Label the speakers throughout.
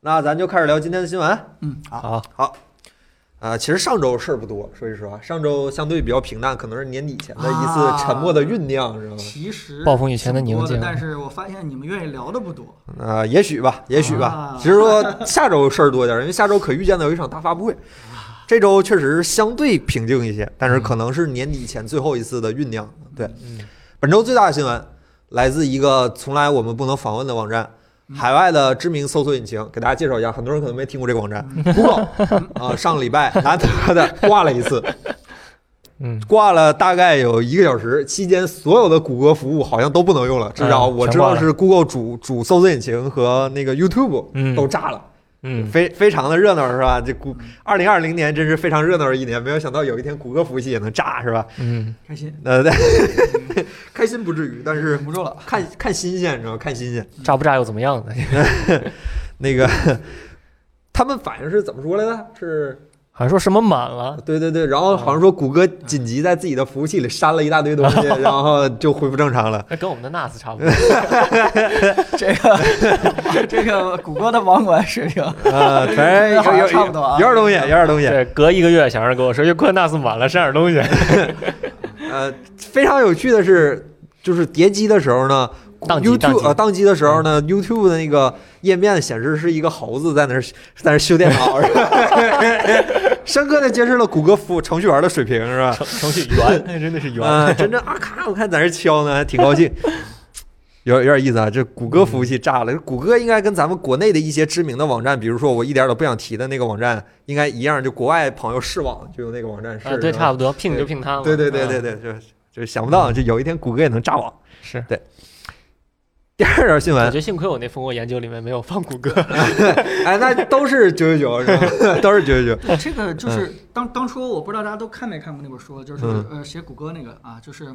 Speaker 1: 那咱就开始聊今天的新闻。
Speaker 2: 嗯，好，
Speaker 3: 好，
Speaker 1: 好，呃，其实上周事儿不多，说句实话，上周相对比较平淡，可能是年底前的一次沉默的酝酿，是吧？
Speaker 2: 其实
Speaker 3: 暴风雨前的宁
Speaker 2: 挺多
Speaker 3: 静嗯
Speaker 2: 但是我发现你们愿意聊的不多。
Speaker 1: 呃，也许吧，也许吧
Speaker 2: 啊。
Speaker 1: 其实说下周事儿多点儿，因为下周可预见的有一场大发布会。这周确实相对平静一些，但是可能是年底前最后一次的酝酿。对，本周最大的新闻来自一个从来我们不能访问的网站，海外的知名搜索引擎，给大家介绍一下，很多人可能没听过这个网站，Google 啊，上礼拜难得的挂了一次，
Speaker 3: 嗯，
Speaker 1: 挂了大概有一个小时，期间所有的谷歌服务好像都不能用了，至少
Speaker 3: 嗯
Speaker 1: 我
Speaker 3: 全
Speaker 1: 知道
Speaker 3: 挂了
Speaker 1: 是 Google 主主搜索引擎和那个 YouTube
Speaker 3: 嗯
Speaker 1: 都炸了，
Speaker 3: 嗯，
Speaker 1: 非非常的热闹是吧？这谷二零二零年真是非常热闹的一年，没有想到有一天谷歌服务器也能炸是吧？
Speaker 3: 嗯，
Speaker 2: 开心，
Speaker 1: 呃，嗯开心不至于，但是
Speaker 2: 忍不住了。
Speaker 1: 看看新鲜，你知道吗看新鲜。
Speaker 3: 炸不炸又怎么样呢？
Speaker 1: 那个他们反应是怎么说来着？是
Speaker 3: 好像说什么满了，
Speaker 1: 对对对，然后好像说谷歌紧急在自己的服务器里删了一大堆东 西，然后就恢复正常了。
Speaker 3: 那跟我们的 NAS 差 不多。
Speaker 2: 这个这个 谷歌的网管水 平，
Speaker 1: 啊，反正
Speaker 2: 好
Speaker 1: 有
Speaker 2: 像
Speaker 1: 有
Speaker 2: 差不多啊
Speaker 1: 有点东西，有点东西。
Speaker 3: 对，隔一个月小人跟我说，又快 NAS 满了，删点东西。
Speaker 1: 呃，非常有趣的是，就是叠机的时候呢。
Speaker 3: 宕机
Speaker 1: YouTube
Speaker 3: 宕机嗯
Speaker 1: 呃，宕机的时候呢，YouTube 的那个页面显示是一个猴子在那儿在那儿修电脑，是吧？ 深刻的揭示了谷歌服务程序员的水平，是吧？
Speaker 3: 程程序员，那真的是员。
Speaker 1: 啊，真正啊咔，我看在这敲呢，还挺高兴。有有点意思啊，这谷歌服务器炸了。谷歌应该跟咱们国内的一些知名的网站，比如说我一点儿都不想提的那个网站，应该一样。就国外朋友试网就用那个网站试，
Speaker 3: 啊，对，
Speaker 1: 是吧
Speaker 3: 差不多，聘就聘他嘛。
Speaker 1: 对对对对嗯
Speaker 3: 啊，
Speaker 1: 对，就就想不到，就有一天谷歌也能炸网。
Speaker 3: 是。
Speaker 1: 第二条新
Speaker 3: 我
Speaker 1: 闻
Speaker 3: 觉，得幸亏我那蜂窝研究里面没有放谷歌。
Speaker 1: 哎，那都是九九九，是吧？都是九 九九。
Speaker 2: 这个就是
Speaker 3: 嗯
Speaker 2: 当当初我不知道大家都看没看过那本书，就是
Speaker 1: 嗯
Speaker 2: 呃写谷歌那个啊，就是。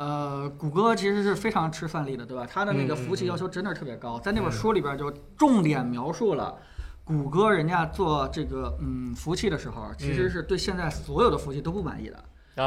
Speaker 2: 呃，谷歌其实是非常吃范例的，对吧？它的那个
Speaker 3: 嗯
Speaker 2: 服务器要求真的特别高，在那本书里边就重点描述了谷歌人家做这个嗯服务器的时候，其
Speaker 3: 嗯
Speaker 2: 实是对现在所有的服务器都不满意的。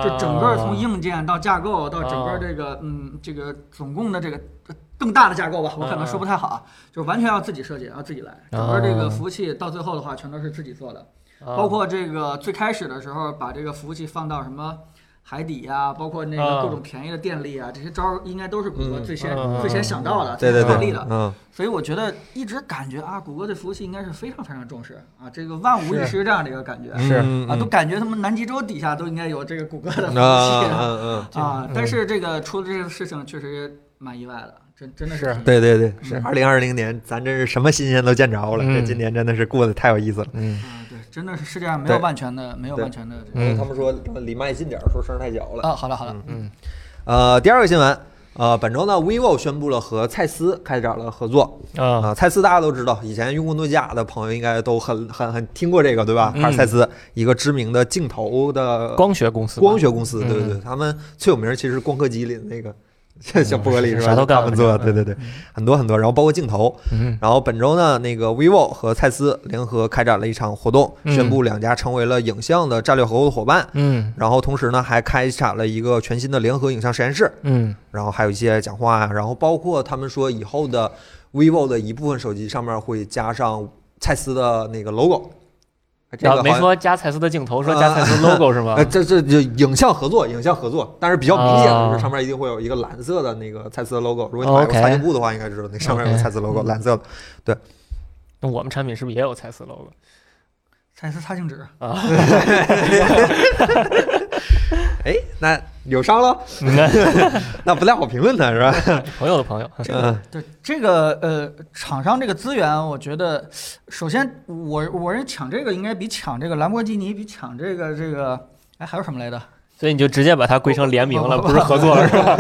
Speaker 2: 就整个
Speaker 1: 啊
Speaker 2: 从
Speaker 3: 英，
Speaker 2: 硬件到架构到整
Speaker 3: 啊
Speaker 2: 个这个嗯这个总共的这个呃更大的架构吧，我可
Speaker 1: 嗯
Speaker 2: 能说不太好啊，就是完全要自己设计，要自己来。整个这
Speaker 3: 啊
Speaker 2: 个服务器到最后的话，全都是自己做的，
Speaker 3: 啊
Speaker 2: 包括这个最开始的时候把这个服务器放到什么。海底呀、包括那
Speaker 3: 啊
Speaker 2: 个各种便宜的电力啊，这些招儿应该都是谷歌
Speaker 1: 嗯
Speaker 2: 最先、
Speaker 3: 啊
Speaker 2: 最先想到的、
Speaker 1: 对
Speaker 2: 最
Speaker 1: 对
Speaker 2: 先发力
Speaker 1: 对
Speaker 2: 的，。
Speaker 1: 嗯，
Speaker 2: 所以我觉得一直感觉啊，谷歌对服务器应该是非常非常重视啊，这个万无一
Speaker 3: 是
Speaker 2: 失这样的一个感觉。
Speaker 3: 是
Speaker 1: 嗯
Speaker 2: 啊，都
Speaker 1: 嗯
Speaker 2: 感觉他们南极洲底下都应该有这个谷歌的服务
Speaker 1: 嗯
Speaker 2: 器
Speaker 1: 嗯嗯，
Speaker 2: 啊
Speaker 3: 嗯。
Speaker 2: 但是这个出了这个事情，确实蛮意外的，真真的
Speaker 3: 是
Speaker 2: 挺
Speaker 1: 对对对，是
Speaker 2: 嗯
Speaker 1: 二零二零年，咱真是什么新鲜都见着了。这
Speaker 3: 嗯
Speaker 1: 今年真的是过得太有意思了。
Speaker 3: 嗯，
Speaker 2: 啊，对，真的是世界上没有
Speaker 1: 对
Speaker 2: 万全的，没有
Speaker 1: 对嗯
Speaker 2: 万全的这个。
Speaker 3: 嗯
Speaker 1: 他们说离麦近点儿，说声儿太小了。
Speaker 2: 啊，好了好了，
Speaker 1: 呃，第二个新闻，呃，本周呢，vivo 宣布了和蔡司开展了合作。啊、
Speaker 3: 啊，
Speaker 1: 蔡司大家都知道，以前用过诺基亚的朋友应该都很很很听过这个，对吧？卡尔蔡司，一个知名的镜头的
Speaker 3: 嗯光学公司吧，
Speaker 1: 光学公司，对对
Speaker 3: 嗯
Speaker 1: 对，他们最有名儿其实光刻机里的那个 小玻璃
Speaker 3: 是
Speaker 1: 是吧？
Speaker 3: 啥都干
Speaker 1: 他们做的，对对对，很多很多，然后包括镜头，
Speaker 3: 嗯，
Speaker 1: 然后本周呢，那个 vivo 和蔡司联合开展了一场活动，
Speaker 3: 嗯
Speaker 1: 宣布两家成为了影像的战略合作伙伴。
Speaker 3: 嗯
Speaker 1: 然后同时呢，还开展了一个全新的联合影像实验室，
Speaker 3: 嗯
Speaker 1: 然后还有一些讲话啊，然后包括他们说以后的 vivo 的一部分手机上面会加上蔡司的那个 logo，这哎个
Speaker 3: 然后啊没
Speaker 1: 好像
Speaker 3: 说加蔡司的镜头，说加蔡司 logo 是吗
Speaker 1: 呃，？这这就影像合作，影像合作，但是比较明显的
Speaker 3: 啊哦
Speaker 1: 是上面一定会有一个蓝色的那个蔡司的 logo。如果你买过
Speaker 3: OK
Speaker 1: 擦镜布的话，应该知道那上面有个
Speaker 3: OK
Speaker 1: 蔡司 logo，蓝色的。
Speaker 3: 那我们产品是不是也有蔡司 logo
Speaker 2: 蔡司擦净纸，
Speaker 3: 啊？
Speaker 1: 哎，那有伤 了，那不太好评论它是吧？
Speaker 3: 朋友的朋友，
Speaker 2: 这
Speaker 1: 嗯
Speaker 2: 个对这个呃，厂商这个资源，我觉得首先我我认为抢这个应该比抢这个兰博基尼，比抢这个这个。哎，还有什么来着？
Speaker 3: 所以你就直接把它归成联名了，不是合作了是吧？
Speaker 2: 吧？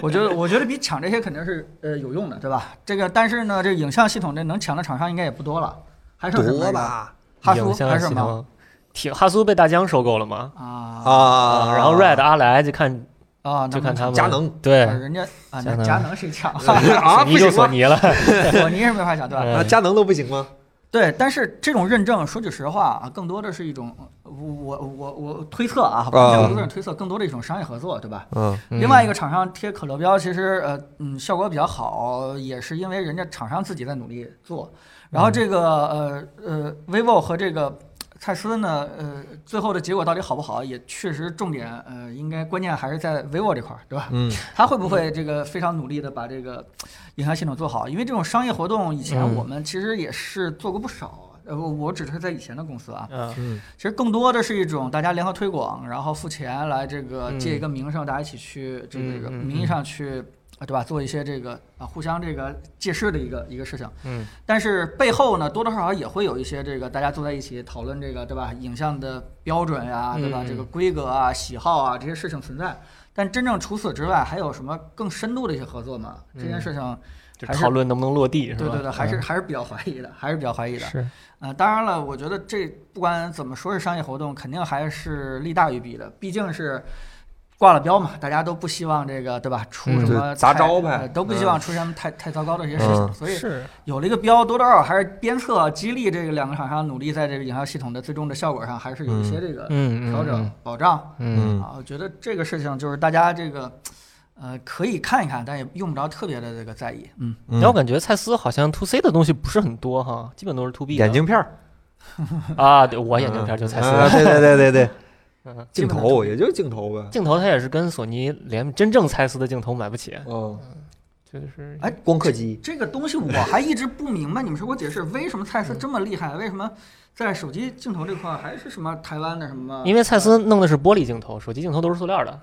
Speaker 2: 我觉得，我觉得比抢这些肯定是呃有用的，对吧？这个，但是呢，这影像系统这能抢的厂商应该也不多了，还剩什么来
Speaker 1: 多
Speaker 2: 着？
Speaker 1: 吧
Speaker 2: 哈苏
Speaker 3: 影
Speaker 2: 还
Speaker 3: 像
Speaker 2: 是
Speaker 3: 系
Speaker 2: 什么
Speaker 3: 统，挺哈苏被大江收购了嘛？
Speaker 2: 啊
Speaker 1: 啊，
Speaker 3: 然后 Red 阿莱就看
Speaker 2: 啊，
Speaker 3: 就看他们
Speaker 1: 佳能
Speaker 3: 对
Speaker 2: 啊人家啊，
Speaker 3: 佳
Speaker 2: 那
Speaker 3: 能
Speaker 2: 佳能是强，
Speaker 1: 啊，
Speaker 3: 索尼
Speaker 1: 不
Speaker 3: 就
Speaker 1: 行
Speaker 3: 索
Speaker 1: 吗？
Speaker 3: 尼嗯了，
Speaker 2: 索尼是没法想对吧？
Speaker 1: 啊，佳能都不行吗？
Speaker 2: 对，但是这种认证，说句实话啊，更多的是一种我我我我推测啊，
Speaker 1: 啊
Speaker 2: 我个人推测，更多的一种商业合作，对吧？
Speaker 1: 嗯
Speaker 2: 另外一个厂商贴可乐标，其实呃嗯效果比较好，也是因为人家厂商自己在努力做。然后这个呃呃 vivo 和这个蔡司呢，呃最后的结果到底好不好，也确实重点呃应该关键还是在 vivo 这块儿，对吧？
Speaker 1: 嗯
Speaker 2: 他会不会这个非常努力的把这个影像系统做好？因为这种商业活动以前
Speaker 3: 嗯
Speaker 2: 我们其实也是做过不少。呃，我我只是在以前的公司啊，
Speaker 3: 嗯，
Speaker 1: 嗯
Speaker 2: 其实更多的是一种大家联合推广，然后付钱来这个
Speaker 3: 嗯
Speaker 2: 借一个名声，大家一起去这个这个
Speaker 3: 嗯嗯
Speaker 2: 名义上去，啊对吧？做一些这个啊互相这个借势的一个一个事情。
Speaker 3: 嗯。
Speaker 2: 但是背后呢，多多少少也会有一些这个大家坐在一起讨论这个对吧？影像的标准呀、对吧？
Speaker 3: 嗯
Speaker 2: 这个规格啊、喜好啊这些事情存在。但真正除此之外，还有什么更深度的一些合作吗？这件事情，
Speaker 3: 就
Speaker 2: 还是
Speaker 3: 讨论能不能落嗯地，是吧？
Speaker 2: 对对对，还是
Speaker 3: 嗯
Speaker 2: 还是比较怀疑的，还是比较怀疑的。
Speaker 3: 是，
Speaker 2: 呃，当然了，我觉得这不管怎么说是商业活动，肯定还是利大于弊的，毕竟是挂了标嘛，大家都不希望这个对吧出
Speaker 3: 嗯
Speaker 2: 什
Speaker 1: 对
Speaker 2: 么
Speaker 1: 砸
Speaker 2: 太
Speaker 1: 招牌
Speaker 2: 呃都不希望出什么太太糟糕的这些事情，
Speaker 1: 嗯
Speaker 2: 所以
Speaker 3: 是，
Speaker 2: 有了一个标，多多少少还是鞭策激励这个两个厂商努力在这个营销系统的最终的效果上，还是有一些这个
Speaker 3: 嗯，
Speaker 2: 调整保障、
Speaker 3: 嗯，嗯，
Speaker 2: 啊。我觉得这个事情就是大家这个呃可以看一看，但也用不着特别的这个在意，嗯。
Speaker 1: 嗯
Speaker 3: 然后我感觉蔡司好像 to C 的东西不是很多哈，基本都是 to B 的
Speaker 1: 眼镜片儿，
Speaker 3: 啊，对我眼镜片就蔡司，
Speaker 1: 啊对对对对对，
Speaker 3: 嗯
Speaker 1: 镜头也就镜头呗，
Speaker 3: 镜头它也是跟索尼联，真正蔡司的镜头买不起，
Speaker 1: 嗯，
Speaker 3: 就是
Speaker 2: 哎
Speaker 1: 光刻机，
Speaker 2: 这个东 西我还一直不明白，你们是给我解释为什么蔡司
Speaker 1: 嗯
Speaker 2: 这么厉害？为什么在手机镜头这块儿还是什么台湾的什么？
Speaker 3: 因为蔡司
Speaker 1: 嗯
Speaker 3: 弄的是玻璃镜头，手机镜头都是塑料的，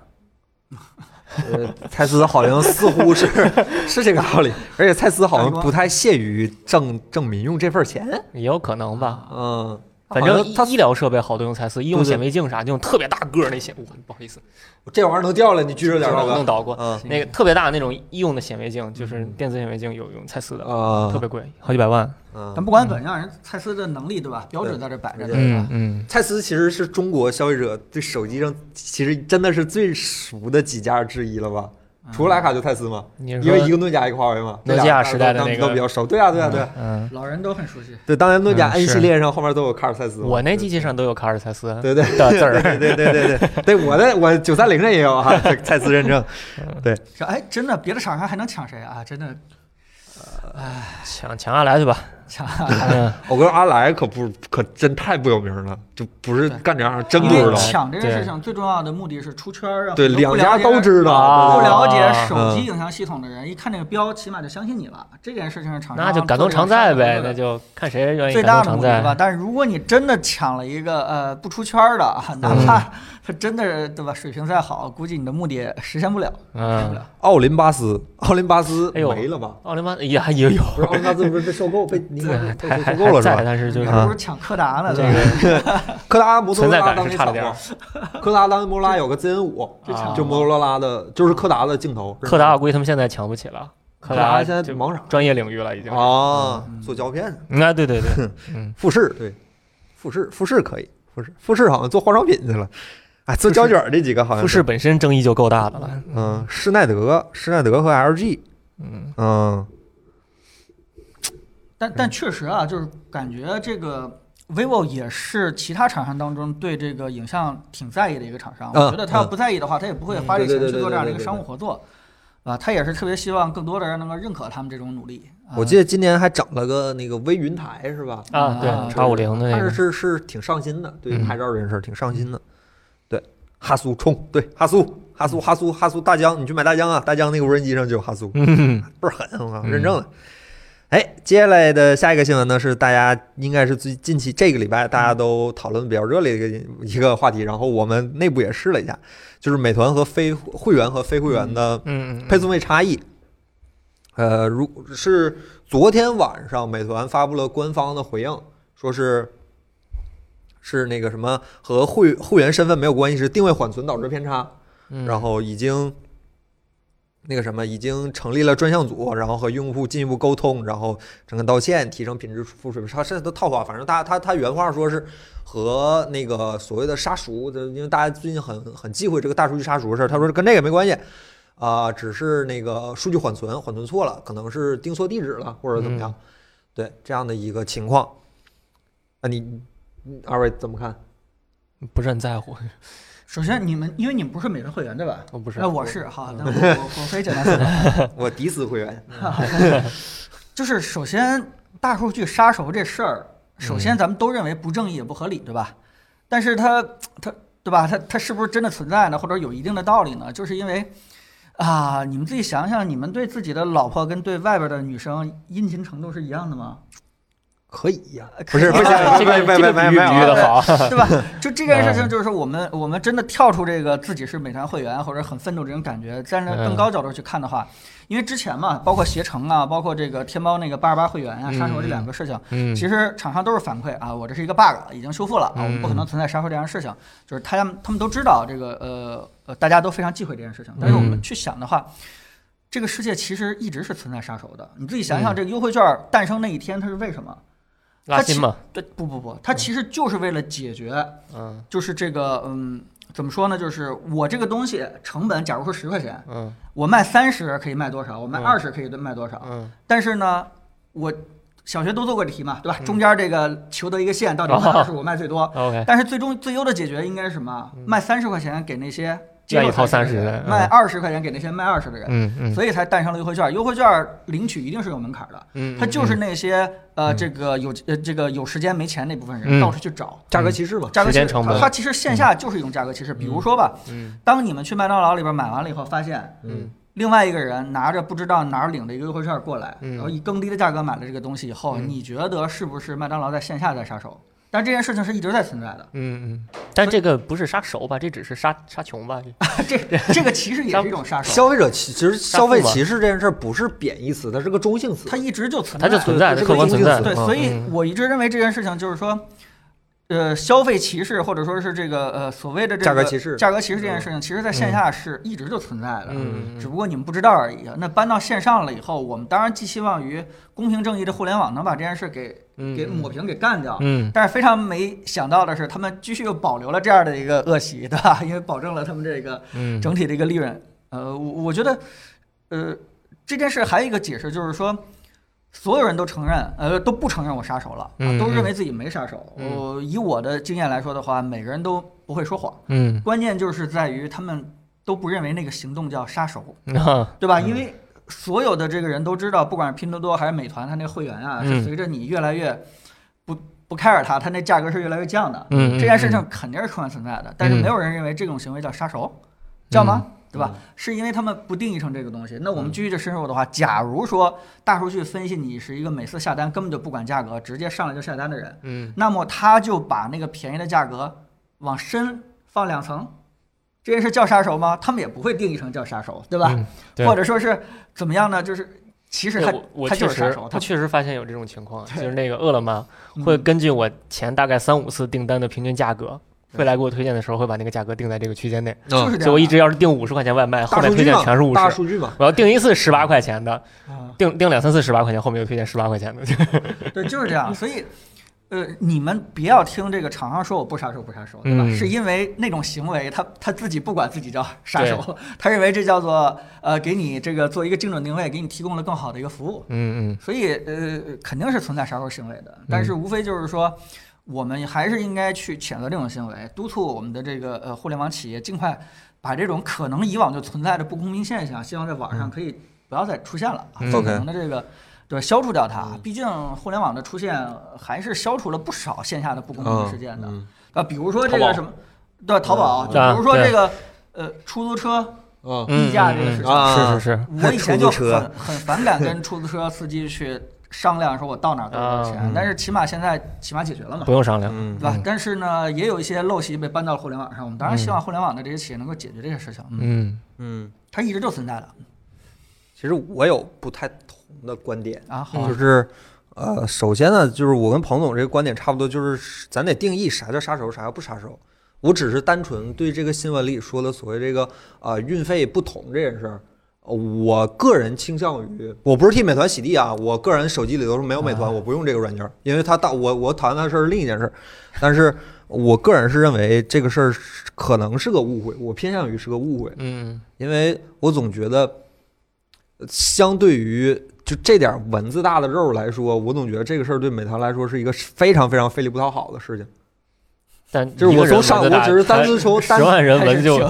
Speaker 1: 呃，蔡司好像似乎是 是这个道理，而且蔡司好像不太屑于挣挣民用这份钱，
Speaker 3: 也有可能吧。
Speaker 1: 嗯，
Speaker 3: 反
Speaker 1: 好
Speaker 3: 正
Speaker 1: 像他
Speaker 3: 医医疗设备好多用蔡司，医用
Speaker 1: 对对
Speaker 3: 显微镜啥就用特别大个儿那些，哇，不好意思，
Speaker 1: 这玩意儿能掉了，你举着点儿
Speaker 3: 这让
Speaker 1: 吧
Speaker 3: 我弄倒过。
Speaker 1: 嗯
Speaker 3: 那个特别大那种医用的显微镜，就是电子显微镜有用蔡司的，
Speaker 1: 啊
Speaker 3: 特别贵，嗯好几百万。
Speaker 2: 咱
Speaker 1: 嗯，
Speaker 2: 不管怎样，人蔡司的能力对吧？标准在这摆着呢，对吧？
Speaker 3: 嗯，
Speaker 1: 蔡司其实是中国消费者对手机上其实真的是最熟的几家之一了吧？
Speaker 3: 嗯
Speaker 1: 除了徕卡就蔡司嘛，
Speaker 3: 你是
Speaker 1: 因为一
Speaker 3: 说
Speaker 1: 个诺基亚一个华为嘛，
Speaker 3: 诺基亚时代的那个
Speaker 1: 这俩都比较熟，对啊对啊对啊，
Speaker 3: 嗯，
Speaker 2: 老人都很熟悉。
Speaker 1: 对，当年诺基亚
Speaker 3: 嗯
Speaker 1: N
Speaker 3: 是
Speaker 1: 系列上后面都有卡尔蔡司嘛，
Speaker 3: 我那机器上都有卡尔蔡司的
Speaker 1: 对对
Speaker 3: 字儿，
Speaker 1: 对对对对对，我的我九三零上也有哈，蔡蔡司认证，
Speaker 2: 说哎，真的，别的厂商还能抢谁啊？真的
Speaker 3: 抢抢下来去吧。
Speaker 2: 抢
Speaker 3: 嗯，
Speaker 1: 我跟阿来可不可真太不有名了，就不是干这行真不
Speaker 2: 因
Speaker 1: 知
Speaker 2: 为
Speaker 1: 道。
Speaker 2: 抢这个
Speaker 3: 对
Speaker 2: 事情最重要的目的是出圈儿啊。
Speaker 1: 对，
Speaker 2: 很多不
Speaker 1: 两
Speaker 2: 了
Speaker 1: 家
Speaker 2: 解
Speaker 1: 都知道，嗯
Speaker 2: 不
Speaker 1: 对对
Speaker 2: 了解
Speaker 3: 啊
Speaker 2: 手机影像系统的人，一看这个标，起码就相信你了。这件事情是厂商
Speaker 3: 那就感动常在 呗，那
Speaker 2: 就。
Speaker 3: 就看谁愿意
Speaker 2: 最
Speaker 3: 感
Speaker 2: 大
Speaker 3: 动
Speaker 2: 的
Speaker 3: 常
Speaker 2: 目的吧。
Speaker 3: 在。
Speaker 2: 但是如果你真的抢了一个呃不出圈儿的，啊，
Speaker 3: 嗯
Speaker 2: 哪怕他真的对吧水平再好，估计你的目的也实现不了，实现不
Speaker 3: 嗯，
Speaker 2: 了。
Speaker 1: 奥林巴斯，奥林巴斯
Speaker 3: 哎呦
Speaker 1: 没了吧？
Speaker 3: 奥林巴也还也有，
Speaker 1: 不是奥林巴斯不是被收购被尼
Speaker 3: 对
Speaker 1: 康 被
Speaker 3: 还
Speaker 1: 被
Speaker 3: 还
Speaker 1: 收购
Speaker 3: 还
Speaker 1: 了是
Speaker 3: 在，
Speaker 1: 吧？嗯
Speaker 3: 但是就
Speaker 2: 你
Speaker 3: 是
Speaker 2: 还不如抢柯达呢，
Speaker 3: 这
Speaker 2: 对吧？
Speaker 3: 个
Speaker 1: 柯达摩托罗
Speaker 3: 存在
Speaker 1: 拉
Speaker 3: 感
Speaker 1: 当
Speaker 3: 是
Speaker 1: 年
Speaker 3: 差
Speaker 1: 抢过
Speaker 3: 了点，
Speaker 1: 柯达当年摩托罗拉有个 ZN 五
Speaker 2: 这
Speaker 3: 啊，
Speaker 2: 抢
Speaker 1: 就摩托罗拉的，就是柯达的镜头。是吧
Speaker 3: 柯达，我估计他们现在抢不起了。
Speaker 1: 柯
Speaker 3: 达
Speaker 1: 达现在
Speaker 3: 就
Speaker 1: 忙啥？
Speaker 3: 专业领域了已经。
Speaker 1: 啊
Speaker 2: 嗯，
Speaker 1: 做胶片，
Speaker 3: 嗯啊，对对对，嗯，
Speaker 1: 富士对，富士富士可以，富士富士好像做化妆品去了，哎，做
Speaker 3: 富士
Speaker 1: 胶卷儿这几个好像
Speaker 3: 富士本身争议就够大的了。
Speaker 1: 嗯，施耐德、施耐德和 LG，
Speaker 3: 嗯，
Speaker 1: 嗯
Speaker 2: 但但确实啊，就是感觉这个 vivo 也是其他厂商当中对这个影像挺在意的一个厂商。
Speaker 1: 嗯
Speaker 2: 我觉得他要不在意的话，他也不会花这
Speaker 1: 嗯对
Speaker 2: 钱
Speaker 1: 对
Speaker 2: 去
Speaker 1: 对
Speaker 2: 做这样的一
Speaker 1: 对
Speaker 2: 个
Speaker 1: 对对
Speaker 2: 商务合作。啊，他也是特别希望更多的人能够认可他们这种努力。啊，
Speaker 1: 我记得今年还整了个那个微云台是吧？
Speaker 3: 啊，
Speaker 2: 啊
Speaker 3: 对，叉五零的那
Speaker 1: 嗯但是
Speaker 3: 个，
Speaker 1: 是是挺上心的，对于
Speaker 3: 嗯
Speaker 1: 拍照这件事儿挺上心的。对，哈苏冲，对哈苏，哈
Speaker 3: 嗯
Speaker 1: 苏哈苏哈苏大疆，你去买大疆啊，大疆那个无人机上就有哈苏，
Speaker 3: 嗯，
Speaker 1: 倍儿狠，我靠，
Speaker 3: 嗯
Speaker 1: 认证了。哎，接下来的下一个新闻呢，是大家应该是最近期这个礼拜大
Speaker 3: 嗯
Speaker 1: 家都讨论比较热烈的一个一个话题，然后我们内部也试了一下，就是美团和非会员和非会员的
Speaker 3: 嗯嗯，
Speaker 1: 配送位差异。呃，如是昨天晚上美团发布了官方的回应，说是是那个什么和会会员身份没有关系，是定位缓存导致偏差，
Speaker 3: 嗯
Speaker 1: 然后已经那个什么已经成立了专项组，然后和用户进一步沟通，然后整个道歉，提升品质付水平。它甚至都套话，反正他他他原话说是和那个所谓的杀熟，就因为大家最近很很忌讳这个大数据杀熟的事儿，他说跟这个没关系。啊、只是那个数据缓存缓存错了，可能是定错地址了，或者怎么样，对这样的一个情况，那你你二位怎么看？
Speaker 3: 不是很在乎，
Speaker 2: 首先，你们因为你们不是美团会员对吧？
Speaker 3: 哦我不是嗯
Speaker 2: 那。我是哈，那我我我可以简单说。
Speaker 1: 我抵死会员，
Speaker 2: 就是首先大数据杀熟这事儿，首先咱们都认为不正义也不合理，对吧？但是它它对吧？它它是不是真的存在呢？或者有一定的道理呢？就是因为啊，你们自己想想，你们对自己的老婆跟对外边的女生殷勤程度是一样的吗？
Speaker 1: 呃可以啊呀、不
Speaker 2: 可以
Speaker 1: 是
Speaker 2: 呀
Speaker 1: 不是
Speaker 2: 这
Speaker 1: 不
Speaker 3: 个
Speaker 1: 是不是不是
Speaker 3: 这个
Speaker 1: 不是
Speaker 3: 比喻
Speaker 1: 不是
Speaker 3: 比喻得好
Speaker 2: 对吧？就这件事情，就是说我们我们真的跳出这个自己是美团会员或者很愤怒这种感觉，站在更高角度去看的话，因为之前嘛，包括携程啊，包括这个天猫那个八十八会员啊、杀手这两个事情，
Speaker 3: 嗯
Speaker 2: 其实厂商都是反馈啊，我这是一个 bug，已经修复了啊，我们不可能存在杀手这样的事情，就是他们他们都知道这个呃呃，大家都非常忌讳这件事情，但是我们去想的话。这个世界其实一直是存在杀手的，你自己想想，这个优惠券诞生那一天，它是为什么？
Speaker 3: 拉新嘛，
Speaker 2: 对，不不不，它其实就是为了解决
Speaker 3: 嗯
Speaker 2: 就是这个，嗯，怎么说呢？就是我这个东西成本，假如说十块钱，
Speaker 3: 嗯
Speaker 2: 我卖三十可以卖多少？我卖
Speaker 3: 嗯
Speaker 2: 二十可以卖多少？
Speaker 3: 嗯，
Speaker 2: 但是呢，我小学都做过这题嘛，对吧？
Speaker 3: 嗯
Speaker 2: 中间这个求得一个线，到底卖二十
Speaker 3: 哦
Speaker 2: 我卖最多？
Speaker 3: OK，
Speaker 2: 但是最终最优的解决应该是什么？卖三十块钱给那些接
Speaker 3: 嗯愿意
Speaker 2: 受
Speaker 3: 掏
Speaker 2: 30
Speaker 3: 30
Speaker 2: 的
Speaker 3: 的
Speaker 2: 人，
Speaker 3: 嗯
Speaker 2: 卖二十块钱给那些卖二十的人。
Speaker 3: 嗯嗯
Speaker 2: 所以才诞生了优惠券。优惠券领取一定是有门槛的，
Speaker 3: 嗯，
Speaker 2: 它就是
Speaker 3: 嗯
Speaker 2: 那些呃这个有呃这个有时间没钱那部分人
Speaker 3: 嗯
Speaker 2: 到处去找，
Speaker 1: 价格歧视嘛，
Speaker 2: 哦价格
Speaker 3: 时
Speaker 2: 歧视
Speaker 3: 间成本
Speaker 2: 它其实线下就是一种价格歧视。比如说吧，
Speaker 3: 嗯
Speaker 2: 当你们去麦当劳里边买完了以后，发现
Speaker 1: 嗯
Speaker 2: 另外一个人拿着不知道哪儿领的一个优惠券过来，
Speaker 3: 嗯
Speaker 2: 然后以更低的价格买了这个东西以后，
Speaker 3: 嗯
Speaker 2: 你觉得是不是麦当劳在线下在杀手？但这件事情是一直在存在的，
Speaker 3: 嗯嗯，但这个不是杀熟吧？这只是杀杀穷吧？
Speaker 2: 这这个其实也是一种杀手，
Speaker 1: 消费者歧其实消费
Speaker 3: 杀富嘛
Speaker 1: 歧视这件事儿不是贬义词，它是个中性词
Speaker 2: 它。一直就存在，
Speaker 3: 它就存在，
Speaker 1: 这
Speaker 3: 它
Speaker 1: 是
Speaker 3: 客观存在
Speaker 1: 个
Speaker 3: 的。
Speaker 2: 对，
Speaker 1: 嗯
Speaker 2: 所以我一直认为这件事情就是说，呃，消费歧视或者说是这个呃所谓的这个
Speaker 1: 价格歧视嗯
Speaker 2: 价格歧视这件事情，其实在线下是一直就存在的，
Speaker 3: 嗯嗯
Speaker 2: 只不过你们不知道而已啊。那搬到线上了以后，我们当然寄希望于公平正义的互联网能把这件事给
Speaker 3: 嗯
Speaker 2: 给抹平、给干掉。
Speaker 3: 嗯
Speaker 2: 但是非常没想到的是，他们继续又保留了这样的一个恶习，对吧？因 为保证了他们这个
Speaker 3: 嗯，
Speaker 2: 整体的一个利润。呃，我我觉得，呃，这件事还有一个解释就是说，所有人都承认，呃，都不承认我杀手了，啊
Speaker 3: 嗯
Speaker 2: 都认
Speaker 3: 嗯
Speaker 2: 为自己没杀手。
Speaker 3: 嗯
Speaker 2: 呃，以我的经验来说的话，每个人都不会说谎，
Speaker 3: 嗯
Speaker 2: 关键就是在于他们都不认为那个行动叫杀手，
Speaker 3: 啊
Speaker 2: 对吧？因为所有的这个人都知道，不管是拼多多还是美团，它那个会员啊，是
Speaker 3: 嗯
Speaker 2: 随着你越来越不不 care 它，它那价格是越来越降的。
Speaker 3: 嗯，
Speaker 2: 这件事情肯定是客观存在的，但是
Speaker 3: 嗯
Speaker 2: 没有人认为这种行为叫杀手，叫吗？对吧？是因为他们不定义成这个东西。那
Speaker 3: 嗯
Speaker 2: 我们继续这深入的话，假如说大数据分析你是一个每次下单根本就不管价格，直接上来就下单的人，
Speaker 3: 嗯
Speaker 2: 那么他就把那个便宜的价格往深放两层，这件事叫杀手吗？他们也不会定义成叫杀手，对吧？
Speaker 3: 嗯对哎
Speaker 2: 或者说是怎么样呢？就是其实
Speaker 3: 对
Speaker 2: 他
Speaker 3: 我我
Speaker 2: 他就
Speaker 3: 确
Speaker 2: 是杀
Speaker 3: 实
Speaker 2: 手，，他
Speaker 3: 我确实发现有这种情况，
Speaker 2: 对
Speaker 3: 就是那个饿了么
Speaker 2: 嗯
Speaker 3: 会根据我前大概三五次订单的平均价格，未来给我推荐的时候会把那个价格定在这个区间内。
Speaker 2: 就
Speaker 1: 嗯
Speaker 2: 是这样的。
Speaker 3: 所以我一直要是订五十块钱外卖，哦后
Speaker 1: 大
Speaker 3: 面
Speaker 1: 数
Speaker 3: 推
Speaker 1: 据
Speaker 3: 荐
Speaker 1: 嘛，
Speaker 3: 全是五
Speaker 1: 大
Speaker 3: 十。
Speaker 1: 数据嘛，
Speaker 3: 我要订一次十八块钱的，
Speaker 2: 啊
Speaker 3: 订订两三次十八块钱，后面又推荐十八块钱的。
Speaker 2: 对，就是这样。所以，呃，你们别要听这个厂商说我不杀手不杀手，对吧？
Speaker 3: 嗯
Speaker 2: 是因为那种行为他他自己不管自己叫杀手，他认为这叫做呃给你这个做一个精准定位，给你提供了更好的一个服务。
Speaker 3: 嗯嗯
Speaker 2: 所以呃，肯定是存在杀手行为的，但是无非就是说。我们还是应该去谴责这种行为，督促我们的这个呃互联网企业尽快把这种可能以往就存在的不公平现象，希望在网上可以不要再出现了，啊，
Speaker 3: 嗯
Speaker 2: 尽可能的这个对消除掉它。毕竟互联网的出现还是消除了不少线下的不公平事件的，
Speaker 1: 嗯
Speaker 2: 啊，比如说这个什么，对淘宝，
Speaker 1: 嗯
Speaker 2: 就比如说
Speaker 3: 啊对
Speaker 2: 这个呃出租车
Speaker 1: 嗯
Speaker 3: 嗯，
Speaker 2: 溢价这个事情，
Speaker 1: 啊
Speaker 3: 是是
Speaker 2: 我以前就
Speaker 1: 出租车
Speaker 2: 很很反感跟出租车司机去商量说我到哪儿多少钱，
Speaker 3: 啊
Speaker 2: 但是起码现在起码解决了嘛
Speaker 3: 是，不，用商量。
Speaker 1: 嗯
Speaker 2: 对吧？但是呢，也有一些陋习被搬到了互联网上，我们当然希望互联网的这些企业能够解决这些事情，嗯，
Speaker 3: 嗯
Speaker 1: 嗯，
Speaker 2: 它一直就存在的
Speaker 1: 其实我有不太同的观点，
Speaker 2: 啊。
Speaker 3: 嗯
Speaker 2: 好啊，
Speaker 1: 就是呃，首先呢，就是我跟彭总这个观点差不多，就是咱得定义啥叫杀手，啥叫不杀手。我只是单纯对这个新闻里说的所谓这个呃运费不同这件事儿，呃我个人倾向于，我不是替美团洗地啊，我个人手机里头是没有美团，
Speaker 3: 啊
Speaker 1: 我不用这个软件儿，因为它大我我谈的事儿是另一件事儿，但是我个人是认为这个事儿是可能是个误会，我偏向于是个误会，
Speaker 3: 嗯
Speaker 1: 因为我总觉得，呃相对于就这点蚊子大的肉来说，我总觉得这个事儿对美团来说是一个非常非常费力不讨好的事情。
Speaker 3: 但
Speaker 1: 就是
Speaker 3: 一个
Speaker 1: 我从
Speaker 3: 人
Speaker 1: 上，
Speaker 3: 蚊子
Speaker 1: 我
Speaker 3: 大
Speaker 1: 只是单纯从
Speaker 3: 十
Speaker 1: 单
Speaker 3: 万啊人
Speaker 2: 还
Speaker 3: 闻
Speaker 2: 是
Speaker 3: 就
Speaker 2: 挺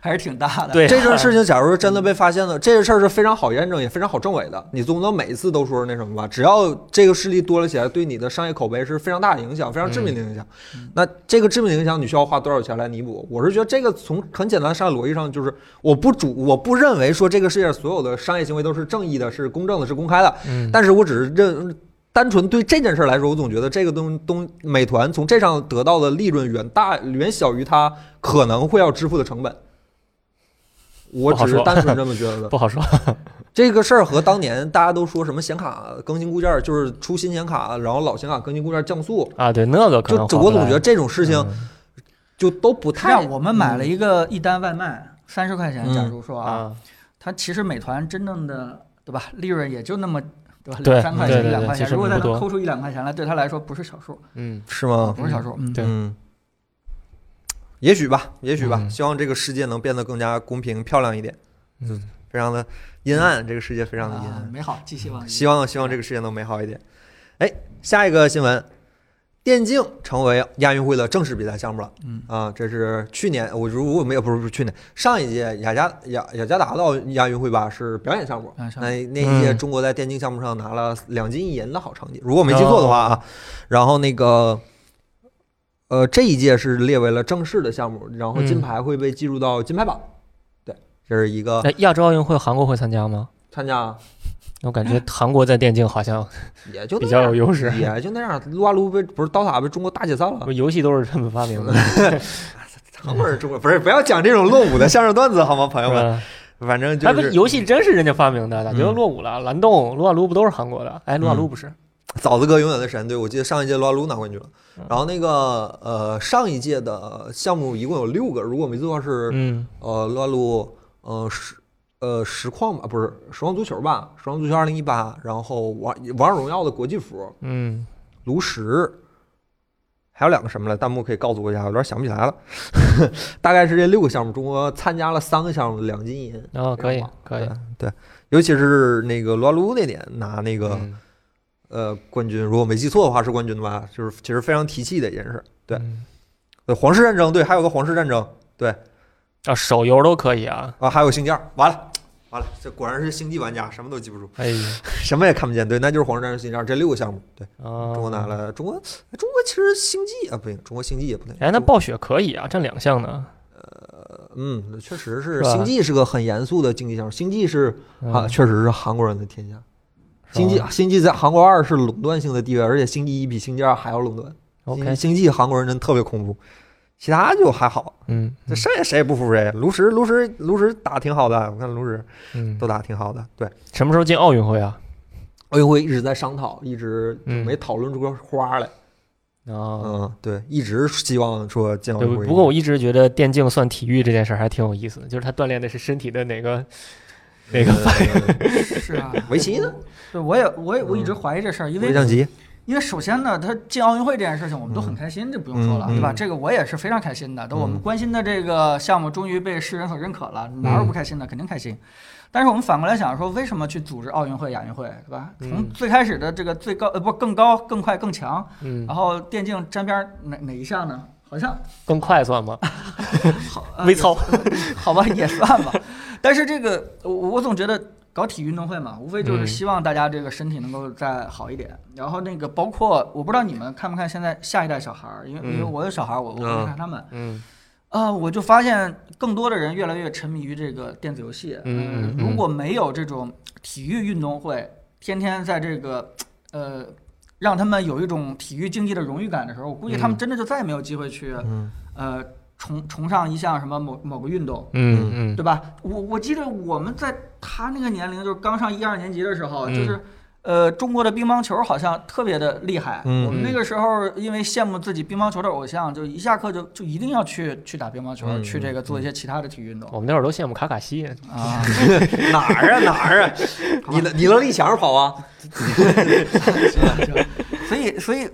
Speaker 2: 还是挺大的。
Speaker 3: 对
Speaker 1: 这件事情，假如说真的被发现了，这个事儿是非常好验证，也非常好证伪的。你总不能每一次都说是那什么吧？只要这个事例多了起来，对你的商业口碑是非常大的影响，非常致命的影响。
Speaker 2: 嗯
Speaker 1: 那这个致命的影响，你需要花多少钱来弥补？我是觉得这个从很简单的商业逻辑上，就是我不主，我不认为说这个世界上所有的商业行为都是正义的、是公正的、是公开的，
Speaker 3: 嗯
Speaker 1: 但是我只是认。单纯对这件事儿来说，我总觉得这个东东美团从这上得到的利润远大远小于它可能会要支付的成本。我
Speaker 3: 不好
Speaker 1: 只是
Speaker 3: 说
Speaker 1: 单纯这么觉 得的。
Speaker 3: 不好说，
Speaker 1: 这个事儿和当年大家都说什么显卡更新固件儿，就是出新显卡，然后老显卡更新固件儿降速，
Speaker 3: 啊，对那个可
Speaker 1: 就
Speaker 3: 能
Speaker 1: 就
Speaker 3: 划不
Speaker 1: 我总
Speaker 3: 来
Speaker 1: 觉得这种事情
Speaker 3: 嗯
Speaker 1: 就都不
Speaker 2: 实际
Speaker 1: 太
Speaker 2: 上，我们买了一个一单外卖，三十块钱，假如说啊，
Speaker 3: 啊，
Speaker 2: 它其实美团真正的对吧，利润也就那么对吧，
Speaker 3: 对
Speaker 2: 两三块
Speaker 3: 对
Speaker 2: 钱、
Speaker 3: 对
Speaker 2: 一
Speaker 3: 对
Speaker 2: 两块
Speaker 3: 其
Speaker 2: 钱，
Speaker 3: 实
Speaker 2: 如果再
Speaker 3: 不多
Speaker 2: 能抠出一两块钱来，对他来说不是小数，
Speaker 3: 嗯，
Speaker 1: 是吗？
Speaker 2: 不是小数。嗯，
Speaker 3: 对
Speaker 1: 嗯，也许吧，也许吧，
Speaker 3: 嗯
Speaker 1: 希望这个世界能变得更加公平漂亮一点。
Speaker 3: 嗯，
Speaker 1: 非常的阴暗，这个世界非常的阴
Speaker 2: 啊
Speaker 1: 暗。
Speaker 2: 美好，寄希望于。
Speaker 1: 希望希望这个世界能美好一点。哎，下一个新闻，电竞成为亚运会的正式比赛项目了。
Speaker 2: 嗯
Speaker 1: 啊，这是去年我如果没有不是不是去年上一届雅加雅雅加达的奥运亚运会吧是表演项目，
Speaker 2: 啊上
Speaker 1: 那那一届
Speaker 3: 嗯
Speaker 1: 中国在电竞项目上拿了两金一银的好成绩，如果我没记错的话啊。然后那个。呃，这一届是列为了正式的项目，然后金
Speaker 3: 嗯
Speaker 1: 牌会被计入到金牌榜。对，这是一个
Speaker 3: 那亚洲奥运会韩国会参加吗？
Speaker 1: 参加
Speaker 3: 我感觉韩国在电竞好像
Speaker 1: 也就
Speaker 3: 比
Speaker 1: 那
Speaker 3: 较
Speaker 1: 样
Speaker 3: 有优势，
Speaker 1: 也就那样，撸啊撸被不是刀塔被中国大解散了。
Speaker 3: 游戏都是他们发明的，是
Speaker 1: 他们是中国， 不是不要讲这种落伍的相声段子好吗，朋友们？
Speaker 3: 吧？
Speaker 1: 反正
Speaker 3: 哎，
Speaker 1: 嗯就
Speaker 3: 不，
Speaker 1: 是
Speaker 3: 游戏真是人家发明的，咋觉得
Speaker 1: 嗯
Speaker 3: 落伍了？蓝洞、撸啊撸不都是韩国的？哎，撸啊撸不是？
Speaker 1: 枣子哥永远的神队，我记得上一届撸啊撸拿冠军了
Speaker 3: 嗯。
Speaker 1: 然后那个呃，上一届的项目一共有六个，如果我没记错是
Speaker 3: 嗯
Speaker 1: 呃撸啊撸呃实呃实况吧，不是实况足球吧，实况足球二零一八，然后王王者荣耀的国际服
Speaker 3: 嗯，
Speaker 1: 炉石，还有两个什么了？弹幕可以告诉我一下，有点想不起来了。 大概是这六个项目，中国参加了三个项目，两金银。
Speaker 3: 然后哦可以
Speaker 1: 非常棒
Speaker 3: 可以，
Speaker 1: 对，对尤其是那个撸啊撸那年拿那个、
Speaker 3: 嗯
Speaker 1: 呃冠军，如果没记错的话是冠军吧，就是其实非常提气的一件事。对，
Speaker 3: 嗯
Speaker 1: 呃，皇室战争，对，还有个皇室战争
Speaker 3: 啊，手游都可以啊。
Speaker 1: 啊，还有星际二，完了。完了，这果然是星际玩家，什么都记不住，
Speaker 3: 哎呀，
Speaker 1: 什么也看不见。对，那就是皇室战争、星际二这六个项目。对，
Speaker 3: 中
Speaker 1: 中国拿。了，中国，哎中国其实星际啊不行，中国星际也不对。
Speaker 3: 哎，那暴雪可以啊，占两项呢。
Speaker 1: 嗯，确实是
Speaker 3: 是吧
Speaker 1: 星际是个很严肃的竞技项目，星际是
Speaker 3: 嗯
Speaker 1: 啊，确实是韩国人的天下。星际
Speaker 3: 是吧
Speaker 1: 星际在韩国二是垄断性的地位，而且星际一比星际二还要垄断。
Speaker 3: OK，
Speaker 1: 星际韩国人真特别恐怖，其他就还好，
Speaker 3: 嗯，
Speaker 1: 这剩下谁也不服谁。炉石炉石炉石打挺好的，我看炉石
Speaker 3: 嗯，
Speaker 1: 都打挺好的。对，
Speaker 3: 什么时候进奥运会啊？
Speaker 1: 奥运会一直在商讨，一直就
Speaker 3: 嗯
Speaker 1: 没讨论出个花来。
Speaker 3: 啊，
Speaker 1: 嗯，对，一直希望说进奥
Speaker 3: 对
Speaker 1: 运会。，
Speaker 3: 不过我一直觉得电竞算体育这件事儿还挺有意思的，就是它锻炼的是身体的哪个哪个。
Speaker 1: 个
Speaker 2: 是啊，
Speaker 1: 围棋呢？ 嗯
Speaker 2: 对，我也我也我一直怀疑这事儿，因为
Speaker 1: 围象 棋，
Speaker 2: 因为首先呢，他进奥运会这件事情，我们都很开心，这不用说了，
Speaker 1: 嗯
Speaker 2: 对吧？
Speaker 3: 嗯
Speaker 2: 这个我也是非常开心的。都我们
Speaker 1: 嗯
Speaker 2: 关心的这个项目终于被世人所认可了，哪有不开心的？肯定开心。但是我们反过来想说，为什么去组织奥运会、亚运会，对吧？从
Speaker 3: 嗯
Speaker 2: 最开始的这个最高呃不更高、更快、更强，
Speaker 3: 嗯，
Speaker 2: 然后电竞沾边儿哪哪一项呢？好像
Speaker 3: 更快算吗？
Speaker 1: 嗯
Speaker 2: 好呃
Speaker 3: 微操。
Speaker 2: 好吧，也算吧。但是这个，我我总觉得搞体育运动会嘛，无非就是
Speaker 3: 嗯
Speaker 2: 希望大家这个身体能够再好一点。然后那个包括，我不知道你们看不看现在下一代小孩儿，因为、因为
Speaker 3: 嗯
Speaker 2: 我有小孩儿，我我
Speaker 1: 嗯
Speaker 2: 会看他们。
Speaker 3: 嗯
Speaker 2: 啊、我就发现更多的人越来越沉迷于这个电子游戏。
Speaker 3: 嗯嗯
Speaker 2: 呃如果没有这种体育运动会，天天在这个呃。让他们有一种体育竞技的荣誉感的时候，我估计他们
Speaker 3: 嗯
Speaker 2: 真的就再也没有机会去、
Speaker 1: 嗯
Speaker 2: 呃崇崇尚一项什么某某个运动。
Speaker 3: 嗯嗯
Speaker 2: 对吧？我我记得我们在他那个年龄，就是刚上一二年级的时候，
Speaker 3: 嗯
Speaker 2: 就是呃，中国的乒乓球好像特别的厉害。
Speaker 1: 嗯
Speaker 2: 我们那个时候因为羡慕自己乒乓球的偶像，就一下课就就一定要去去打乒乓球，
Speaker 1: 嗯
Speaker 2: 去这个做一些其他的体育运动
Speaker 3: 嗯我们那会儿都羡慕卡卡西，
Speaker 2: 啊。
Speaker 1: 哪儿啊哪儿啊？你能你能立墙上跑啊？
Speaker 2: 是吧是吧所以，所以，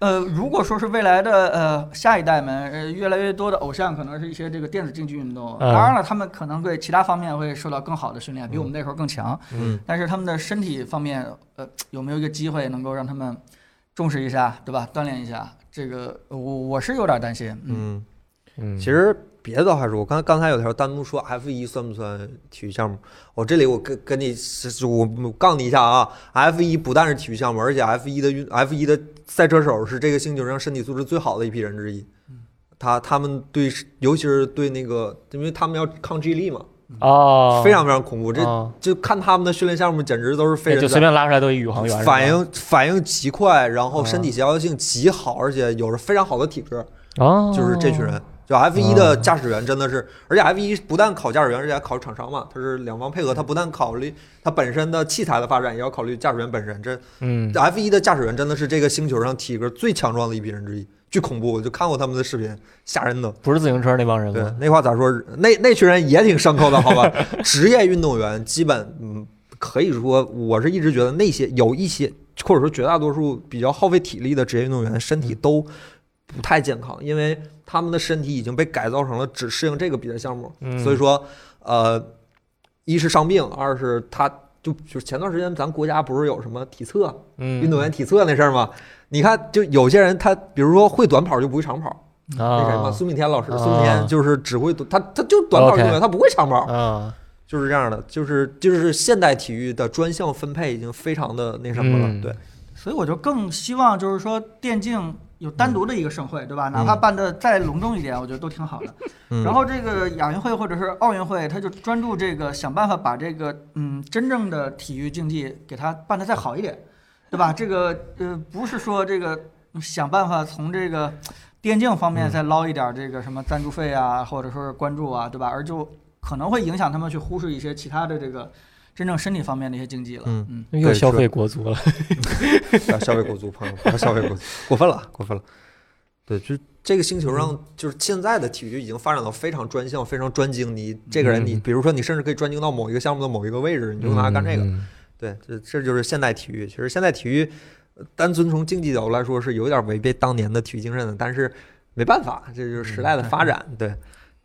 Speaker 2: 呃，如果说是未来的呃下一代们，呃，越来越多的偶像可能是一些这个电子竞技运动。
Speaker 3: 嗯
Speaker 2: 当然了，他们可能对其他方面会受到更好的训练，比我们那时候更强。
Speaker 1: 嗯，
Speaker 2: 但是他们的身体方面，呃，有没有一个机会能够让他们重视一下，对吧？锻炼一下，这个我我是有点担心。嗯，
Speaker 1: 嗯，
Speaker 3: 嗯，
Speaker 1: 其实别的倒还说，我刚刚才有条弹幕说 F 一算不算体育项目？我这里我跟跟你是我我杠你一下啊，F 一不但是体育项目，而且 F 一的运 F 一的赛车手是这个星球上身体素质最好的一批人之一。他他们对，尤其是对那个，因为他们要抗 G 力嘛，
Speaker 3: 哦，
Speaker 1: 嗯非常非常恐怖。这
Speaker 3: 哦
Speaker 1: 就看他们的训练项目，简直都是非
Speaker 3: 对
Speaker 1: 人
Speaker 3: 就随
Speaker 1: 哉
Speaker 3: 便拉出来都一宇航员，是吧啊
Speaker 1: 反应反应极快，然后身体协调性极好，而且有着非常好的体格，
Speaker 3: 哦，
Speaker 1: 就是这群人。就 F 一的驾驶员真的是，而且 F 一不但考驾驶员，而且还考厂商嘛，它是两方配合，
Speaker 3: 嗯
Speaker 1: 它不但考虑它本身的器材的发展，也要考虑驾驶员本身。这
Speaker 3: 嗯，
Speaker 1: F 一的驾驶员真的是这个星球上体格最强壮的一批人之一，巨恐怖！我就看过他们的视频，吓人的。
Speaker 3: 不是自行车那帮人
Speaker 1: 对
Speaker 3: 吗？，
Speaker 1: 那话咋说？那那群人也挺牲口的，好 吧？职业运动员基本，嗯，可以说，我是一直觉得那些有一些，或者说绝大多数比较耗费体力的职业运动员，身体都不太健康，因为他们的身体已经被改造成了只适应这个比赛项目。
Speaker 3: 嗯
Speaker 1: 所以说，呃，一是伤病，二是他就就是前段时间咱国家不是有什么体测，
Speaker 3: 嗯，
Speaker 1: 运动员体测那事儿吗？你看，就有些人他，比如说会短跑就不会长跑。那谁嘛，
Speaker 3: 啊
Speaker 1: 苏炳添老师，
Speaker 3: 啊
Speaker 1: 苏炳添就是只会他他就短
Speaker 3: 哦
Speaker 1: 跑运动员，他不会长跑，
Speaker 3: 啊，
Speaker 1: 就是这样的，就是就是现代体育的专项分配已经非常的那什么了，
Speaker 3: 嗯
Speaker 1: 对，
Speaker 2: 所以我就更希望就是说电竞有单独的一个盛会，对吧？哪怕办的再隆重一点，我觉得都挺好的。
Speaker 1: 嗯
Speaker 2: 然后这个亚运会或者是奥运会，他就专注这个，想办法把这个嗯真正的体育竞技给它办得再好一点，对吧？这个呃不是说这个嗯想办法从这个电竞方
Speaker 1: 嗯
Speaker 2: 面再捞一点这个什么赞助费啊，或者说是关注啊，对吧？而就可能会影响他们去忽视一些其他的这个真正身体方面的一些竞技了。
Speaker 1: 嗯
Speaker 2: 嗯，
Speaker 3: 又消费国足了，
Speaker 1: 不要消费国足，朋友，不要消费国足，过分了，过分了，对，就这个星球
Speaker 3: 嗯
Speaker 1: 上，就是现在的体育已经发展到非常专项、非常专精，你这个人你，
Speaker 3: 嗯
Speaker 1: 比如说你甚至可以专精到某一个项目的某一个位置，你就拿它干这个，
Speaker 3: 嗯，
Speaker 1: 对，这这就是现代体育。其实现代体育，呃单纯从竞技角度来说是有点违背当年的体育精神的，但是没办法，这就是时代的发展。
Speaker 2: 嗯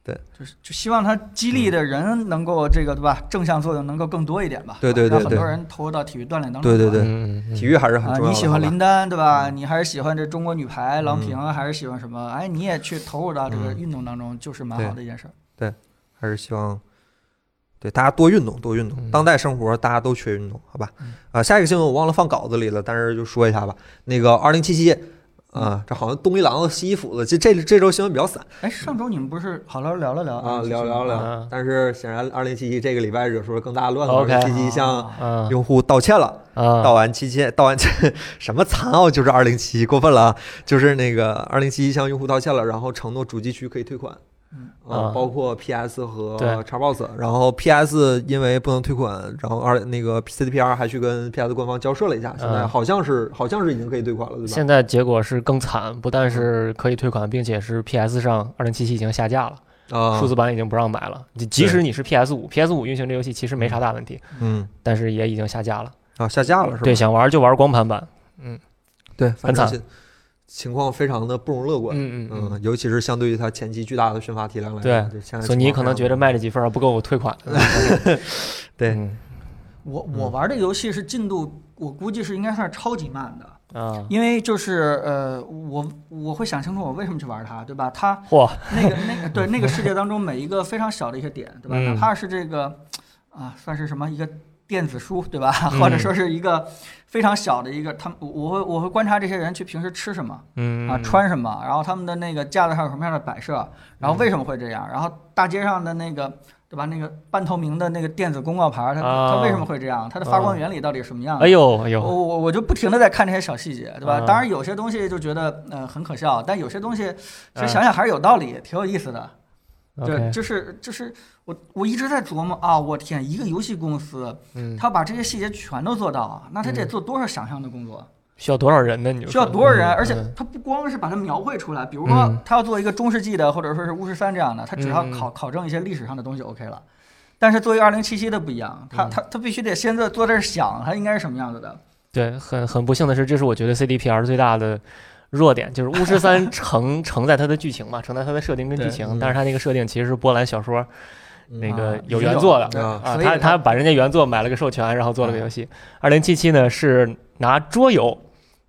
Speaker 1: 对，
Speaker 2: 就是就希望它激励的人能够这个对吧？正向作用能够更多一点吧。
Speaker 1: 对对对
Speaker 2: 让很
Speaker 1: 对
Speaker 2: 多人投入到体育锻炼当中。
Speaker 1: 对对
Speaker 2: 吧
Speaker 1: 对
Speaker 3: 嗯，嗯
Speaker 1: 体育还是很
Speaker 2: 啊，
Speaker 1: 重要的。嗯
Speaker 2: 你喜欢
Speaker 1: 好吧
Speaker 2: 林丹对吧？你还是喜欢这中国女排郎平，啊还是喜欢什么？哎，你也去投入到这个
Speaker 1: 嗯
Speaker 2: 运动当中，就是蛮好的一件事儿。
Speaker 1: 还是希望对大家多运动，多运动。
Speaker 3: 嗯
Speaker 1: 当代生活大家都缺运动，好吧？
Speaker 2: 嗯
Speaker 1: 啊，下一个新闻我忘了放稿子里了，但是就说一下吧。那个二零七七。啊，
Speaker 2: 嗯
Speaker 1: 这好像东一榔头西一斧子，这这这周新闻比较散
Speaker 2: 哎，上周你们不是好好聊了聊
Speaker 1: 啊，聊聊聊
Speaker 3: 啊。
Speaker 1: 但是显然，二零七七这个礼拜惹出了更大的乱子，二零
Speaker 3: OK，
Speaker 1: 七七向
Speaker 2: 啊
Speaker 3: 嗯
Speaker 1: 用户道歉了。
Speaker 3: 啊
Speaker 1: 到完期间， 到完什么残奥就是二零七过分了啊！就是那个二零七向用户道歉了，然后承诺主机区可以退款，
Speaker 2: 嗯
Speaker 1: 啊，
Speaker 3: 啊
Speaker 1: 包括 PS 和
Speaker 3: 对
Speaker 1: Xbox，然后 PS 因为不能退款，然后二那个 CDPR 还去跟 PS 官方交涉了一下，现在
Speaker 3: 嗯
Speaker 1: 好像是好像是已经可以退款了，对吧？嗯
Speaker 3: 现在结果是更惨，不但是可以退款，并且是 PS 上二零七七已经下架了，
Speaker 1: 啊
Speaker 3: 数，字版已经不让买了。即即使你是 PS 五，PS 五运行这游戏其实没啥大问题，
Speaker 1: 嗯，但
Speaker 3: 但是也已经下架了。
Speaker 1: 啊，下架了是吧？
Speaker 3: 对，想玩就玩光盘版。
Speaker 1: 对，反正
Speaker 3: 很惨
Speaker 1: 现情况非常的不容乐观，
Speaker 3: 嗯
Speaker 1: 嗯，尤其是相对于它前期巨大的宣发体量来说，
Speaker 3: 对
Speaker 1: 这现在
Speaker 3: 索尼
Speaker 1: 情况
Speaker 3: 可能
Speaker 1: 非常
Speaker 3: 觉得卖这几份儿不够我退款。
Speaker 1: 对
Speaker 3: 嗯
Speaker 2: 我
Speaker 1: 嗯
Speaker 2: 我玩的游戏是进度，我估计是应该算是超级慢的，
Speaker 3: 啊，
Speaker 2: 因为就是呃，我我会想清楚我为什么去玩它，对吧？它
Speaker 3: 嚯，
Speaker 2: 那个那个对那个世界当 中每一个非常小的一些点，对吧？
Speaker 3: 嗯
Speaker 2: 哪怕是这个啊，算是什么一个电子书，对吧？
Speaker 3: 嗯
Speaker 2: 或者说是一个非常小的一个，他们我我会我会观察这些人去平时吃什么
Speaker 3: 嗯
Speaker 2: 啊，穿什么，然后他们的那个架子上有什么样的摆设，然后为什么会这样，然后大街上的那个。对吧？那个半透明的那个电子公告牌儿，它它
Speaker 3: 啊
Speaker 2: 为什么会这样？它的发光
Speaker 3: 啊
Speaker 2: 原理到底是什么样的？
Speaker 3: 哎呦哎
Speaker 2: 我
Speaker 3: 呦，
Speaker 2: 我我就不停的在看这些小细节，对吧？
Speaker 3: 嗯
Speaker 2: 当然有些
Speaker 3: 啊
Speaker 2: 东西就觉得呃很可笑，但有些东西其实想想还是有道理，挺有意思的。对，
Speaker 1: 哦
Speaker 3: OK，
Speaker 2: 就是就是我我一直在琢磨啊，我天，一个游戏公司，
Speaker 3: 嗯，
Speaker 2: 他把这些细节全都做到，啊那他得
Speaker 3: 嗯
Speaker 2: 做多少想象的工作？啊
Speaker 3: 需要多少人呢？你就
Speaker 2: 需要
Speaker 3: 说
Speaker 2: 多少人？
Speaker 3: 嗯
Speaker 2: 而且
Speaker 3: 嗯
Speaker 2: 他不光是把它描绘出来，比如
Speaker 3: 嗯
Speaker 2: 说他要做一个中世纪的，或者说是巫师三这样的，他只要
Speaker 3: 嗯嗯
Speaker 2: 考考证一些历史上的东西 OK 了。但是作为二零七七的不一样，他
Speaker 3: 嗯
Speaker 2: 他他必须得先在坐这儿想，他应该是什么样子的。
Speaker 3: 对，很很不幸的是，这是我觉得 CDPR 最大的弱点，就是《巫 师三》承承载它的剧情嘛，承载它的设定跟剧
Speaker 2: 对
Speaker 3: 情，
Speaker 1: 嗯
Speaker 3: 但是它那个设定其实是波兰小说那
Speaker 1: 嗯
Speaker 3: 个
Speaker 2: 啊
Speaker 3: 有
Speaker 2: 已经
Speaker 3: 原
Speaker 2: 有
Speaker 3: 作
Speaker 2: 了
Speaker 3: 的
Speaker 2: 对
Speaker 1: 啊
Speaker 3: 啊，
Speaker 2: 所以
Speaker 3: 他他把人家原作买了个授权，然后做了个游戏。二零七七呢是拿桌游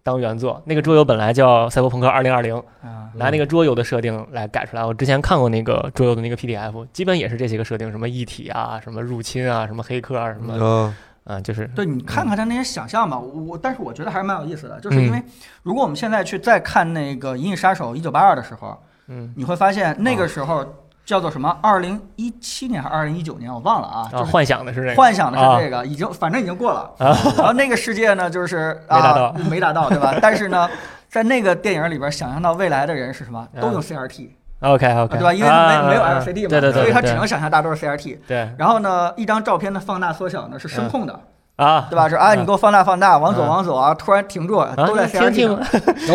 Speaker 3: 当原作，那个桌游本来叫《赛博朋克二零二零》，
Speaker 1: 嗯
Speaker 2: 啊，
Speaker 3: 拿那个桌游的设定来改出来。我之前看过那个桌游的那个 PDF，基本也是这些个设定，什么一体啊，什么入侵啊，什么黑客啊，什么
Speaker 1: 嗯
Speaker 3: 啊，就是
Speaker 2: 对你看看他那些想象吧，我我但是我觉得还是蛮有意思的，
Speaker 3: 嗯
Speaker 2: 就是因为如果我们现在去再看那个《银翼杀手》一九八二的时候，
Speaker 3: 嗯
Speaker 2: 你会发现那个时候叫做什么？二零一七年还是二零一九年？我忘了啊，
Speaker 3: 啊，
Speaker 2: 就是
Speaker 3: 幻想的是这个，
Speaker 2: 幻想的是这个，已经反正已经过了。 然后那个世界呢，就是
Speaker 3: 没达到
Speaker 2: 啊，没达到，对吧？但是呢，在那个电影里边，想象到未来的人是什么，
Speaker 3: 嗯
Speaker 2: 都用 CRT，
Speaker 3: OK OK，
Speaker 2: 对吧？因为
Speaker 3: 啊
Speaker 2: 没没有
Speaker 3: 啊啊
Speaker 2: LCD 嘛，
Speaker 3: 对对对，
Speaker 2: 所以他
Speaker 3: 对
Speaker 2: 只能想象大家都是 CRT。
Speaker 3: 对
Speaker 2: 然后呢，一张照片的放大缩小呢是声控的，
Speaker 3: 啊，
Speaker 2: 对吧？说啊，
Speaker 3: 嗯
Speaker 2: 你给我放大放大，往左
Speaker 3: 嗯
Speaker 2: 往左啊，突然停住，
Speaker 3: 啊，
Speaker 2: 都在 CRT
Speaker 3: 听
Speaker 2: 上
Speaker 3: 听，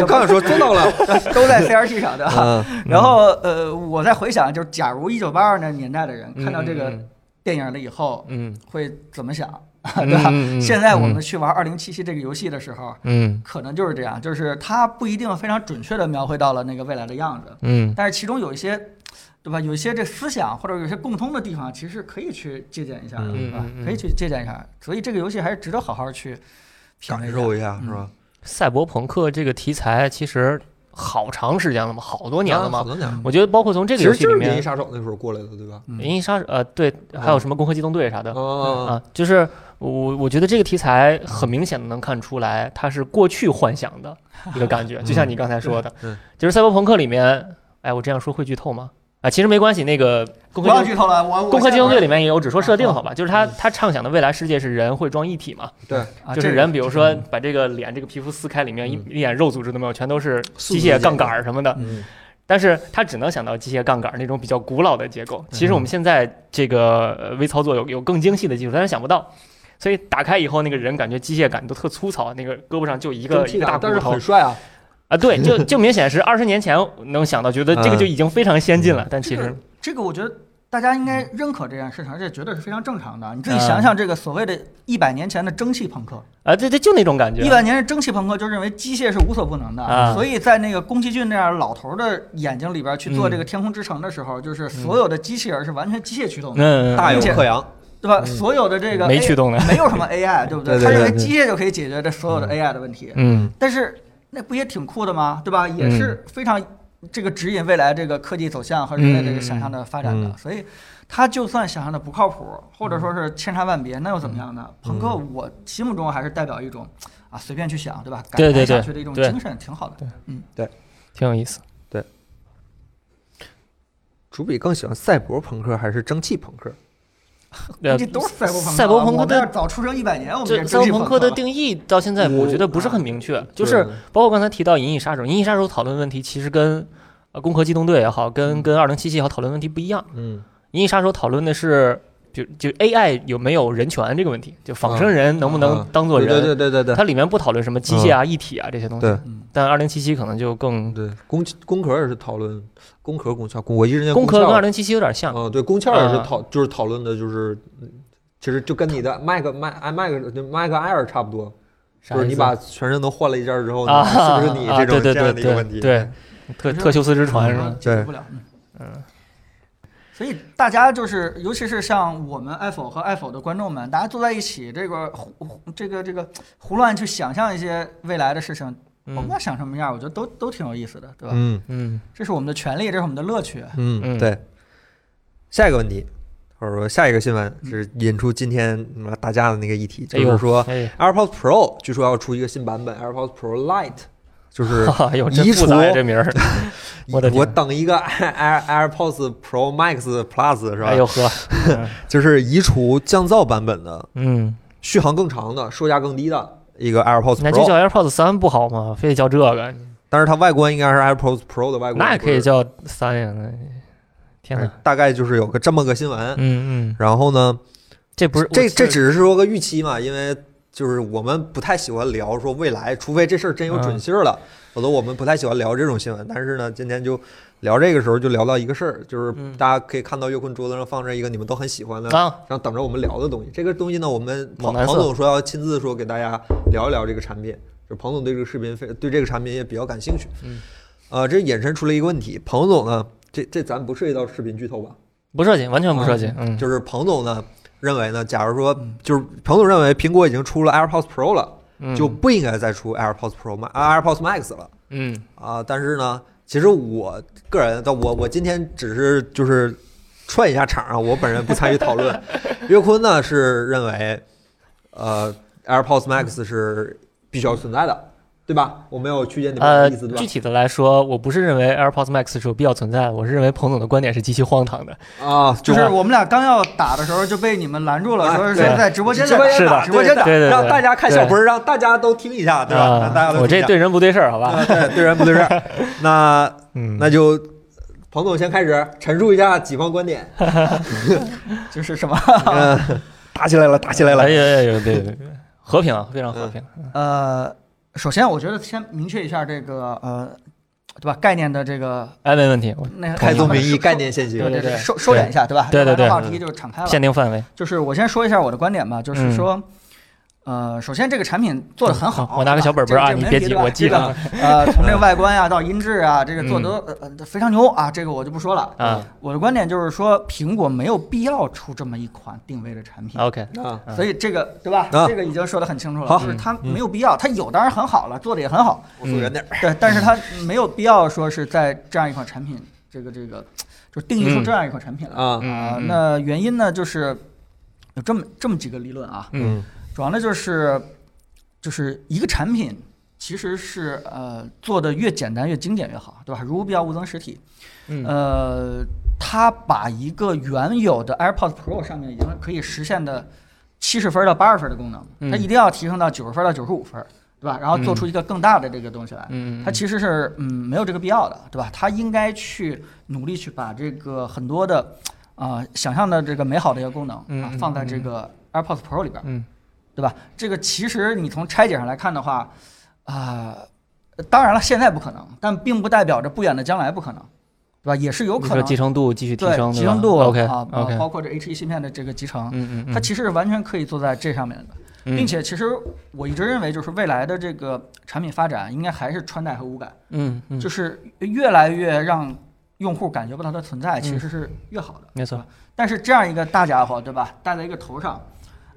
Speaker 1: 我刚想说做到 了，
Speaker 2: 都在 CRT 上的。
Speaker 1: 嗯，
Speaker 2: 然后呃，我在回想，就是假如一九八二那年代的人看到这个
Speaker 3: 嗯
Speaker 2: 电影了以后，
Speaker 3: 嗯，
Speaker 2: 会怎么想？
Speaker 3: 嗯
Speaker 2: 对吧？
Speaker 3: 嗯嗯嗯
Speaker 2: 现在我们去玩二零七七这个游戏的时候，
Speaker 3: 嗯
Speaker 2: 可能就是这样，就是它不一定非常准确的描绘到了那个未来的样子，
Speaker 3: 嗯
Speaker 2: 但是其中有一些，对吧？有一些这思想或者有一些共通的地方，其实可以去借鉴一下的，
Speaker 1: 嗯
Speaker 2: 对吧
Speaker 3: 嗯嗯？
Speaker 2: 可以去借鉴一下，所以这个游戏还是值得好好去
Speaker 1: 感
Speaker 2: 品味一下
Speaker 1: 受一下
Speaker 3: 嗯
Speaker 1: 是吧？
Speaker 3: 赛博朋克这个题材其实好长时间了嘛，啊好多
Speaker 1: 多
Speaker 3: 年了
Speaker 2: 啊
Speaker 3: 嘛
Speaker 1: 好。多年了，
Speaker 3: 我觉得包括从这个
Speaker 1: 其
Speaker 3: 游
Speaker 1: 实
Speaker 3: 戏
Speaker 1: 就
Speaker 3: 里
Speaker 1: 是《银翼
Speaker 3: 面，
Speaker 1: 杀手》那时候过来的，对吧？
Speaker 2: 嗯
Speaker 3: 银翼杀手呃对，还有什么攻壳机动队啥的
Speaker 1: 啊，
Speaker 3: 啊，就是我我觉得这个题材很明显的能看出来，它是过去幻想的一个感 觉，就像你刚才说的
Speaker 1: 嗯，
Speaker 3: 就是赛博朋克里面，哎，我这样说会剧透吗？啊，其实没关系，那个
Speaker 2: 不
Speaker 3: 攻壳机
Speaker 2: 要
Speaker 3: 动
Speaker 2: 剧透了，我我
Speaker 3: 《攻壳
Speaker 2: 现在
Speaker 3: 机动队》
Speaker 2: 玩
Speaker 3: 里面也有，只说设定好吧，就是他
Speaker 1: 嗯
Speaker 3: 他畅想的未来世界是人会装一体嘛，
Speaker 2: 啊
Speaker 3: 就
Speaker 2: 这
Speaker 3: 是
Speaker 2: 个
Speaker 3: 人，比如说把这个脸、这个皮肤撕开，里面一
Speaker 1: 嗯
Speaker 3: 一点肉组织都没有，全都是
Speaker 1: 素
Speaker 3: 机
Speaker 1: 质结
Speaker 3: 械
Speaker 1: 构
Speaker 3: 杠杆儿什么的。
Speaker 1: 嗯，
Speaker 3: 但是他只能想到机械杠杆儿那种比较古老的结构。
Speaker 1: 嗯
Speaker 3: 其实我们现在这个呃微操作有有更精细的技术，但是想不到。所以打开以后，那个人感觉机械感都特粗糙，那个胳膊上就一个
Speaker 1: 真
Speaker 3: 一
Speaker 1: 替
Speaker 3: 个大
Speaker 1: 他，
Speaker 3: 骨
Speaker 1: 但是
Speaker 3: 头
Speaker 1: 很帅啊，
Speaker 3: 啊，对，就就明显是二十年前能想到，觉得这
Speaker 1: 嗯
Speaker 3: 个就已经非常先进了，但其
Speaker 2: 这
Speaker 3: 实
Speaker 2: 个这个我觉得。大家应该认可这件事情，而且绝对是非常正常的。你自己
Speaker 3: 嗯
Speaker 2: 想想，这个所谓的一百年前的蒸汽朋克，
Speaker 3: 啊，这这就那种感觉
Speaker 2: 一，百年是蒸汽朋克就认为机械是无所不能的，
Speaker 3: 啊
Speaker 2: 所以在那个宫崎骏那样老头儿的眼睛里边去做这
Speaker 3: 嗯
Speaker 2: 个《天空之城》的时候，就是所有的机器人是完全机械驱动的，
Speaker 3: 嗯，嗯
Speaker 1: 大有
Speaker 2: 并且
Speaker 1: 克洋，
Speaker 2: 对吧？
Speaker 1: 嗯
Speaker 2: 所有的这个
Speaker 3: 没
Speaker 2: A-
Speaker 3: 驱动的，
Speaker 2: 没有什么 AI，对不
Speaker 1: 对对
Speaker 2: 他
Speaker 1: 对
Speaker 2: 认为
Speaker 1: 对
Speaker 2: 机械就可以解决这所有的 AI 的问题，
Speaker 3: 嗯。
Speaker 2: 但是那不也挺酷的吗？对吧？也
Speaker 3: 嗯
Speaker 2: 是非常这个指引未来这个科技走向和人类这
Speaker 3: 嗯嗯
Speaker 2: 个想象的发展的，
Speaker 1: 嗯
Speaker 2: 所以。他就算想象的不靠谱，或者说是千差万别，那又怎么样呢？
Speaker 3: 嗯
Speaker 2: 朋克，我心目中还是代表一种啊，随便去想，对吧？
Speaker 3: 对对
Speaker 2: 改来
Speaker 3: 对
Speaker 2: 想去的一种
Speaker 3: 对
Speaker 2: 精神，挺好的。
Speaker 3: 挺有意思。
Speaker 1: 主笔更喜欢赛博朋克还是蒸汽朋克？
Speaker 3: 呃
Speaker 2: 这，都是赛博朋克啊。
Speaker 3: 赛博朋克
Speaker 2: 我们
Speaker 3: 的
Speaker 2: 要早出生一百年，我们
Speaker 3: 这
Speaker 2: 也
Speaker 3: 赛
Speaker 2: 追
Speaker 3: 博
Speaker 2: 剧
Speaker 3: 朋克
Speaker 2: 克
Speaker 3: 的
Speaker 2: 了
Speaker 3: 定义到现
Speaker 1: 嗯
Speaker 3: 在我觉得不是很明确，就是嗯包括刚才提到《银翼杀手》，《银翼杀手》讨论问题其实跟呃《攻壳机动队》也好，跟跟《二零七七》也好讨论问题不一样，《
Speaker 1: 嗯，
Speaker 3: 银翼杀手》讨论的是就就 AI 有没有人权这个问题，就仿生人能不能
Speaker 1: 啊
Speaker 3: 当做
Speaker 1: 对对
Speaker 3: 人，
Speaker 1: 对对对嗯
Speaker 3: 它里面不讨论什么机械啊、一体啊这些东西
Speaker 1: 对，
Speaker 2: 嗯，
Speaker 3: 但《二零七七》可能就更
Speaker 1: 对对，工工壳也是讨论工壳功效，我一直念
Speaker 3: 攻壳跟《
Speaker 1: 壳
Speaker 3: 二零七七》有点像，
Speaker 1: 嗯，对，宫壳儿也
Speaker 3: 啊
Speaker 1: 是讨，就是讨论的，就是嗯其实就跟你的麦克麦哎麦克就麦克埃尔差不多，
Speaker 3: 啥
Speaker 1: 就是
Speaker 3: 意
Speaker 1: 你
Speaker 3: 思
Speaker 1: 把全身都换了一件儿之后，
Speaker 3: 啊，
Speaker 1: 你是不是你
Speaker 3: 啊
Speaker 1: 这种
Speaker 3: 对
Speaker 1: 这样的
Speaker 3: 对
Speaker 1: 一个
Speaker 3: 对
Speaker 1: 问题？
Speaker 3: 对，特特修斯之船是吧？
Speaker 2: 解决不了。嗯，所以大家就是，尤其是像我们爱否和爱否的观众们，大家坐在一起，这个胡胡这个这个胡乱去想象一些未来的事情，甭
Speaker 3: 嗯
Speaker 2: 管想什么样，我觉得都都挺有意思的，对吧？
Speaker 1: 嗯
Speaker 3: 嗯
Speaker 2: 这是我们的权利，这是我们的乐趣。
Speaker 1: 嗯，
Speaker 3: 嗯
Speaker 1: 对。下一个问题，或者说下一个新闻是引出今天嗯大家的那个议题，就
Speaker 3: 嗯哎呦
Speaker 1: 是说
Speaker 3: 哎
Speaker 1: AirPods Pro 据说要出一个新版本 AirPods Pro Lite，就是
Speaker 3: 哈哈，哎呦，真
Speaker 1: 移
Speaker 3: 复杂呀
Speaker 1: 除
Speaker 3: 这名儿，我的
Speaker 1: 我
Speaker 3: 天
Speaker 1: 等一个 Air AirPods Pro Max Plus 是吧？
Speaker 3: 哎呦呵，
Speaker 1: 就是移除降噪版本的
Speaker 3: 嗯，
Speaker 1: 续航更长的、售价更低的一个 AirPods
Speaker 3: 那就
Speaker 1: Pro，
Speaker 3: 叫 AirPods 三不好吗？非得叫这个，
Speaker 1: 但是它外观应该是哎 AirPods Pro 的外观，
Speaker 3: 那也可以
Speaker 1: 不是
Speaker 3: 叫三呀，那天哪，
Speaker 1: 大概就是有个这么个新闻。
Speaker 3: 嗯嗯，
Speaker 1: 然后呢，
Speaker 3: 这不是
Speaker 1: 这
Speaker 3: 我
Speaker 1: 这只是说个预期嘛，因为就是我们不太喜欢聊说未来，除非这事儿真有
Speaker 3: 嗯
Speaker 1: 准信儿了，否则我们不太喜欢聊这种新闻。但是呢，今天就聊这个时候就聊到一个事儿，就是
Speaker 3: 嗯
Speaker 1: 大家可以看到月坤桌子上放着一个你们都很喜欢的，然
Speaker 3: 啊，
Speaker 1: 后等着我们聊的东西。这个东西呢，我们彭
Speaker 3: 猛男
Speaker 1: 彭
Speaker 3: 色
Speaker 1: 总说要亲自说给大家聊一聊这个产品，就彭总对这个视频非对这个产品也比较感兴趣。
Speaker 3: 嗯，
Speaker 1: 呃，这衍生出了一个问题，彭总呢，这这咱不涉及到视频剧透吧？
Speaker 3: 不涉及，完全不涉及，嗯，
Speaker 1: 啊就是彭总呢认为呢，假如说就是彭总认为苹果已经出了 AirPods Pro 了，
Speaker 3: 嗯
Speaker 1: 就不应该再出 AirPods Pro Ma- 啊 AirPods Max 了
Speaker 3: 嗯
Speaker 1: 啊。但是呢，其实我个人，但我我今天只是就是串一下场啊，我本人不参与讨论。岳坤呢是认为，呃，AirPods
Speaker 3: 嗯
Speaker 1: Max 是必须要存在的，对吧？我没有曲解你们
Speaker 3: 呃，
Speaker 1: 的意思，对
Speaker 3: 具
Speaker 1: 吧？
Speaker 3: 体的来说，我不是认为 AirPods Max 是有必要存在的，我是认为彭总的观点是极其荒唐的。
Speaker 1: 啊，
Speaker 2: 就
Speaker 1: 对
Speaker 2: 是我们俩刚要打的时候就被你们拦住了，
Speaker 1: 哎
Speaker 2: 说是
Speaker 1: 对
Speaker 2: 在直播间
Speaker 1: 直
Speaker 2: 在
Speaker 1: 播
Speaker 2: 打
Speaker 1: 间
Speaker 3: 是
Speaker 1: 打，
Speaker 3: 的
Speaker 1: 直播间打，
Speaker 3: 对对对
Speaker 1: 让大家看小
Speaker 3: 对
Speaker 1: 波，让大家都听一下，对吧？让大家
Speaker 3: 啊，
Speaker 1: 都
Speaker 3: 我
Speaker 1: 听一
Speaker 3: 这
Speaker 1: 下
Speaker 3: 对人不对事儿，好吧？
Speaker 1: 啊，对，对人不 对事儿。那
Speaker 3: 嗯，
Speaker 1: 那就彭总先开始陈述一下己方观点。
Speaker 2: 就是什么
Speaker 1: 嗯， 打起来了，嗯打起来
Speaker 3: 哎呀哎呀，别别别，和平啊，非常和平。
Speaker 2: 呃，首先我觉得先明确一下这个呃，对吧？概念的这个
Speaker 3: 哎，没问题，我
Speaker 2: 那
Speaker 1: 开宗明义，
Speaker 2: 收
Speaker 1: 概念先行
Speaker 2: 对。对
Speaker 3: 对对
Speaker 2: 对，收收敛一下，对吧？
Speaker 3: 对对对嗯
Speaker 2: 要不然的话题就敞
Speaker 1: 嗯
Speaker 2: 开了。
Speaker 3: 限定范围。
Speaker 2: 就是我先说一下我的观点吧，
Speaker 3: 嗯
Speaker 2: 就是说，呃，首先这个产品做的很好，
Speaker 3: 我拿个小本本啊，
Speaker 2: 这
Speaker 3: 你别急，我记。
Speaker 2: 这没
Speaker 3: 啊了
Speaker 2: 问题对吧这个呃， 从这个外观呀到音质啊，这个做得呃呃非常牛啊，这个我就不说了。
Speaker 3: 嗯啊。
Speaker 2: 我的观点就是说，苹果没有必要出这么一款定位的产品。
Speaker 3: OK，
Speaker 1: 啊，
Speaker 3: 嗯
Speaker 2: 所以这个对吧？
Speaker 1: 啊
Speaker 2: 这个已经说得很清楚了，
Speaker 1: 好
Speaker 2: 就是它没有必要，它有当然很好了，做的也很好，
Speaker 1: 我说远点儿。
Speaker 2: 对，但是它没有必要说是在这样一款产品，这个这个，就定
Speaker 3: 嗯
Speaker 2: 义出这样一款产品来
Speaker 1: 啊，
Speaker 2: 啊、
Speaker 3: 嗯嗯
Speaker 2: 那原因呢，就是有这么这么几个理论啊，
Speaker 3: 嗯
Speaker 2: 主要呢就是就是一个产品其实是呃做的越简单越经典越好，对吧？如无必要勿增实体。
Speaker 3: 嗯
Speaker 2: 呃，它把一个原有的 AirPods Pro 上面已经可以实现的七十分到八十分的功能，
Speaker 3: 嗯
Speaker 2: 它一定要提升到九十分到九十五分，对吧？然后做出一个更大的这个东西来。
Speaker 3: 嗯，
Speaker 2: 它其实是嗯没有这个必要的，对吧？它应该去努力去把这个很多的啊、呃想象的这个美好的一个功能啊、
Speaker 3: 嗯嗯
Speaker 2: 放在这
Speaker 3: 嗯
Speaker 2: 个 AirPods Pro 里边儿，
Speaker 3: 嗯
Speaker 2: 对吧？这个其实你从拆解上来看的话，啊、当然了，现在不可能，但并不代表着不远的将来不可能，对吧？也是有
Speaker 3: 你
Speaker 2: 可
Speaker 3: 说
Speaker 2: 能
Speaker 3: 集成度继续提
Speaker 2: 对
Speaker 3: 升，
Speaker 2: 集成度
Speaker 3: OK
Speaker 2: 啊，
Speaker 3: OK，
Speaker 2: 包括这 H1 芯片的这个集成，
Speaker 3: 嗯嗯，
Speaker 2: 它其实是完全可以做在这上面的。并且，其实我一直认为，就是未来的这个产品发展应该还是穿戴和无感。
Speaker 3: 嗯嗯，
Speaker 2: 就是越来越让用户感觉不到它存在，
Speaker 3: 嗯
Speaker 2: 其实是越好的。
Speaker 3: 没错，
Speaker 2: 但是这样一个大家伙，对吧，戴在一个头上，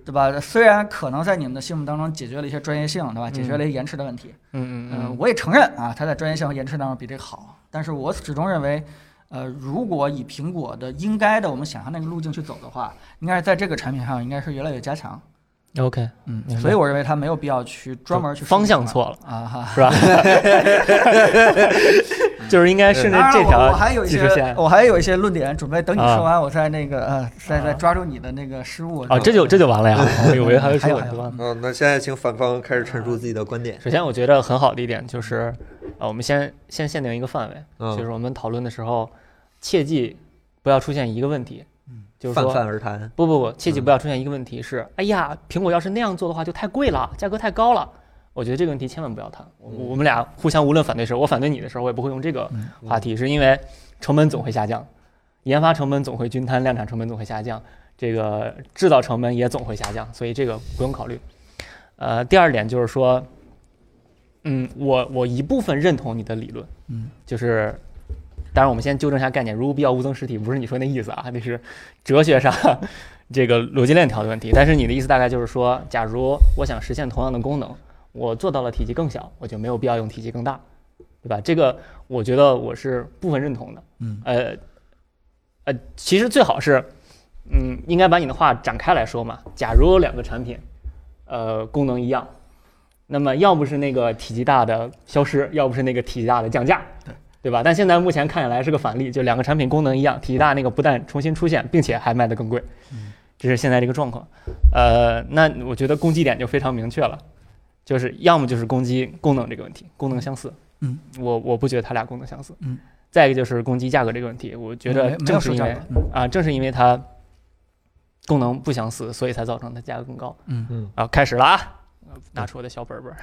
Speaker 2: 对吧？虽然可能在你们的心目当中解决了一些专业性，对吧？解决了一些延迟的问题，
Speaker 3: 嗯
Speaker 2: 呃
Speaker 3: 嗯
Speaker 2: 我也承认啊，它在专业性和延迟当中比这个好，但是我始终认为。呃，如果以苹果的应该的我们想象那个路径去走的话，应该是在这个产品上应该是越来越加强，
Speaker 3: 嗯，OK，
Speaker 2: 嗯
Speaker 3: 明白
Speaker 2: 所以我认为它没有必要去专门去
Speaker 3: 方向
Speaker 2: 说
Speaker 3: 错了
Speaker 2: 它啊哈，
Speaker 3: 是吧？ 就是应该顺着
Speaker 2: 当然
Speaker 3: 这
Speaker 2: 了我我
Speaker 3: 条
Speaker 2: 还有一
Speaker 3: 技术
Speaker 2: 些哦
Speaker 3: 线，
Speaker 2: 我还有一些论点，准备等你
Speaker 3: 啊
Speaker 2: 说完，我再那个呃，再再
Speaker 3: 啊
Speaker 2: 抓住你的那个失误。嗯
Speaker 3: 啊，这就这就 完了呀，我以为还会
Speaker 2: 还有
Speaker 3: 说
Speaker 2: 还有
Speaker 3: 就完了。
Speaker 1: 嗯，那现在请反方开始陈述自己的观点。
Speaker 3: 首先，我觉得很好的一点就是，呃，我们先先限定一个范围，
Speaker 1: 嗯
Speaker 3: 就是我们讨论的时候，切记不要出现一个问题，
Speaker 2: 嗯
Speaker 3: 就是
Speaker 1: 泛
Speaker 3: 说
Speaker 1: 泛而谈。
Speaker 3: 不不不，切记
Speaker 1: 嗯
Speaker 3: 不要出现一个问题是，哎呀，苹果要是那样做的话就太贵了，价格太高了。我觉得这个问题千万不要谈。我
Speaker 1: 嗯
Speaker 3: 我们俩互相无论反对时，我反对你的时候，我也不会用这个话题，是因为成本总会下降，研发成本总会均摊，量产成本总会下降，这个制造成本也总会下降，所以这个不用考虑。呃，第二点就是说，嗯，我我一部分认同你的理论，
Speaker 2: 嗯，
Speaker 3: 就是，当然我们先纠正一下概念，如无必要勿增实体，不是你说那意思啊，那 是哲学上这个逻辑链条的问题。但是你的意思大概就是说，假如我想实现同样的功能，我做到了体积更小，我就没有必要用体积更大，对吧？这个我觉得我是部分认同的。
Speaker 2: 嗯，
Speaker 3: 呃，呃，其实最好是，嗯，应该把你的话展开来说嘛。假如有两个产品，呃，功能一样，那么要不是那个体积大的消失，要不是那个体积大的降价，对对吧？但现在目前看起来是个反例，就两个产品功能一样，体积大那个不但重新出现，并且还卖得更贵，这是现在这个状况。呃，那我觉得攻击点就非常明确了，就是要么就是攻击功能这个问题，功能相似，
Speaker 2: 嗯，
Speaker 3: 我我不觉得它俩功能相似，
Speaker 2: 嗯，
Speaker 3: 再一个就是攻击价格这个问题，我觉
Speaker 2: 没
Speaker 3: 得
Speaker 2: 没有
Speaker 3: 正是
Speaker 2: 受
Speaker 3: 因
Speaker 2: 价
Speaker 3: 为
Speaker 2: 格，嗯
Speaker 3: 啊，正是因为它功能不相似，所以才造成它价格更高。
Speaker 2: 嗯
Speaker 1: 嗯
Speaker 3: 啊，开始了啊！拿出我的小本本儿，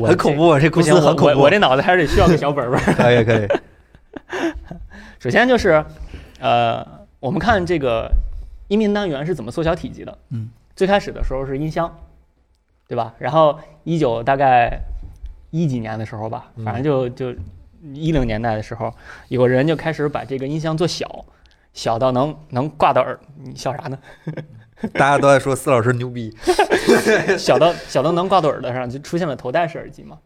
Speaker 3: 我
Speaker 1: 很恐怖啊，这
Speaker 3: 这。不
Speaker 1: 公
Speaker 3: 行，
Speaker 1: 司
Speaker 3: 我
Speaker 1: 很恐
Speaker 3: 我
Speaker 1: 怖。
Speaker 3: 我这脑子还是得需要个小本本儿。
Speaker 1: 可以可以，
Speaker 3: 首先就是，呃，我们看这个音频单元是怎么缩小体积的。
Speaker 2: 嗯，
Speaker 3: 最开始的时候是音箱，对吧？然后一九大概一几年的时候吧，
Speaker 2: 嗯
Speaker 3: 反正就就一零年代的时候，有人就开始把这个音箱做小，小到能能挂到耳，你笑啥呢？
Speaker 1: 大家都在说司老师牛逼，
Speaker 3: 小到小到能挂到耳朵上，就出现了头戴式耳机嘛。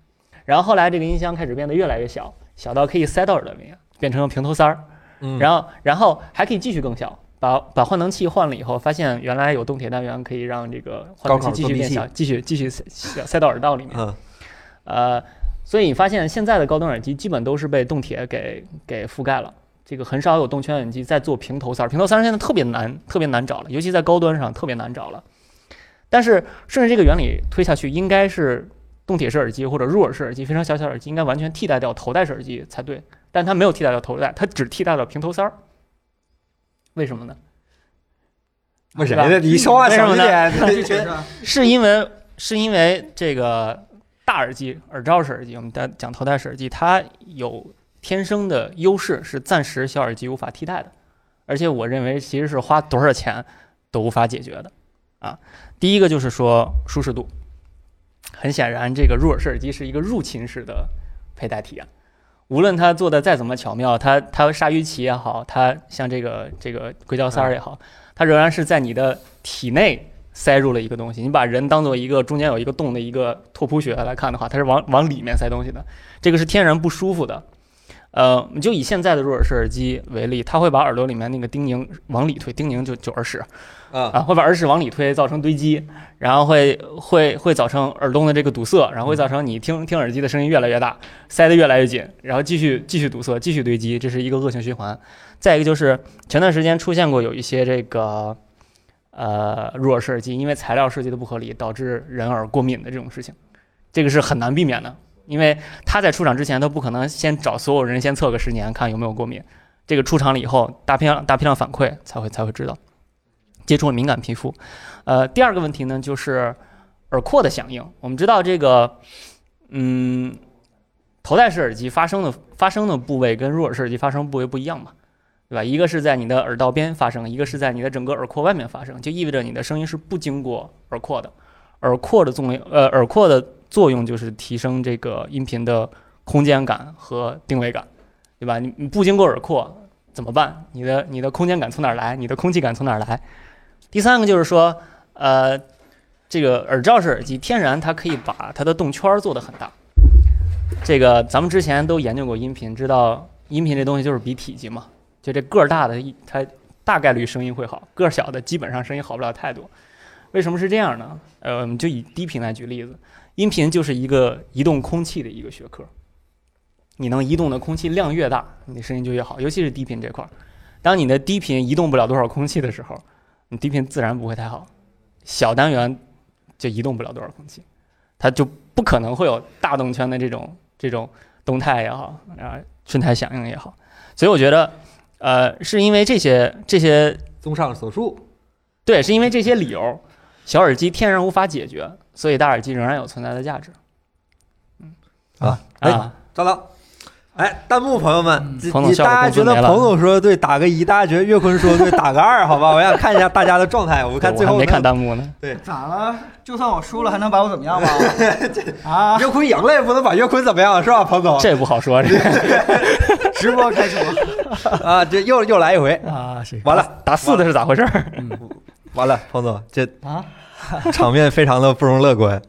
Speaker 3: 然后后来这个音箱开始变得越来越小，小到可以塞到耳朵里面，变成平头塞儿。
Speaker 1: 嗯，
Speaker 3: 然后然后还可以继续更小，把把换能器换了以后，发现原来有动铁单元可以让这个换
Speaker 1: 高
Speaker 3: 能
Speaker 1: 考
Speaker 3: 器继续
Speaker 1: 作弊
Speaker 3: 变
Speaker 1: 器
Speaker 3: 小，继续继续塞塞塞到耳道里面。
Speaker 1: 嗯
Speaker 3: 呃，所以你发现现在的高端耳机基本都是被动铁给给覆盖了。这个很少有动圈耳机在做平头塞儿，平头塞儿现在特别难，特别难找了，尤其在高端上特别难找了。但是顺着这个原理推下去，应该是动铁式耳机或者入耳式耳机、非常小巧耳机应该完全替代掉头戴式耳机才对，但它没有替代掉头戴，它只替代了平头塞儿。为什么呢？
Speaker 1: 为谁
Speaker 3: 吧
Speaker 1: 呢？你说话
Speaker 3: 为什
Speaker 1: 小
Speaker 3: 么
Speaker 1: 一
Speaker 3: 呢
Speaker 1: 点，
Speaker 2: 这确实啊，
Speaker 3: 是因为是因为这个大耳机、耳罩式耳机，我们在讲头戴式耳机，它有天生的优势，是暂时小耳机无法替代的。而且我认为，其实是花多少钱都无法解决的啊。第一个就是说舒适度，很显然，这个入耳式耳机是一个入侵式的佩戴体验。无论它做的再怎么巧妙，它它鲨鱼鳍也好，它像这个这个硅胶塞儿也好，它仍然是在你的体内塞入了一个东西。你把人当做一个中间有一个洞的一个拓扑学来看的话，它是往往里面塞东西的，这个是天然不舒服的。呃，就以现在的入耳式耳机为例，它会把耳朵里面那个丁宁往里推，丁宁就就耳屎，
Speaker 1: 啊，
Speaker 3: 啊，会把耳屎往里推，造成堆积，然后会会会造成耳洞的这个堵塞，然后会造成你听听耳机的声音越来越大，塞得越来越紧，然后继续继续堵塞，继续堆积，这是一个恶性循环。再一个就是前段时间出现过有一些这个呃入耳式耳机，因为材料设计的不合理，导致人耳过敏的这种事情，这个是很难避免的，因为他在出厂之前，他不可能先找所有人先测个十年，看有没有过敏。这个出厂了以后，大批量大批量反馈才会才会知道，接触了敏感皮肤。呃，第二个问题呢，就是耳廓的响应。我们知道这个，嗯，头戴式耳机发声的发声的部位跟入耳式耳机发声部位不一样嘛，对吧？一个是在你的耳道边发声，一个是在你的整个耳廓外面发声，就意味着你的声音是不经过耳廓的。耳廓的作用，呃，耳廓的作用就是提升这个音频的空间感和定位感，对吧？你你不经过耳廓怎么办？你的你的空间感从哪儿来？你的空气感从哪儿来？第三个就是说，呃，这个耳罩式耳机天然它可以把它的动圈儿做得很大。这个咱们之前都研究过音频，知道音频这东西就是比体积嘛，就这个儿大的一它大概率声音会好，个儿小的基本上声音好不了太多。为什么是这样呢？呃，我们就以低频来举例子，音频就是一个移动空气的一个学科，你能移动的空气量越大，你的声音就越好，尤其是低频这块儿。当你的低频移动不了多少空气的时候，你低频自然不会太好，小单元就移动不了多少空气，它就不可能会有大动圈的这种这种动态也好，啊瞬态响应也好，所以我觉得，呃，是因为这些这些
Speaker 1: 综上所述，
Speaker 3: 对，是因为这些理由，小耳机天然无法解决，所以大耳机仍然有存在的价值。嗯，
Speaker 1: 啊
Speaker 3: 啊，
Speaker 1: 张导。哎，弹幕朋友们，这
Speaker 3: 嗯彭总
Speaker 1: 你
Speaker 3: 效果
Speaker 1: 大家
Speaker 3: 工资
Speaker 1: 觉得
Speaker 3: 没了
Speaker 1: 彭总说的对打个一，大家觉得岳坤说的对打个二，好吧？我想看一下大家的状态，我
Speaker 3: 我
Speaker 1: 看最
Speaker 3: 还
Speaker 1: 后
Speaker 3: 没
Speaker 1: 能
Speaker 3: 看弹幕呢。
Speaker 2: 咋了？就算我输了，还能把我怎么 样吗？啊，
Speaker 1: 岳坤赢了也不能把岳坤怎么样，是吧，彭总？
Speaker 3: 这不好说，这
Speaker 2: 直播开除
Speaker 1: 啊，这又又来一回，
Speaker 2: 啊！谁
Speaker 1: 完了
Speaker 3: 打四的是咋回事儿？
Speaker 1: 完了，彭总这
Speaker 2: 啊？
Speaker 1: 场面非常的不容乐观，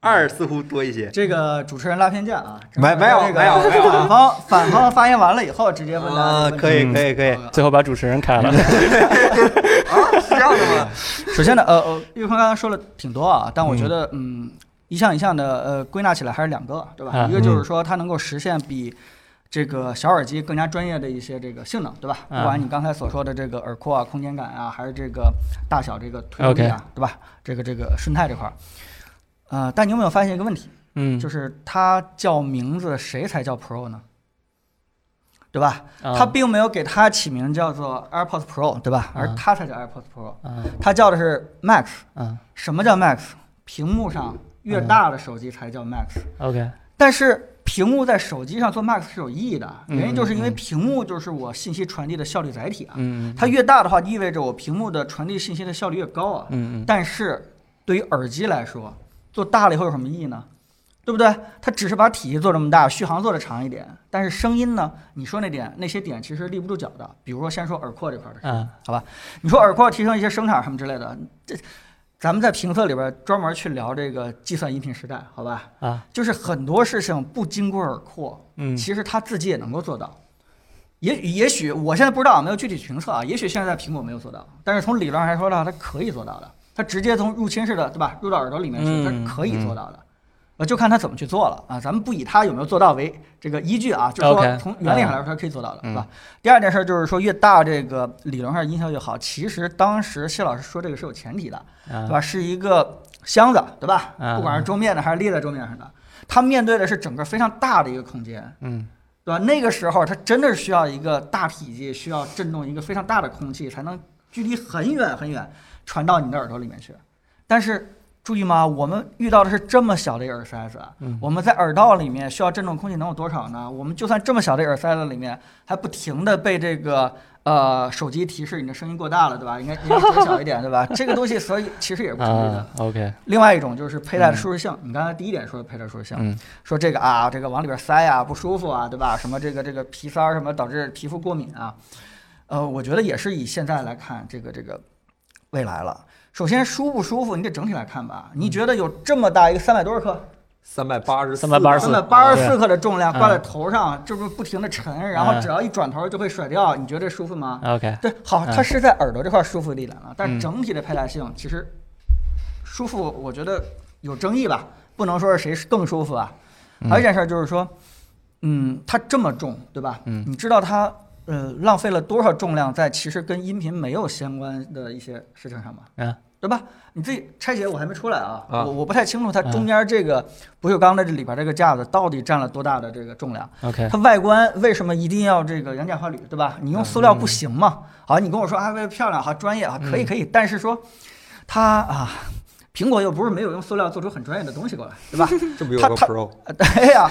Speaker 1: 二似乎多一些。
Speaker 2: 这个主持人拉偏架啊？
Speaker 1: 没没有
Speaker 2: 这个
Speaker 1: 没有没有
Speaker 2: 反方反方发言完了以后，直接问大家
Speaker 1: 啊，
Speaker 2: 这个问题嗯
Speaker 1: 可
Speaker 3: 嗯
Speaker 1: 以可以可以，
Speaker 3: 最后把主持人开了。
Speaker 1: 啊，是这样的吗？
Speaker 2: 首 先呢，呃，呃，玉坤刚才说了挺多啊，但我觉得，嗯，一项一项的，呃，归纳起来还是两个，对吧？
Speaker 3: 啊
Speaker 2: 一个就是说它能够实现比这个小耳机更加专业的一些这个性能，对吧？
Speaker 3: 啊
Speaker 2: 不管你刚才所说的这个耳廓啊、空间感啊，还是这个大小、这个推动力啊对吧？这个这个顺态这块儿，呃，但你有没有发现一个问题？
Speaker 3: 嗯，
Speaker 2: 就是它叫名字，谁才叫 Pro 呢？对吧？
Speaker 3: 啊
Speaker 2: 它并没有给它起名叫做 AirPods Pro，对吧？而
Speaker 3: 啊
Speaker 2: 它才叫 AirPods Pro，
Speaker 3: 啊
Speaker 2: 它叫的是 Max。
Speaker 3: 啊
Speaker 2: 什么叫 Max？屏幕上
Speaker 3: 嗯
Speaker 2: 越大的手机才叫 Max，
Speaker 3: ，OK，
Speaker 2: 但是屏幕在手机上做 Max 是有意义的，
Speaker 3: 嗯
Speaker 2: 原因就是因为
Speaker 3: 嗯嗯
Speaker 2: 屏幕就是我信息传递的效率载体啊。
Speaker 3: 嗯，
Speaker 2: 它越大的话，意味着我屏幕的传递信息的效率越高啊。
Speaker 3: 嗯嗯
Speaker 2: 但是对于耳机来说，做大了以后有什么意义呢？对不对？它只是把体积做这么大，续航做的长一点，但是声音呢？你说那点那些点其实立不住脚的。比如说，先说耳廓这块儿的事，
Speaker 3: 啊
Speaker 2: 你说耳廓提升一些声场什么之类的，这咱们在评测里边专门去聊这个计算音频时代，好吧？
Speaker 3: 啊
Speaker 2: 就是很多事情不经过耳廓，
Speaker 3: 嗯
Speaker 2: 其实他自己也能够做到。也也许我现在不知道啊，没有具体评测啊，也许现在苹果没有做到，但是从理论上来说的话，它可以做到的。它直接从入侵式的，对吧，入到耳朵里面去，它
Speaker 3: 嗯
Speaker 2: 是可以做到的。呃，就看它怎么去做了啊。咱们不以它有没有做到为这个依据啊，就是说
Speaker 3: OK，
Speaker 2: 从原理上来说，它是可以做到的，
Speaker 3: 嗯
Speaker 2: 是吧？第二件事就是说，越大这个理论上音效越好。其实当时谢老师说这个是有前提的，对
Speaker 3: 啊
Speaker 2: 吧？是一个箱子，对吧？
Speaker 3: 啊
Speaker 2: 不管是桌面的还是立在桌面上的，它面对的是整个非常大的一个空间。
Speaker 3: 嗯
Speaker 2: 对吧？那个时候它真的是需要一个大体积，需要震动一个非常大的空气，才能距离很远很远传到你的耳朵里面去。但是注意吗？我们遇到的是这么小的一个耳塞子，
Speaker 3: 嗯
Speaker 2: 我们在耳道里面需要震动空气能有多少呢？我们就算这么小的耳塞子里面，还不停的被这个呃手机提示你的声音过大了，对吧？应该应该减小一点，对吧？这个东西所以其实也是不成立的。
Speaker 3: 啊，OK，
Speaker 2: 另外一种就是佩戴的舒适性，你刚才第一点说的佩戴舒适性，
Speaker 3: 嗯
Speaker 2: 说这个啊，这个往里边塞啊不舒服啊，对吧？什么这个这个皮塞儿什么导致皮肤过敏啊？呃，我觉得也是以现在来看，这个这个未来了。首先舒不舒服，你得整体来看吧。你觉得有这么大一个三百多少克、
Speaker 1: 三百八十
Speaker 3: 384
Speaker 2: 三百八十
Speaker 3: 对
Speaker 2: 四克的重量
Speaker 3: 嗯
Speaker 2: 挂在头上，这不是不停的沉，然后
Speaker 3: 嗯
Speaker 2: 只要一转头就会甩掉，你觉得这舒服吗？
Speaker 3: ，OK，
Speaker 2: 对，好，它
Speaker 3: 嗯
Speaker 2: 是在耳朵这块舒服一点了，但
Speaker 3: 嗯
Speaker 2: 整体的佩戴性其实舒服，我觉得有争议吧，不能说是谁是更舒服啊。还有一件事儿就是说，嗯，它这么重，对吧？
Speaker 3: 嗯
Speaker 2: 你知道它呃浪费了多少重量在其实跟音频没有相关的一些事情上吗？
Speaker 3: 嗯，
Speaker 2: 对吧？你自己拆解，我还没出来啊，
Speaker 1: 啊
Speaker 2: 我我不太清楚它
Speaker 3: 嗯
Speaker 2: 中间这个不锈钢的这里边这个架子到底占了多大的这个重量。
Speaker 3: ，OK，
Speaker 2: 它外观为什么一定要这个羊角花铝，对吧？你用塑料不行吗？
Speaker 3: 嗯
Speaker 2: 好，你跟我说啊，为了漂亮，好专业啊，可以可以，但是说它啊，苹果又不是没有用塑料做出很专业的东西过来， 对吧？
Speaker 1: 这不有
Speaker 2: 它
Speaker 1: 个
Speaker 2: 它
Speaker 1: Pro？
Speaker 2: 呃对呀、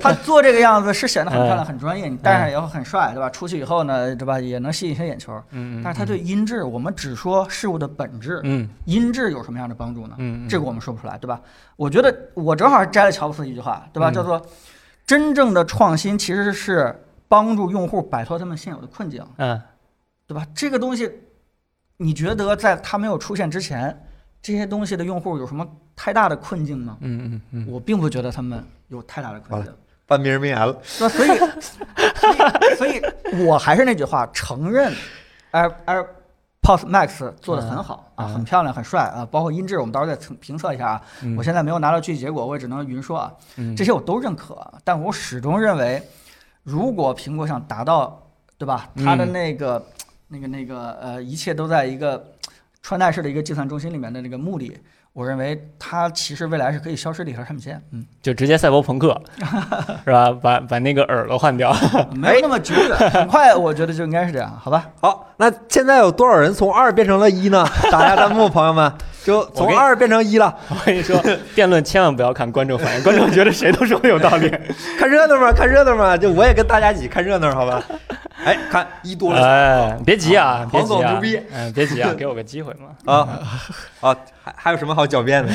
Speaker 2: 它做这个样子是显得很漂亮、很专业，你戴上以后很帅，对吧？出去以后呢，对吧，也能吸引一些眼球。
Speaker 3: 嗯嗯嗯，
Speaker 2: 但是它对音质，我们只说事物的本质，
Speaker 3: 嗯
Speaker 2: 音质有什么样的帮助呢？
Speaker 3: 嗯嗯
Speaker 2: 这个我们说不出来，对吧？我觉得我正好摘了乔布斯一句话，对吧？
Speaker 3: 嗯
Speaker 2: 叫做真正的创新其实是帮助用户摆脱他们现有的困境，
Speaker 3: 嗯
Speaker 2: 对吧？这个东西，你觉得在它没有出现之前，这些东西的用户有什么太大的困境吗？
Speaker 3: 嗯嗯嗯，
Speaker 2: 我并不觉得他们有太大的困境，
Speaker 1: 半边名言了，
Speaker 2: 那 所以，所以，所以我还是那句话，承认 Air Air Pods Max 做的很好啊，
Speaker 3: 嗯嗯
Speaker 2: 很漂亮，很帅啊，包括音质，我们到时候再评评测一下啊。
Speaker 3: 嗯
Speaker 2: 我现在没有拿到具体结果，我也只能云说啊，
Speaker 3: 嗯
Speaker 2: 这些我都认可，啊但我始终认为，如果苹果想达到，对吧，它的
Speaker 3: 嗯
Speaker 2: 那个、那个那个呃，一切都在一个穿戴式的一个计算中心里面的那个目的。我认为它其实未来是可以消失的一条产品线，嗯，
Speaker 3: 就直接赛博朋 克是吧？把把那个耳朵换掉，
Speaker 2: 没
Speaker 3: 哎
Speaker 2: 有那么久远，很快我觉得就应该是这样，好吧？
Speaker 1: 好，那现在有多少人从二变成了 一呢？打下弹幕，朋友们，就
Speaker 3: 我
Speaker 1: 从
Speaker 3: 给
Speaker 1: 二变成一了，
Speaker 3: 我跟你说，辩论千万不要看观众反应，观众觉得谁都说有道理。
Speaker 1: 看热闹嘛，看热闹嘛，就我也跟大家一起看热闹，好吧？哎，看一多了
Speaker 3: 哎，别急啊，别
Speaker 1: 黄
Speaker 3: 急
Speaker 1: 总
Speaker 3: 啊
Speaker 1: 牛逼，
Speaker 3: 嗯，别急啊，给我个机会嘛。
Speaker 1: 啊啊，还还有什么好狡辩的？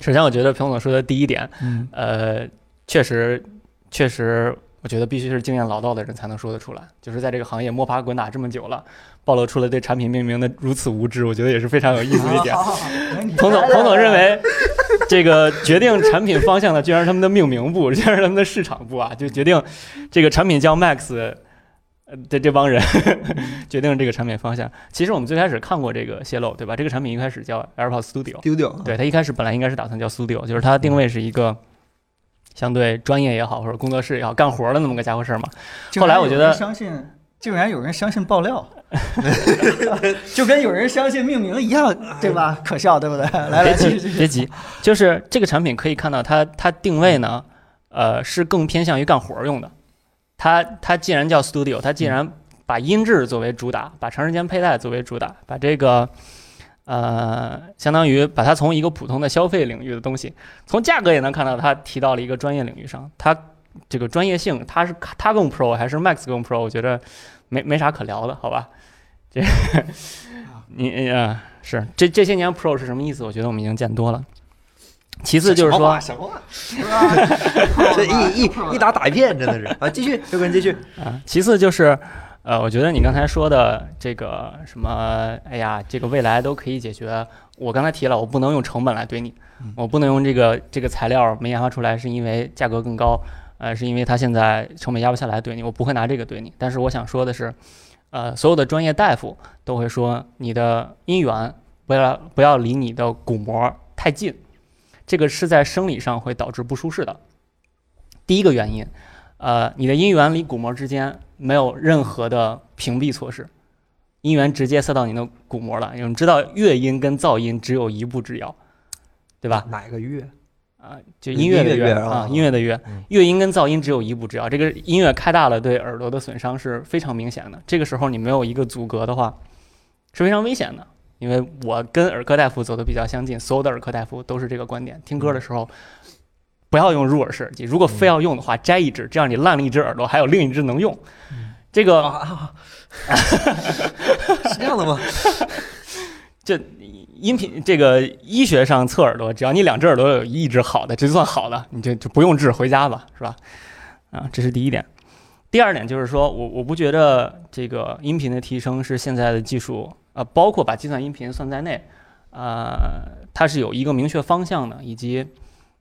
Speaker 3: 首先，我觉得彭总说的第一点，
Speaker 2: 嗯
Speaker 3: 呃，确实，确实，我觉得必须是经验老道的人才能说得出来。就是在这个行业摸爬滚打这么久了，暴露出了对产品命名的如此无知，我觉得也是非常有意思的一点。
Speaker 2: 好好好，没你
Speaker 3: 彭总
Speaker 2: 嗯来，来
Speaker 3: 彭总
Speaker 2: 来
Speaker 3: 认为，这个决定产品方向的，居然是他们的命名部，居然是他们的市场部啊，就决定这个产品叫 Max 呃的这帮人决定这个产品方向。其实我们最开始看过这个泄露，对吧？这个产品一开始叫 AirPods Studio，
Speaker 1: 丢丢，
Speaker 3: 对，它一开始本来应该是打算叫 Studio，就是它定位是一个相对专业也好，或者工作室也好，干活的那么个家伙事儿嘛。
Speaker 2: 竟
Speaker 3: 后来
Speaker 2: 然
Speaker 3: 我
Speaker 2: 有
Speaker 3: 觉
Speaker 2: 人
Speaker 3: 得
Speaker 2: 相信，竟然有人相信爆料， 就跟有人相信命名一样，对吧？可笑，对不 对？哎来来，
Speaker 3: 别
Speaker 2: 继续
Speaker 3: 急
Speaker 2: 继，续。
Speaker 3: 别急，就是这个产品可以看到它它定位呢，呃，是更偏向于干活儿用的。它它既然叫 Studio，它
Speaker 2: 嗯
Speaker 3: 既然把音质作为主打，把长时间佩戴作为主打，把这个呃，相当于把它从一个普通的消费领域的东西，从价格也能看到它提到了一个专业领域上，它这个专业性，它是它更 Pro 还是 Max 更 Pro？我觉得没没啥可聊的，好吧？这 你呃是这这些年 Pro 是什么意思？我觉得我们已经见多了。其次就是说，
Speaker 1: 想话，
Speaker 2: 是 吧
Speaker 1: 这一一一打打一片，真的是啊！继续，六哥你继续。
Speaker 3: 啊，其次就是，呃，我觉得你刚才说的这个什么，哎呀，这个未来都可以解决。我刚才提了，我不能用成本来怼你，我不能用这个这个材料没研发出来，是因为价格更高，呃，是因为它现在成本压不下来怼你，我不会拿这个怼你。但是我想说的是，呃，所有的专业大夫都会说，你的姻缘不要不要离你的骨膜太近，这个是在生理上会导致不舒适的。第一个原因，呃，你的姻缘离骨膜之间没有任何的屏蔽措施，姻缘直接塞到你的骨膜了。因为我们知道乐音跟噪音只有一步之遥，对吧？
Speaker 1: 哪个月？
Speaker 3: 啊，就音乐的
Speaker 1: 音乐乐啊
Speaker 3: 啊，音乐的乐
Speaker 1: 嗯，
Speaker 3: 乐音跟噪音只有一步之遥。这个音乐开大了，对耳朵的损伤是非常明显的。这个时候你没有一个阻隔的话，是非常危险的。因为我跟耳科大夫走的比较相近，所有的耳科大夫都是这个观点：听歌的时候不要用入耳式耳机，如果非要用的话，摘一只，这样你烂了一只耳朵，还有另一只能用。这个
Speaker 1: 啊，是这样 的吗？
Speaker 3: 这音频这个医学上测耳朵，只要你两只耳朵有一只好的，这就算好了，你就就不用治，回家吧，是吧？啊，这是第一点。第二点就是说我我不觉得这个音频的提升是现在的技术啊、呃包括把计算音频算在内，啊，它是有一个明确方向的，以及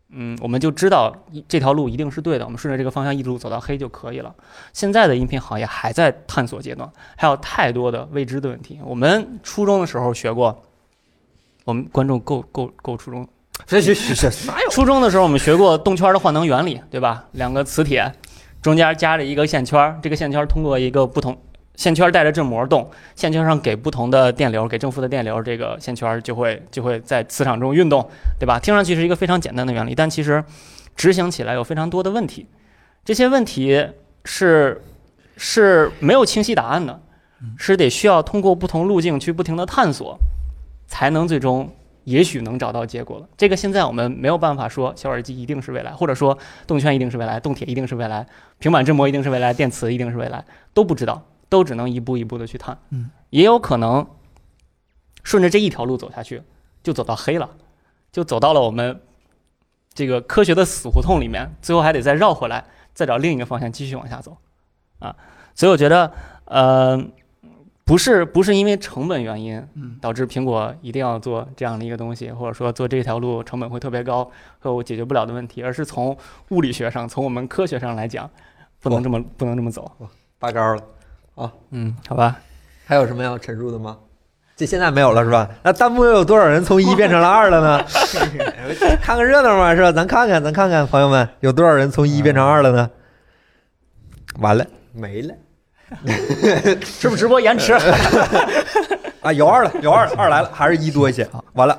Speaker 3: 嗯，我们就知道一这条路一定是对的，我们顺着这个方向一路走到黑就可以了。现在的音频行业还在探索阶段，还有太多的未知的问题。我们初中的时候学过，我们观众够够够初中，
Speaker 1: 行行行行，哪有？
Speaker 3: 初中的时候我们学过动圈的换能原理，对吧？两个磁铁中间夹着一个线圈儿，这个线圈儿通过一个不同线圈儿带着振膜动，线圈上给不同的电流，给正负的电流，这个线圈儿就会就会在磁场中运动，对吧？听上去是一个非常简单的原理，但其实执行起来有非常多的问题，这些问题是是没有清晰答案的，是得需要通过不同路径去不停的探索，才能最终也许能找到结果了。这个现在我们没有办法说小耳机一定是未来，或者说动圈一定是未来，动铁一定是未来，平板振膜一定是未来，电磁一定是未来，都不知道，都只能一步一步的去探。
Speaker 2: 嗯，
Speaker 3: 也有可能顺着这一条路走下去，就走到黑了，就走到了我们这个科学的死胡同里面，最后还得再绕回来，再找另一个方向继续往下走啊。所以我觉得，呃。不是不是因为成本原因，
Speaker 2: 嗯
Speaker 3: 导致苹果一定要做这样的一个东西，或者说做这条路成本会特别高，和我解决不了的问题，而是从物理学上，从我们科学上来讲，不能这么不能这么走。
Speaker 1: 拔高了。
Speaker 3: 嗯，好吧，
Speaker 1: 还有什么要陈述的吗？这现在没有了是吧？那弹幕又有多少人从一变成了二了 呢？看个热闹嘛是吧？咱看看，咱看看，朋友们有多少人从一变成二了呢？完了，没了
Speaker 3: 是不是直播延迟？
Speaker 1: 啊！有二了，有二了，二来了，还是一多一些。完了，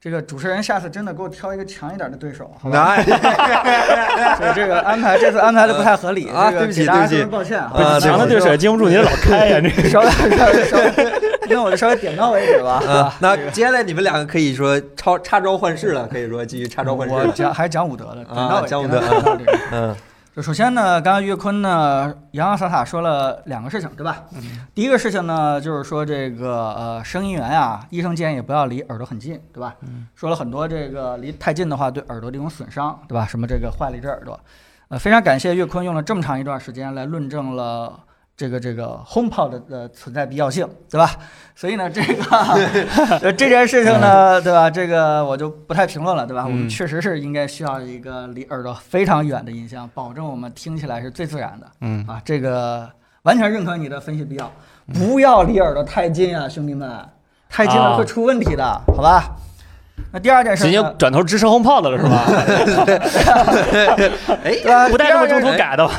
Speaker 2: 这个主持人下次真的给我挑一个强一点的对手，好吧？
Speaker 1: 那
Speaker 2: 所以这个安排这次安排的不太合理
Speaker 1: 啊
Speaker 2: 这个
Speaker 1: 对不起
Speaker 2: 给大
Speaker 1: 对
Speaker 2: 家
Speaker 1: 不起
Speaker 2: 说声抱歉
Speaker 1: 不是
Speaker 2: 啊。
Speaker 1: 啊
Speaker 3: 强的对手也经不住你的老开呀，这
Speaker 2: 稍微稍微稍微，那我就稍微点到为止吧。
Speaker 1: 啊，那接下来你们两个可以说超插招换式了，可以说继续插招换式
Speaker 2: 嗯我
Speaker 1: 了。
Speaker 2: 讲还是讲武德的，点
Speaker 1: 啊
Speaker 2: 到为止
Speaker 1: 讲武德
Speaker 2: 点到为止
Speaker 1: 嗯
Speaker 2: 就首先呢，刚刚岳坤呢洋洋洒洒说了两个事情，对吧？第一个事情呢，就是说这个呃，声音源啊，医生建议不要离耳朵很近，对吧？
Speaker 3: 嗯
Speaker 2: 说了很多这个离太近的话对耳朵这种损伤，对吧？什么这个坏了一只耳朵，呃，非常感谢岳坤用了这么长一段时间来论证了。这个这个 HomePod 的呃存在必要性，对吧？所以呢，这个 呃这件事情呢，对吧？这个我就不太评论了，对吧？我们
Speaker 3: 嗯
Speaker 2: 确实是应该需要一个离耳朵非常远的音箱，保证我们听起来是最自然的。
Speaker 3: 嗯
Speaker 2: 啊，这个完全认可你的分析必要，不要离耳朵太近啊，兄弟们，太近了
Speaker 3: 啊
Speaker 2: 会出问题的，好吧？那第二件事
Speaker 3: 直接
Speaker 2: 呢，
Speaker 3: 转头支持轰炮的了是吧？
Speaker 1: 哎，
Speaker 2: 对 吧？
Speaker 3: 不带这么
Speaker 2: 第二
Speaker 3: 中
Speaker 2: 件
Speaker 3: 途改的吧？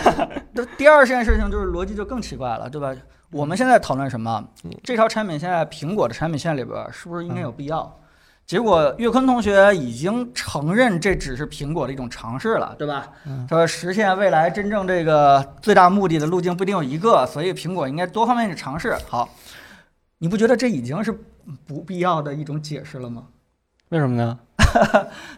Speaker 2: 那呃第二件事情就是逻辑就更奇怪了，对吧？我们现在讨论什么
Speaker 1: 嗯？
Speaker 2: 这条产品线，苹果的产品线里边儿是不是应该有必要？
Speaker 3: 嗯
Speaker 2: 结果岳坤同学已经承认这只是苹果的一种尝试了，对吧？
Speaker 3: 嗯
Speaker 2: 他说实现未来真正这个最大目的的路径不一定有一个，所以苹果应该多方面去尝试。好，你不觉得这已经是不必要的一种解释了吗？
Speaker 3: 为什么呢？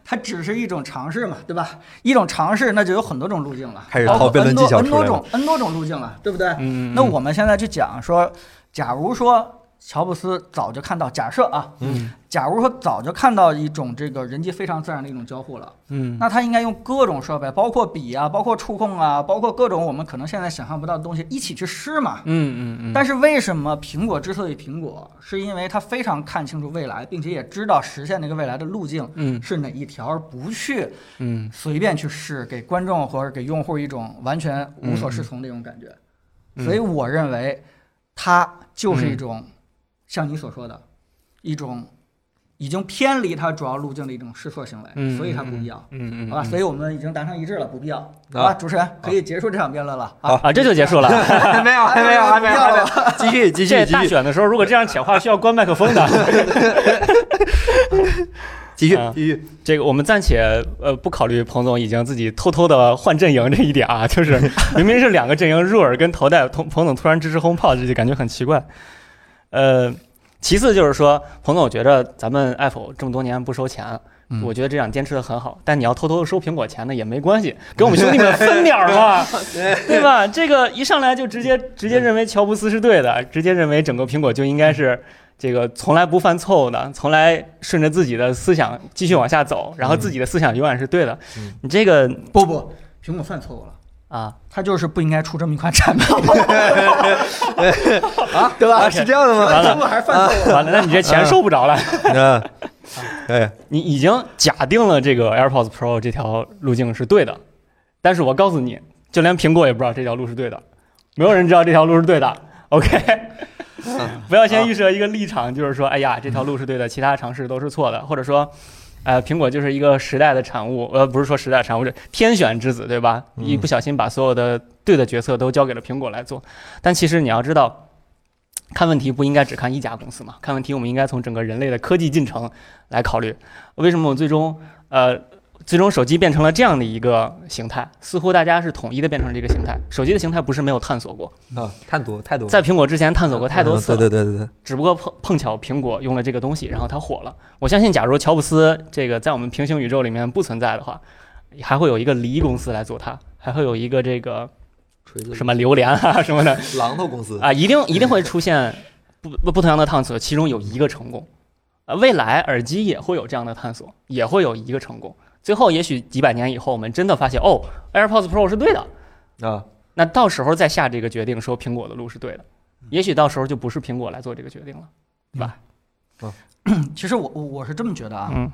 Speaker 2: 它只是一种尝试嘛，对吧？一种尝试，那就有很多种路径了，
Speaker 1: 开始
Speaker 2: 包括
Speaker 1: 套辩论
Speaker 2: N
Speaker 1: 技巧
Speaker 2: 多 N
Speaker 1: 出来
Speaker 2: 多
Speaker 1: 了
Speaker 2: 种 N 多种路径了，对不对？
Speaker 3: 嗯，
Speaker 2: 那我们现在去讲说，假如说乔布斯早就看到，假设啊，
Speaker 3: 嗯
Speaker 2: 假如说早就看到一种这个人机非常自然的一种交互了，
Speaker 3: 嗯
Speaker 2: 那他应该用各种设备，包括笔啊，包括触控啊，包括各种我们可能现在想象不到的东西一起去试嘛。
Speaker 3: 嗯嗯嗯，
Speaker 2: 但是为什么苹果之所以苹果，是因为它非常看清楚未来，并且也知道实现那个未来的路径
Speaker 3: 嗯
Speaker 2: 是哪一条，而不去
Speaker 3: 嗯
Speaker 2: 随便去试，给观众或者给用户一种完全无所适从的一种感觉。
Speaker 3: 嗯
Speaker 2: 所以我认为，它就是一种像你所说的，一种已经偏离它主要路径的一种试错行为，
Speaker 3: 嗯，
Speaker 2: 所以它不必要，
Speaker 3: 嗯嗯，
Speaker 2: 好吧？所
Speaker 3: 以
Speaker 2: 以我们已经达成一致了，不必要，好吧？主持人可以结束这场辩论了啊。
Speaker 3: 啊，这就结束了。
Speaker 1: 还没有，还没有，
Speaker 2: 哎
Speaker 1: 还没有，还没有，继续，继续，
Speaker 3: 这
Speaker 1: 继
Speaker 3: 大
Speaker 1: 续，
Speaker 3: 选的时候，如果这样讲话，需要关麦克风的。
Speaker 1: 继续
Speaker 3: 啊，
Speaker 1: 继续。
Speaker 3: 这个我们暂且呃不考虑彭总已经自己偷偷的换阵营这一点啊， 就是明明是两个阵营，入耳跟头戴，彭彭总突然支持 HomePod，这就感觉很奇怪。呃，其次就是说，彭总，我觉得咱们 Apple 这么多年不收钱，
Speaker 2: 嗯
Speaker 3: 我觉得这样坚持的很好。但你要偷偷收苹果钱呢，也没关系，给我们兄弟们分点儿嘛，对吧？这个一上来就直接直接认为乔布斯是对的，直接认为整个苹果就应该是这个从来不犯错误的，从来顺着自己的思想继续往下走，然后自己的思想永远是对的。
Speaker 1: 嗯
Speaker 3: 你这个
Speaker 2: 不不，苹果犯错误了。
Speaker 3: 啊，
Speaker 2: 它就是不应该出这么一款产 品，
Speaker 1: 啊，对吧？是这样的吗？
Speaker 3: 完 了
Speaker 2: 苹果还是犯错误了。
Speaker 3: 完了，那你这
Speaker 1: 啊
Speaker 3: 钱收不着了。
Speaker 1: 嗯，哎，
Speaker 3: 你已经假定了这个 AirPods Pro 这条路径是对的，但是我告诉你，就连苹果也不知道这条路是对的，没有人知道这条路是对的。OK，不要先预设一个立场，就是说，哎呀，这条路是对的，其他尝试都是错的，或者说。呃，苹果就是一个时代的产物，呃，不是说时代产物，是天选之子，对吧？
Speaker 1: 嗯
Speaker 3: 一不小心把所有的对的决策都交给了苹果来做，但其实你要知道，看问题不应该只看一家公司嘛，看问题我们应该从整个人类的科技进程来考虑。为什么我最终呃，最终手机变成了这样的一个形态？似乎大家是统一的变成了这个形态。手机的形态不是没有探索过，
Speaker 1: 啊，太多太多，
Speaker 3: 在苹果之前探索过太多次
Speaker 1: 嗯
Speaker 3: 了，
Speaker 1: 对对对对
Speaker 3: 只不过碰碰巧苹果用了这个东西，然后它火了。我相信，假如乔布斯这个在我们平行宇宙里面不存在的话，还会有一个梨公司来做它，还会有一个这个
Speaker 1: 锤子
Speaker 3: 什么榴莲啊什么的
Speaker 1: 榔头公司
Speaker 3: 啊，一定一定会出现不不不同样的探索，其中有一个成功。呃，未来耳机也会有这样的探索，也会有一个成功。最后，也许几百年以后，我们真的发现，哦，AirPods Pro 是对的，
Speaker 1: 啊，
Speaker 3: 那到时候再下这个决定，说苹果的路是对的，也许到时候就不是苹果来做这个决定了。
Speaker 2: 其实我我我是这么觉得啊，
Speaker 3: 嗯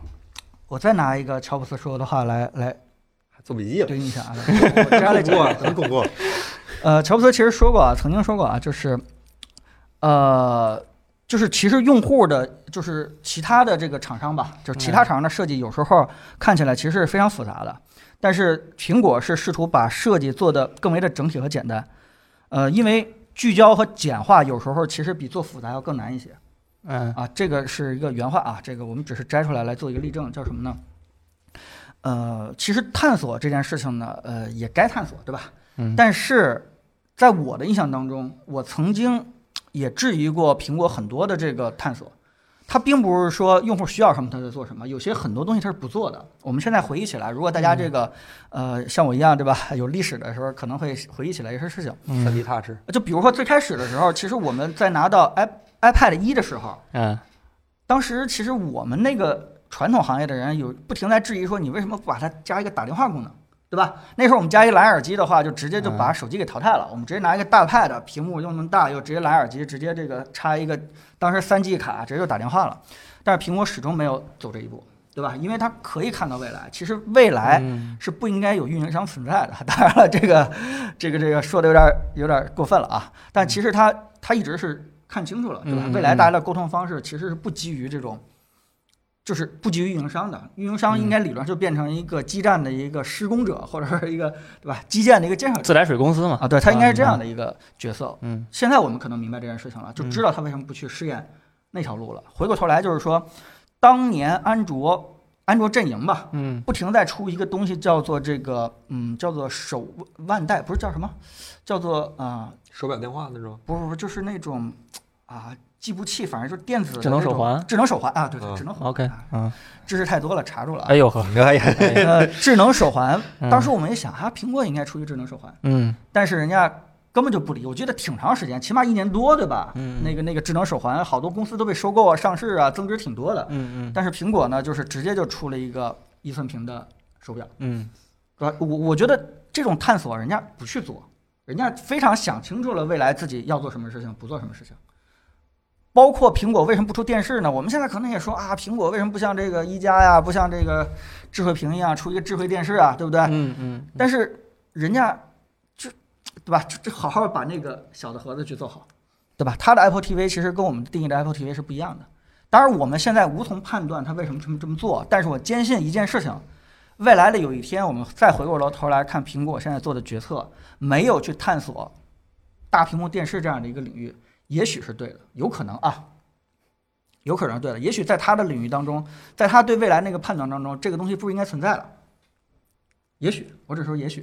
Speaker 2: 我再拿一个乔布斯说的话来来
Speaker 1: 还做笔记了，
Speaker 2: 对你想啊，我我摘了
Speaker 1: 很
Speaker 2: 几
Speaker 1: 恐怖啊，
Speaker 2: 个。
Speaker 1: 很恐怖。
Speaker 2: 呃，乔布斯其实说过啊，曾经说过啊，就是，呃，就是其实用户的，就是其他的这个厂商吧，就是其他厂商的设计有时候看起来其实是非常复杂的，但是苹果是试图把设计做得更为的整体和简单，呃，因为聚焦和简化有时候其实比做复杂要更难一些。
Speaker 3: 嗯
Speaker 2: 啊，这个是一个原话啊，这个我们只是摘出来来做一个例证，叫什么呢？呃，其实探索这件事情呢，呃，也该探索，对吧？
Speaker 3: 嗯
Speaker 2: 但是在我的印象当中，我曾经也质疑过苹果很多的这个探索，它并不是说用户需要什么它就做什么，有些很多东西它是不做的。我们现在回忆起来，如果大家这个、呃像我一样，对吧？ 有历史的时候，可能会回忆起来一些事情。
Speaker 1: 三 D Touch，
Speaker 2: 就比如说最开始的时候，其实我们在拿到 i iPad 一的时候。
Speaker 3: 嗯
Speaker 2: 当时其实我们那个传统行业的人有不停在质疑说，你为什么不把它加一个打电话功能，对吧？那时候我们加一蓝牙耳机的话，就直接就把手机给淘汰了，我们直接拿一个大 pad，屏幕又那么大，又直接蓝牙耳机，直接这个插一个当时三 G 卡，直接就打电话了。但是苹果始终没有走这一步，对吧？因为它可以看到未来，其实未来
Speaker 3: 嗯
Speaker 2: 是不应该有运营商存在的。 当然了，这个这个这个说的有点有点过分了啊。但其实他他一直是看清楚了，对吧
Speaker 3: 嗯嗯？
Speaker 2: 未来大家的沟通方式其实是不基于这种就是不及于运营商的，运营商
Speaker 3: 嗯
Speaker 2: 应该理论上就变成一个基站的一个施工者，或者是一个对吧？基建的一个建设者
Speaker 3: 自来水公司嘛，
Speaker 2: 啊，对他应该是这样的一个角色。
Speaker 3: 嗯
Speaker 2: 现在我们可能明白这件事情了，就知道他为什么不去试验那条路了。回过头来就是说，当年安卓安卓阵营吧，
Speaker 3: 嗯，
Speaker 2: 不停在出一个东西叫做这个嗯叫做手腕带，不是叫什么，叫做啊、
Speaker 1: 手表电话那种，
Speaker 2: 不是不是就是那种啊计步器，反正就是电子的
Speaker 3: 智能
Speaker 2: 那种
Speaker 3: 手环
Speaker 2: 智能手环啊，对对，
Speaker 1: 嗯
Speaker 2: 智能手环。
Speaker 3: ，OK，
Speaker 2: 啊
Speaker 3: 嗯，
Speaker 2: 知识太多了，查住了啊
Speaker 3: 哎。呦呵，
Speaker 1: 哎呀，
Speaker 3: 哎
Speaker 2: 呃，智能手环，
Speaker 3: 嗯
Speaker 2: 当时我们也想，哈、苹果应该出一智能手环，
Speaker 3: 嗯
Speaker 2: 但是人家根本就不理。我觉得挺长时间，起码一年多，对吧？
Speaker 3: 嗯
Speaker 2: 那个那个智能手环，好多公司都被收购啊、上市啊，增值挺多的。
Speaker 3: 嗯嗯
Speaker 2: 但是苹果呢，就是直接就出了一个一寸屏的手表，
Speaker 3: 嗯
Speaker 2: 对吧？我我觉得这种探索人家不去做，人家非常想清楚了未来自己要做什么事情，不做什么事情。包括苹果为什么不出电视呢？我们现在可能也说啊，苹果为什么不像这个一加呀，不像这个智慧屏一样出一个智慧电视啊，对不对？
Speaker 3: 嗯嗯，
Speaker 2: 但是人家就对吧，就就好好把那个小的盒子去做好，对吧？他的 Apple TV 其实跟我们定义的 Apple TV 是不一样的。当然，我们现在无从判断他为什么这么这么做，但是我坚信一件事情：未来的有一天，我们再回过头来看苹果现在做的决策，没有去探索大屏幕电视这样的一个领域，也许是对的，有可能啊，有可能是对的。也许在他的领域当中，在他对未来那个判断当中，这个东西不应该存在了。也许，我只说也许。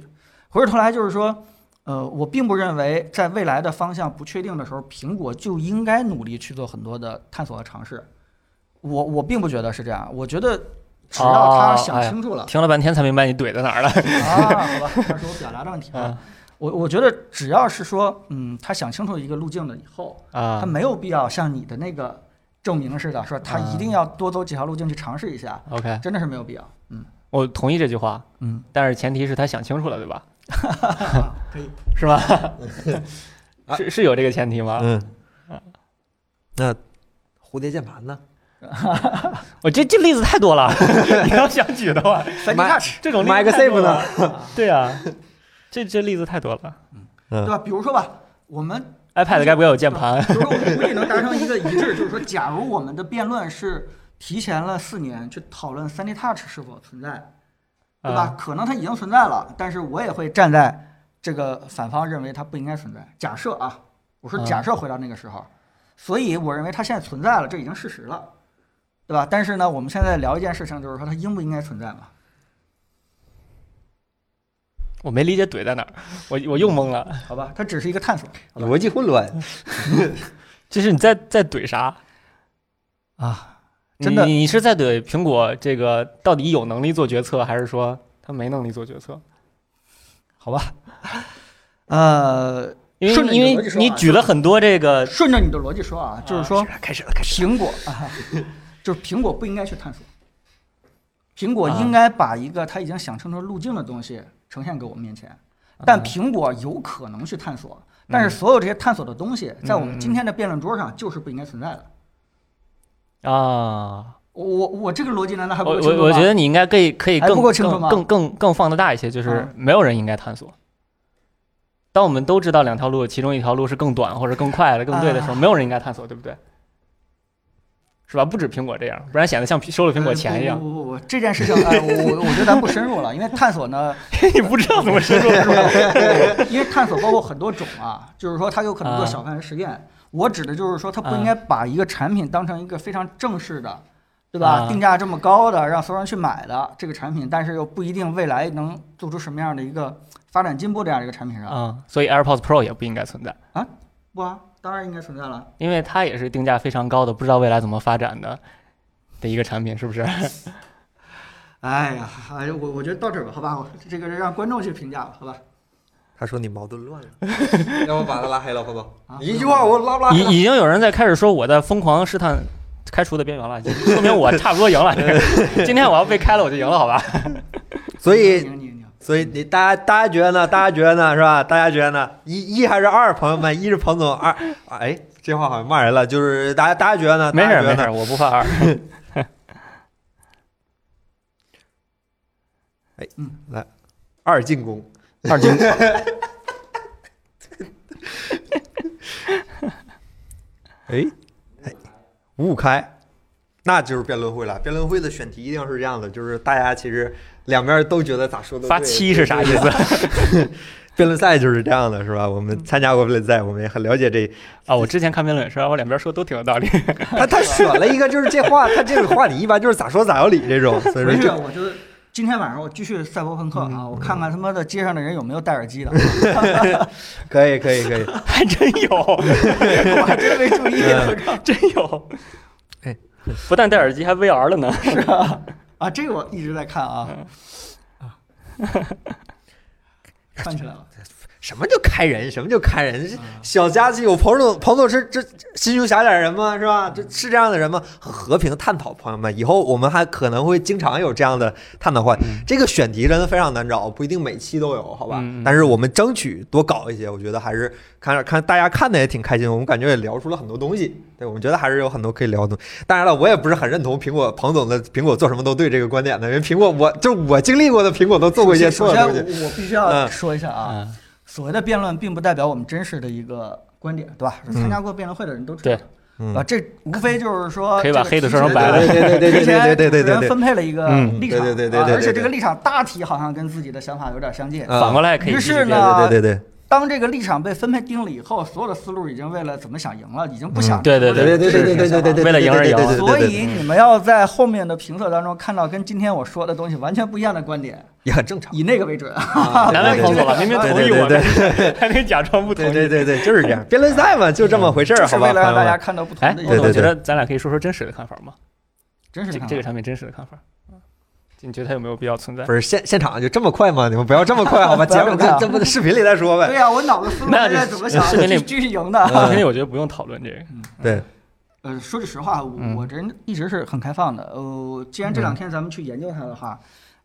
Speaker 2: 回过头来就是说，呃，我并不认为在未来的方向不确定的时候，苹果就应该努力去做很多的探索和尝试。我我并不觉得是这样，我觉得只要他想清楚了
Speaker 3: 听了半天才明白你怼在哪儿了，
Speaker 2: 啊，好吧，那是我表达的问题
Speaker 3: 啊
Speaker 2: 啊。我我觉得只要是说，嗯，他想清楚一个路径了以后，他
Speaker 3: 啊
Speaker 2: 没有必要像你的那个证明似的，说他一定要多走几条路径去尝试一下，
Speaker 3: ，OK，
Speaker 2: 真的是没有必要。嗯
Speaker 3: 我同意这句话，
Speaker 2: 嗯，
Speaker 3: 但是前提是他想清楚了，对吧？
Speaker 2: 可以。 啊
Speaker 3: 是 吧？是是有这个前提吗？
Speaker 1: 嗯，
Speaker 3: 啊
Speaker 1: 那蝴蝶键盘呢？
Speaker 3: 我这这例子太 多了，你要想举的话，
Speaker 2: 三级 touch。
Speaker 3: 这种例
Speaker 1: 买
Speaker 3: 子
Speaker 1: 个
Speaker 3: 太多
Speaker 1: safe
Speaker 3: 了
Speaker 1: 呢？
Speaker 3: 对啊，这这例子太多了。
Speaker 2: 对吧？比如说吧，我们
Speaker 3: iPad 该不该有键盘？
Speaker 2: 就是我们估计能达成一个一致，就是说，假如我们的辩论是提前了四年去讨论 3D Touch 是否存在， 对吧？
Speaker 3: 啊
Speaker 2: 可能它已经存在了，但是我也会站在这个反方，认为它不应该存在。假设啊，我说
Speaker 3: 嗯
Speaker 2: 假设回到那个时候，所以我认为它现在存在了，这已经事实了，对吧？但是呢，我们现在聊一件事情，就是说它应不应该存在嘛？
Speaker 3: 我没理解怼在哪儿，我我又懵了。
Speaker 2: 好吧，它只是一个探索好吧
Speaker 1: 啊逻辑混乱，
Speaker 3: 这是你在在怼啥？
Speaker 2: 啊。真的
Speaker 3: 你，你是在怼苹果这个到底有能力做决策，还是说他没能力做决策？
Speaker 2: 好吧，呃，
Speaker 3: 因
Speaker 2: 顺
Speaker 3: 为
Speaker 2: 着
Speaker 3: 因
Speaker 2: 你的逻
Speaker 3: 为
Speaker 2: 辑说啊
Speaker 3: 你举了很多这个，
Speaker 2: 呃顺着你的逻辑说啊，就是说，
Speaker 1: 开始了，开始了。
Speaker 2: 苹果啊， 就是苹果不应该去探索，苹果
Speaker 3: 啊
Speaker 2: 应该把一个他已经想清楚路径的东西呈现给我们面前，
Speaker 3: 啊
Speaker 2: 但苹果有可能去探索，但
Speaker 3: 嗯
Speaker 2: 是所有这些探索的东西，在我们今天的辩论桌上就是不应该存在的。
Speaker 3: 啊，
Speaker 2: 我我我这个逻辑难道还不
Speaker 3: 我
Speaker 2: 够清
Speaker 3: 我
Speaker 2: 楚
Speaker 3: 我
Speaker 2: 吗
Speaker 3: 觉得你应该可以可以
Speaker 2: 还
Speaker 3: 更
Speaker 2: 不够清楚
Speaker 3: 更
Speaker 2: 吗
Speaker 3: 更更更放得大一些，就是
Speaker 2: 嗯
Speaker 3: 没有人应该探索。当我们都知道两条路，其中一条路是更短或者更快的、更对的
Speaker 2: 啊
Speaker 3: 时候，没有人应该探索，对不对？是吧？不止苹果这样，不然显得像收了苹果钱一样。
Speaker 2: 呃不不不不，这件事情，哎，我我我觉得咱不深入了，因为探索呢，
Speaker 3: 你 不知道怎么深入是吧？
Speaker 2: 因为探索包括很多种啊，就是说它有可能做小范围实验。我指的就是说，它
Speaker 1: 啊
Speaker 2: 不应该把一个产品当成一个非常正式的，对吧？
Speaker 3: 啊
Speaker 2: 定价这么高的，让所有人去买的这个产品，但是又不一定未来能做出什么样的一个发展进步这样的一个产品
Speaker 1: 啊
Speaker 2: 上
Speaker 3: 嗯，所以 AirPods Pro 也不应该存在，
Speaker 2: 不啊，当然应该存在了。
Speaker 3: 因为它也是定价非常高的，不知道未来怎么发展的的一个产品，是不是？
Speaker 2: 哎呀，哎呀，我我觉得到这儿吧，好吧，我这个让观众去评价吧，好吧。
Speaker 1: 他说你矛盾乱了， 要不把他拉黑了，好不
Speaker 2: 啊
Speaker 1: 好？一句话我拉不拉黑了？
Speaker 3: 已已经有人在开始说我在疯狂试探开除的边缘了，就说明我差不多赢了。这个今天我要被开了，我就赢了，好 吧？
Speaker 1: 所以，
Speaker 2: 你你你，
Speaker 1: 所以你大家大家觉得呢？大家觉得呢？是吧？大家觉得呢？一一还是二？朋友们，一是彭总，二啊哎，这话好像骂人了。就是大家大家觉得呢？
Speaker 3: 没
Speaker 1: 大
Speaker 3: 事
Speaker 1: 家
Speaker 3: 儿
Speaker 1: 觉得
Speaker 3: 没事
Speaker 1: 呢
Speaker 3: 儿，我不犯二。
Speaker 1: 二进攻，
Speaker 3: 二进攻。
Speaker 1: 哎哎，五五开，那就是辩论会了。辩论会的选题一定是这样的，就是大家其实两边都觉得咋说都
Speaker 3: 发
Speaker 1: 对
Speaker 3: 七是啥意？
Speaker 1: 对对
Speaker 3: 思
Speaker 1: 辩论赛就是这样的，是吧？我们参加过辩论赛，我们也很了解这。
Speaker 3: 啊？我之前看辩论也是，我两边说都挺有道理。
Speaker 1: 他他选了一个，就是这话，他这个话题一般就是咋说咋有理这种，所以
Speaker 2: 没
Speaker 1: 说
Speaker 2: 事，
Speaker 1: 这嗯
Speaker 2: 我就是今天晚上我继续赛博朋克啊，我看看他妈的街上的人有没有戴耳机的，
Speaker 1: 可以可以可以。
Speaker 3: 还真 有，
Speaker 2: 我还真没注意。
Speaker 1: 嗯
Speaker 3: 真有。
Speaker 1: 哎，
Speaker 3: 不但戴耳机还 VR 了呢。
Speaker 2: 啊，这个我一直在看啊，啊，看起来了，
Speaker 1: 什么叫开人？什么叫开人？这
Speaker 3: 嗯
Speaker 1: 小家子有朋友，朋友是这这心胸狭窄的人吗？是吧？这是这样的人吗？很和平地探讨，朋友们，以后我们还可能会经常有这样的探讨话题。这个选题真的非常难找，不一定每期都有，好吧？
Speaker 3: 嗯嗯嗯
Speaker 1: 但是我们争取多搞一些，我觉得还是看看大家看的也挺开心，我们感觉也聊出了很多东西。对，我们觉得还是有很多可以聊的东西。当然了，我也不是很认同苹果彭总的苹果做什么都对这个观点的，因为苹果我就我经历过的苹果都做过一些错
Speaker 2: 首
Speaker 1: 的
Speaker 2: 先
Speaker 1: 东西。
Speaker 2: 我我必须
Speaker 1: 嗯
Speaker 2: 要说一下啊，所谓的辩论，并不代表我们真实的一个观点，对吧？参加过辩论会的人都知道，
Speaker 1: 嗯
Speaker 2: 啊，这无非就是说
Speaker 3: 可以
Speaker 2: 这
Speaker 3: 把
Speaker 2: 个
Speaker 3: 黑的
Speaker 2: 提
Speaker 3: 说成
Speaker 2: 出
Speaker 3: 白
Speaker 2: 的
Speaker 3: 的
Speaker 1: 对对对对对对对对
Speaker 2: 之前主持
Speaker 1: 对
Speaker 2: 人
Speaker 1: 对。
Speaker 2: 分配了一个
Speaker 3: 嗯
Speaker 2: 立场，
Speaker 1: 对对对对
Speaker 2: 啊
Speaker 1: 对对
Speaker 2: 而且这个立场大体好像跟自己的想法有点相近。
Speaker 1: 啊
Speaker 3: 反过来也可以
Speaker 2: 于
Speaker 3: 继续
Speaker 2: 是
Speaker 3: 辩论。
Speaker 2: 呢，
Speaker 1: 对对对
Speaker 2: 当这个立场被分配定了以后，所有的思路已经为了怎么想赢了，已经不想
Speaker 3: 嗯对对
Speaker 1: 对对对对对对对对对，
Speaker 3: 为了赢而赢
Speaker 1: 对对对对
Speaker 2: 啊所
Speaker 1: 对对
Speaker 2: 以你们要在后面的评测当中看到跟今天我说的东西完全不一样的观点，
Speaker 1: 也很正常。
Speaker 2: 以那个为准。
Speaker 1: 啊
Speaker 3: 难为
Speaker 1: 对
Speaker 3: 彭
Speaker 1: 对
Speaker 3: 总了，明明
Speaker 1: 对
Speaker 3: 同
Speaker 1: 对
Speaker 3: 意我
Speaker 1: 对
Speaker 3: 的，还得假装不同
Speaker 1: 对
Speaker 3: 意。
Speaker 1: 对对对，就是这样。辩论赛嘛，就这么回事
Speaker 2: 就
Speaker 1: 儿，
Speaker 2: 是
Speaker 1: 好
Speaker 2: 为
Speaker 1: 吧？
Speaker 2: 了让大
Speaker 1: 朋友
Speaker 2: 家
Speaker 1: 们
Speaker 2: 看到不同
Speaker 3: 哎，
Speaker 2: 的意
Speaker 1: 对对
Speaker 2: 见，
Speaker 3: 我觉得咱俩可以说说真实的看法吗？
Speaker 2: 真是
Speaker 3: 这个这个产品真实的看法，你觉得它有没有必要存在？
Speaker 1: 不是现现场就这么快吗？你们不要这么快，好吧？
Speaker 2: 不
Speaker 1: 节
Speaker 2: 要
Speaker 1: 目
Speaker 2: 这么快
Speaker 1: 这
Speaker 2: 啊
Speaker 1: 这不视频里再说
Speaker 2: 对啊
Speaker 1: 呗。
Speaker 2: 呀，我脑子思路
Speaker 3: 那
Speaker 2: 现
Speaker 3: 就
Speaker 2: 在怎么想
Speaker 3: 视频里
Speaker 2: 的？继 续赢的。
Speaker 1: 嗯
Speaker 3: 因为我觉得不用讨论这个。
Speaker 1: 对，
Speaker 2: 呃，说句实话，
Speaker 3: 嗯
Speaker 2: 我我这人一直是很开放的。呃，既然这两天咱们去研究它的话，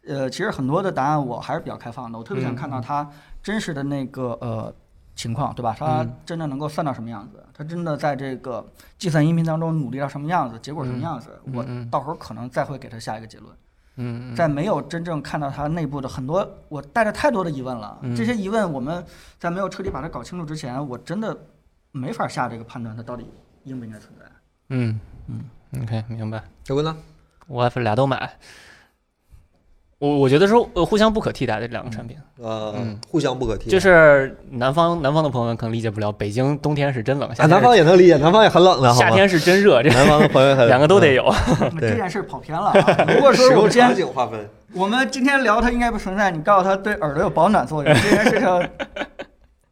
Speaker 2: 呃，其实很多的答案我还是比较开放的。我特别想看
Speaker 3: 嗯
Speaker 2: 到它真实的那个呃情况，对吧？它
Speaker 3: 嗯
Speaker 2: 真的能够算到什么样子？它真的在这个计算音频当中努力到什么样子？结果什么样子？
Speaker 3: 嗯
Speaker 2: 我
Speaker 3: 嗯
Speaker 2: 到时候可能再会给它下一个结论。
Speaker 3: 嗯，
Speaker 2: 在没有真正看到它内部的很多，我带着太多的疑问了
Speaker 3: 嗯。
Speaker 2: 这些疑问我们在没有彻底把它搞清楚之前，我真的没法下这个判断，它到底应不应该存在。
Speaker 3: 嗯嗯，OK，明白。
Speaker 1: 小坤呢？
Speaker 3: 我俩都买。我我觉得是呃互相不可替代的这两个产品，
Speaker 1: 呃
Speaker 3: 嗯，
Speaker 1: 互相不可替代。
Speaker 3: 就是南方南方的朋友们可能理解不了，北京冬天是真冷，夏
Speaker 1: 啊，
Speaker 3: 天
Speaker 1: 南
Speaker 3: 是
Speaker 1: 方也能理解，南方也很冷的，好
Speaker 3: 夏
Speaker 1: 吗？
Speaker 3: 天是真热，这
Speaker 1: 南 方的朋友很
Speaker 3: 两个都得
Speaker 1: 有。
Speaker 3: 有。
Speaker 1: 对
Speaker 2: 这件事跑偏了、啊。如果说
Speaker 1: 使
Speaker 2: 我
Speaker 1: 用
Speaker 2: 们今
Speaker 1: 场
Speaker 2: 天
Speaker 1: 景划分，
Speaker 2: 我们今天聊它应该不存在，你告诉他对耳朵有保暖作用，这件事 情，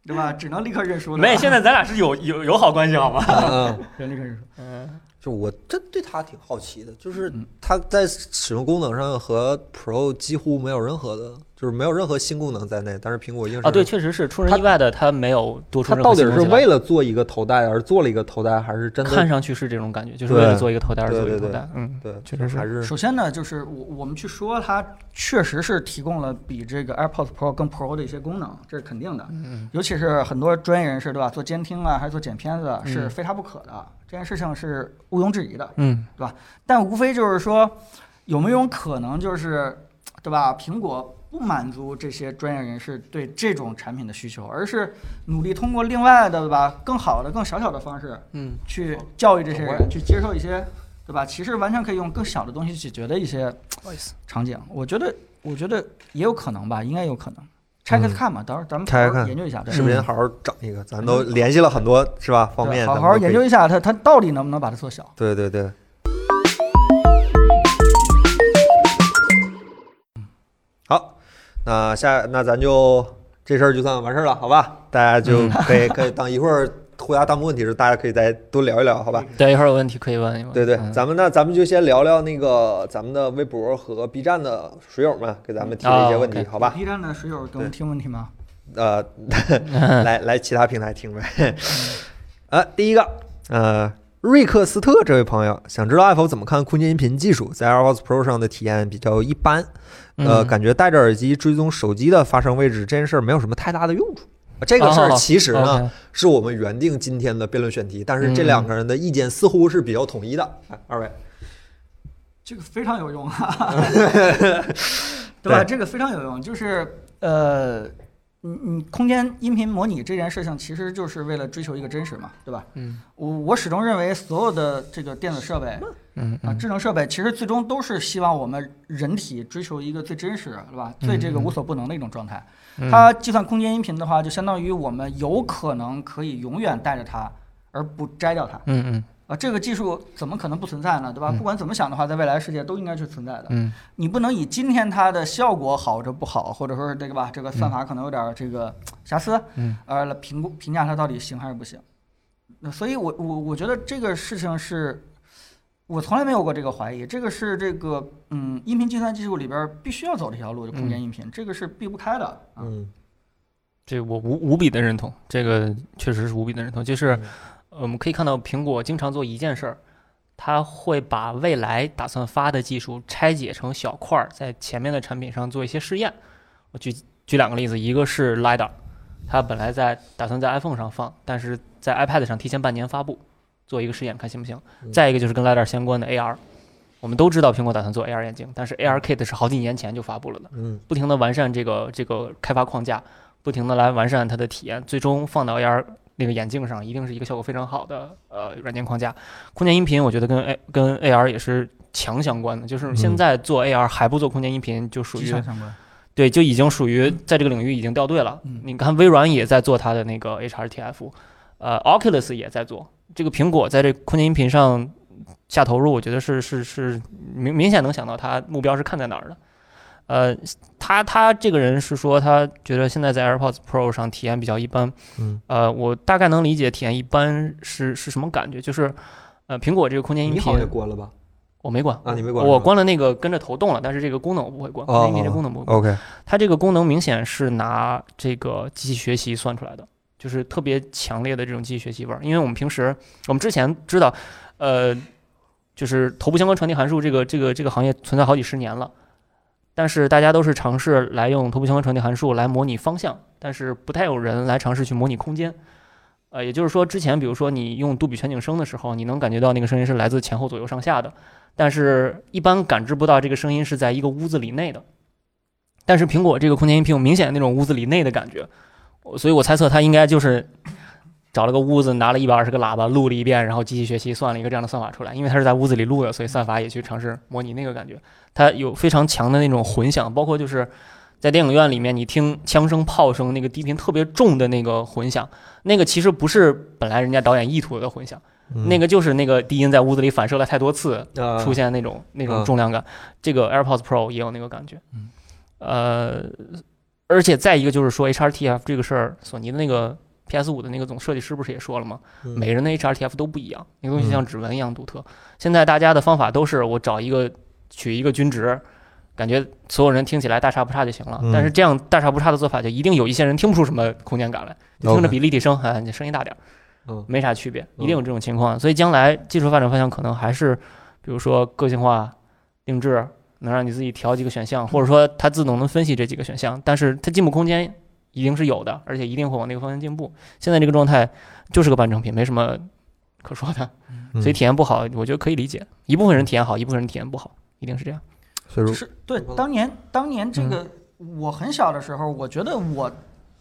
Speaker 2: 对吧？只能立刻认输了。
Speaker 3: 没，现在咱俩是有有友好关系，好吗？
Speaker 1: 嗯，
Speaker 2: 只能立刻认输。
Speaker 3: 嗯
Speaker 1: 就我真对它挺好奇的，就是它在使用功能上和 Pro 几乎没有任何的，就是没有任何新功能在内。但是苹果硬是
Speaker 3: 啊，对，确实是出人意外的，它没有多出
Speaker 1: 它
Speaker 3: 任
Speaker 1: 到
Speaker 3: 何
Speaker 1: 底
Speaker 3: 新
Speaker 1: 是
Speaker 3: 东西
Speaker 1: 为
Speaker 3: 来。
Speaker 1: 了做一个头戴而做了一个头戴，还是真的
Speaker 3: 看上去是这种感觉，就是为了
Speaker 1: 对
Speaker 3: 做一个头戴而
Speaker 1: 对
Speaker 3: 做一个
Speaker 1: 对
Speaker 3: 头
Speaker 1: 对
Speaker 3: 戴。嗯，
Speaker 1: 对，
Speaker 3: 确实是
Speaker 1: 还是
Speaker 2: 首先呢，就是我我们去说它确实是提供了比这个 AirPods Pro 更 Pro 的一些功能，这是肯定的。嗯，尤其是很多专业人士，对吧？做监听啊，还是做剪片子，是非它不可的。这件事情是毋庸置疑的。
Speaker 3: 嗯
Speaker 2: 对吧？但无非就是说，有没有一种可能就是，对吧？苹果不满足这些专业人士对这种产品的需求，而是努力通过另外的，对吧？更好的、更小巧的方式
Speaker 3: 嗯
Speaker 2: 去教育这些
Speaker 1: 懂
Speaker 2: 人，去接受一些，对吧？其实完全可以用更小的东西解决的一些
Speaker 3: 不好意思。
Speaker 2: 场景。我觉得，我觉得也有可能吧，应该有可能。拆开看吧，到时候咱们
Speaker 1: 嗯拆开
Speaker 2: 好好
Speaker 1: 看
Speaker 2: 研究一下。对
Speaker 1: 视
Speaker 3: 嗯
Speaker 1: 频好好整一个，咱都联系了很多是吧方
Speaker 2: 对
Speaker 1: 面，
Speaker 2: 好
Speaker 1: 咱
Speaker 2: 好
Speaker 1: 们都可以
Speaker 2: 研究。一下它，它到底能不能把它做小？
Speaker 1: 对对对，好，那下那咱就这事儿就算完事儿了，好吧？大家就
Speaker 3: 嗯
Speaker 1: 可以可以等一会儿回答弹幕问题的时，候，大家可以再多聊一聊，好吧？
Speaker 3: 对，一会儿有问题可以问一问。
Speaker 1: 对对，
Speaker 3: 嗯
Speaker 1: 咱们那咱们就先聊聊那个咱们的微博和 B 站的水友们给咱们提的一些
Speaker 3: 哦
Speaker 1: 问题，
Speaker 3: ，OK
Speaker 1: 好吧？
Speaker 2: B 站的水友给我们听问题吗？
Speaker 1: 呃，来来其他平台听呗。呃，第一个，呃，瑞克斯特这位朋友想知道 Apple 怎么看空间音频技术，在 AirPods Pro 上的体验比较一般，呃，
Speaker 3: 嗯
Speaker 1: 感觉戴着耳机追踪手机的发声位置这件事儿没有什么太大的用处。啊这个事儿
Speaker 3: 哦
Speaker 1: 其实呢、
Speaker 3: OK 嗯
Speaker 1: 是我们原定今天的辩论选题，但是这两个人的意见似乎是比较统一的。哎二位，
Speaker 2: 这个非常有 用啊，对
Speaker 1: 对
Speaker 2: 吧？这个非常有用，就是呃，嗯嗯，空间音频模拟这件事情其实就是为了追求一个真实嘛，对吧？
Speaker 3: 嗯
Speaker 2: 我我始终认为所有的这个电子设备
Speaker 3: 嗯
Speaker 2: 啊，
Speaker 3: 嗯
Speaker 2: 智能设备其实最终都是希望我们人体追求一个最真实，对吧？
Speaker 3: 嗯
Speaker 2: 最这个无所不能的一种状态。
Speaker 3: 嗯
Speaker 2: 它计算空间音频的话，就相当于我们有可能可以永远带着它，而不摘掉它。
Speaker 3: 嗯
Speaker 2: 啊，这个技术怎么可能不存在呢？对吧？
Speaker 3: 嗯
Speaker 2: 不管怎么想的话，在未来世界都应该是存在的。
Speaker 3: 嗯
Speaker 2: 你不能以今天它的效果好着不好，或者说是这个吧，这个算法可能有点儿这个瑕疵，
Speaker 3: 嗯，
Speaker 2: 呃，来评估评价它到底行还是不行。那所以我，我我觉得这个事情是，我从来没有过这个怀疑，这个是这个嗯，音频计算技术里边儿必须要走的一条路，
Speaker 3: 嗯
Speaker 2: 就空间音频，这个是避不开的啊。
Speaker 1: 嗯，
Speaker 3: 这个我无无比的认同，这个确实是无比的认同。就是
Speaker 1: 嗯
Speaker 3: 呃我们可以看到，苹果经常做一件事儿，它会把未来打算发的技术拆解成小块儿，在前面的产品上做一些试验。我举举两个例子，一个是 LiDAR，它本来在打算在 iPhone 上放，但是在 iPad 上提前半年发布，做一个试验看行不行。
Speaker 1: 嗯
Speaker 3: 再一个就是跟 LiDAR 相关的 AR，我们都知道苹果打算做 AR 眼镜，但是 AR Kit 是好几年前就发布了的。
Speaker 1: 嗯
Speaker 3: 不停的完善这个这个开发框架，不停的来完善它的体验，最终放到 AR 那个眼镜上，一定是一个效果非常好的呃软件框架。空间音频我觉得跟 A 跟 AR 也是强相关的，就是
Speaker 1: 嗯
Speaker 3: 现在做 AR 还不做空间音频，就属
Speaker 2: 极
Speaker 3: 于、
Speaker 2: 强相关，
Speaker 3: 对就已经属于
Speaker 1: 嗯
Speaker 3: 在这个领域已经掉队了。
Speaker 2: 嗯
Speaker 3: 你看微软也在做它的那个 HRTF，呃，Oculus 也在做，这个苹果在这空间音频上下投入，我觉得是是是明明显能想到它目标是看在哪儿的。呃，他他这个人是说，他觉得现在在 AirPods Pro 上体验比较一般。
Speaker 1: 嗯，
Speaker 3: 呃，我大概能理解体验一般是是什么感觉，就是呃，苹果这个空间音
Speaker 1: 嗯你
Speaker 3: 频
Speaker 1: 好像也关了吧？
Speaker 3: 我没关，
Speaker 1: 啊，你没关是吧，哦
Speaker 3: 我关了那个跟着头动了，但是这个功能我不会关，空间音频这功能不会关。
Speaker 1: OK，
Speaker 3: 它这个功能明显是拿这个机器学习算出来的，就是特别强烈的这种机器学习味儿。因为我们平时，我们之前知道，呃，就是头部相关传递函数这个这个这个行业存在好几十年了，但是大家都是尝试来用头部相关传递函数来模拟方向，但是不太有人来尝试去模拟空间。呃，也就是说，之前比如说你用杜比全景声的时候，你能感觉到那个声音是来自前后左右上下的，但是一般感知不到这个声音是在一个屋子里内的。但是苹果这个空间音频有明显那种屋子里内的感觉，我所以我猜测它应该就是找了个屋子，拿了一百二十个喇叭录了一遍，然后机器学习算了一个这样的算法出来。因为它是在屋子里录的，所以算法也去尝试模拟那个感觉。它有非常强的那种混响，包括就是在电影院里面你听枪声、炮声那个低频特别重的那个混响，那个其实不是本来人家导演意图的混响，
Speaker 1: 嗯
Speaker 3: 那个就是那个低音在屋子里反射了太多次，
Speaker 1: 个
Speaker 3: 出现那种那
Speaker 1: 嗯
Speaker 3: 种重量感。这个 AirPods Pro 也有那个感觉。
Speaker 2: 嗯，
Speaker 3: 呃，而且再一个就是说 HRTF 这个事儿，索尼的那个 PS 五的那个总设计师不是也说了吗？每个人的 HRTF 都不一样，那个东西
Speaker 1: 嗯
Speaker 3: 像指纹一样独特。现在大家的方法都是我找一个取一个均值。感觉所有人听起来大差不差就行了，
Speaker 1: 嗯
Speaker 3: 但是这样大差不差的做法，就一定有一些人听不出什么空间感来，就听着
Speaker 1: OK
Speaker 3: 比立体声，哎，你声音大点儿。
Speaker 1: 嗯
Speaker 3: 没啥区别，
Speaker 1: 嗯
Speaker 3: 一定有这种情况。所以将来技术发展方向可能还是，比如说个性化定制，能让你自己调几个选项，或者说它自动能分析这几个选项，但是它进步空间一定是有的，而且一定会往那个方向进步。现在这个状态就是个半成品，没什么可说的，
Speaker 1: 嗯
Speaker 3: 所以体验不好，我觉得可以理解。一部分人体验好，一部分人体验不好，一定是这样。
Speaker 1: 所以说
Speaker 2: 是对
Speaker 1: 我，
Speaker 2: 当年当年这个我很小的时候，我觉得我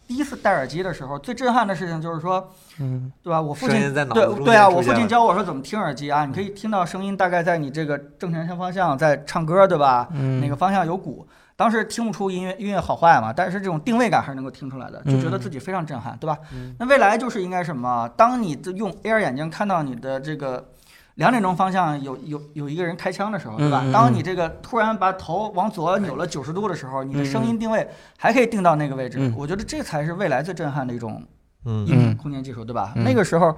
Speaker 2: 第一次戴耳机的时候，最震撼的事情就是说，
Speaker 3: 嗯
Speaker 2: 对吧？我父
Speaker 1: 声
Speaker 2: 亲
Speaker 1: 音在脑子
Speaker 2: 对
Speaker 1: 中
Speaker 2: 对啊，
Speaker 1: 间
Speaker 2: 我
Speaker 1: 出现
Speaker 2: 父亲
Speaker 1: 了嗯
Speaker 2: 教我说怎么听耳机啊，你可以听到声音大概在你这个正前方向在唱歌，对吧？
Speaker 3: 嗯
Speaker 2: 哪个方向有鼓，当时听不出音乐音乐好坏嘛，但是这种定位感还是能够听出来的，就觉得
Speaker 3: 嗯
Speaker 2: 自己非常震撼，对吧？
Speaker 3: 嗯
Speaker 2: 那未来就是应该什么？当你的用 AR 眼镜看到你的这个两点钟方向有有有一个人开枪的时候，对吧？
Speaker 3: 嗯嗯嗯
Speaker 2: 当你这个突然把头往左扭了九十度的时候，你的声音定位还可以定到那个位置，
Speaker 3: 嗯
Speaker 2: 我觉得这才是未来最震撼的一种
Speaker 1: 嗯
Speaker 2: 音频空间技术，对吧？
Speaker 3: 嗯
Speaker 2: 那个时候。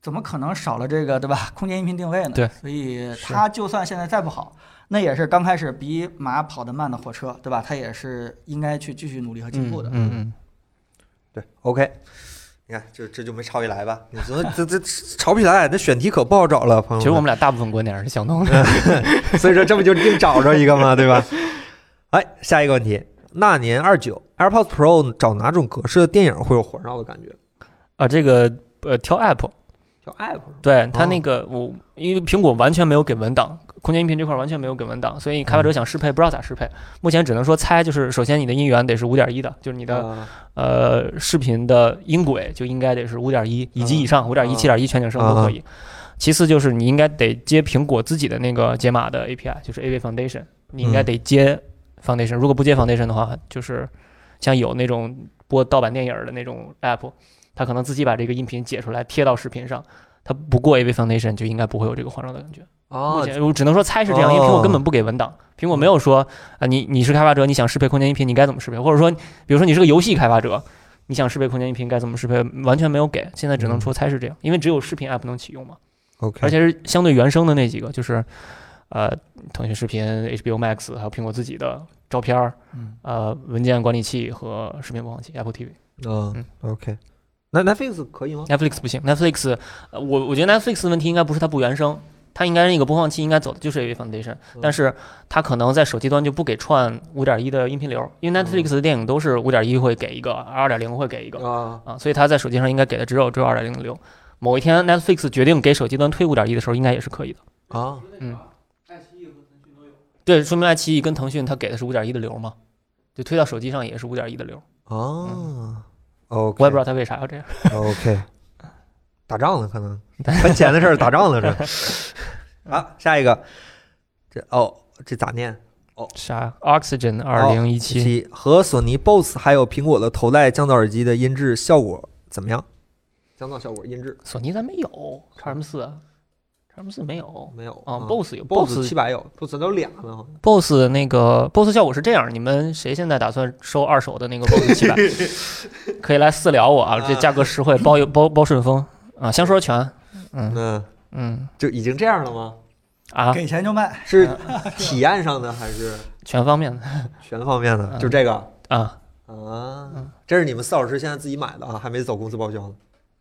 Speaker 2: 怎么可能少了这个对吧？空间音频定位呢？
Speaker 3: 对，
Speaker 2: 所以
Speaker 3: 是
Speaker 2: 它就算现在再不好，那也是刚开始比马跑得慢的火车，对吧？它也是应该去继续努力和进步的。
Speaker 3: 嗯嗯
Speaker 1: 对，OK。你看，这这就没吵起来吧？你说这这吵不起来，那选题可不好找了，朋
Speaker 3: 嗯。
Speaker 1: 友。
Speaker 3: 其实我们俩大部分观点是相同 的。
Speaker 1: 所以说这不就硬找着一个吗？对吧？ 哎，下一个问题，那年二九 AirPods Pro 找哪种格式的电影会有环绕的感觉？
Speaker 3: 啊，这个呃，挑 app
Speaker 1: 叫 App
Speaker 3: 对它
Speaker 1: 哦
Speaker 3: 那个、我，因为苹果完全没有给文档空间音频这块完全没有给文档，所以开发者想适配不知道咋适配，目前只能说猜，就是首先你的音源得是五点一的，就是你的
Speaker 1: 啊
Speaker 3: 呃视频的音轨就应该得是五点一以及以上，五点一、七点一全景声都可以。其次就是你应该得接苹果自己的那个解码的 API，就是 AV Foundation，你应该得接 Foundation。如果不接 Foundation 的话，就是像有那种播盗版电影儿的那种 App，它可能自己把这个音频解出来贴到视频上，它不过 AV Foundation 就应该不会有这个环绕的感觉。目
Speaker 1: 啊
Speaker 3: 前我只能说猜是这样，因为苹果根本不给文档，苹果没有说啊，你你是开发者，你想适配空间音频，你该怎么适配？或者说，比如说你是个游戏开发者，你想适配空间音频该怎么适配？完全没有给，现在只能说猜是这样，因为只有视频 app 能启用嘛，
Speaker 1: ，OK，
Speaker 3: 而且是相对原生的那几个，就是呃，腾讯视频、HBO Max 还有苹果自己的照片儿、
Speaker 2: 嗯
Speaker 3: 呃文件管理器和视频播放器 Apple TV。
Speaker 1: 嗯，OK，那 Netflix 可以吗？
Speaker 3: Netflix 不行，Netflix，呃我我觉得 Netflix 的问题应该不是它不原生，它应该那个播放器应该走的就是 AV Foundation，
Speaker 1: 嗯
Speaker 3: 但是它可能在手机端就不给串五点一的音频流，因为 Netflix 的电影都是五点一会给一个，二点零会给一个
Speaker 1: 啊，
Speaker 3: 啊，所以它在手机上应该给的只有只有二点零流。某一天 Netflix 决定给手机端推五点一的时候，应该也是可以的。
Speaker 1: 啊，
Speaker 3: 嗯，对，说明爱奇艺跟腾讯它给的是五点一的流嘛，就推到手机上也是五点一的流，嗯
Speaker 1: 啊，OK，
Speaker 3: 我也不知道它为啥要这样。
Speaker 1: 道，OK，打仗呢，可能分钱的事儿，打仗呢这。 啊，下一个，这哦，这咋念？
Speaker 3: 啥？Oxygen 二零一七。
Speaker 1: 七和索尼 BOSS 还有苹果的头戴降噪耳机的音质效果怎么样？降噪效果音质
Speaker 3: 索尼咱没有叉 M 四啊叉 M 四没有
Speaker 1: 没有
Speaker 3: 啊、
Speaker 1: 嗯
Speaker 3: b o s s 有
Speaker 1: BOSS
Speaker 3: BOSS
Speaker 1: 七百有，BOSS 都俩呢，好像
Speaker 3: BOSS 那个 BOSS 效果是这样，你们谁现在打算收二手的那个 BOSS 七百？可以来私聊我啊，这价格实惠，包邮包包顺丰啊，香说全，嗯
Speaker 1: 嗯，
Speaker 3: 嗯
Speaker 1: 就已经这样了吗？
Speaker 3: 啊，
Speaker 2: 给钱就卖，
Speaker 1: 是
Speaker 3: 嗯
Speaker 1: 体验上的还是
Speaker 3: 全方面的
Speaker 1: 全方面的？
Speaker 3: 嗯
Speaker 1: 就这个。
Speaker 3: 啊，
Speaker 1: 啊，这是你们四老师现在自己买的啊，还没走公司报销呢。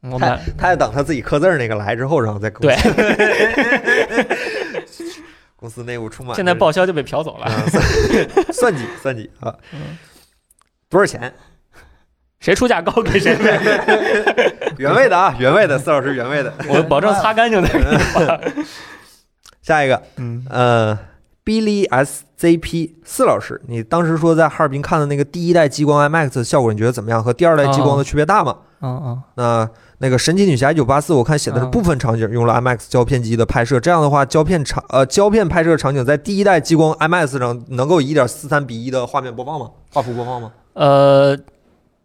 Speaker 3: 我
Speaker 1: 他
Speaker 3: 买
Speaker 1: 他得等他自己刻字儿那个来之后，然后再公司。对， 公司内部充满
Speaker 3: 现在报销就被嫖走了，
Speaker 1: 啊算算计算计啊
Speaker 3: 嗯，
Speaker 1: 多少钱？
Speaker 3: 谁出价高给谁呗，
Speaker 1: 原味的啊，原味的，四老师原味的。
Speaker 3: 我保证擦干净的。
Speaker 1: 下一个，
Speaker 3: 嗯，
Speaker 1: 呃，Billy SZP 四老师，你当时说在哈尔滨看的那个第一代激光 IMAX 的效果，你觉得怎么样？和第二代激光的区别大吗？
Speaker 3: 嗯嗯，
Speaker 1: 那那个神奇女侠一九八四，我看写的是
Speaker 3: 嗯
Speaker 1: 部分场景用了 IMAX 胶片机的拍摄，这样的话，胶片场呃胶片拍摄场景在第一代激光 IMAX 上能够以一点四三比一的画面播放吗？画幅播放吗？
Speaker 3: 呃，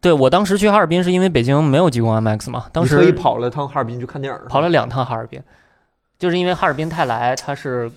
Speaker 3: 对我当时去哈尔滨是因为北京没有激光 IMAX 嘛，当时
Speaker 1: 你特意跑了趟哈尔滨去看电影，
Speaker 3: 跑了两趟哈尔滨，就是因为哈尔滨泰来它是。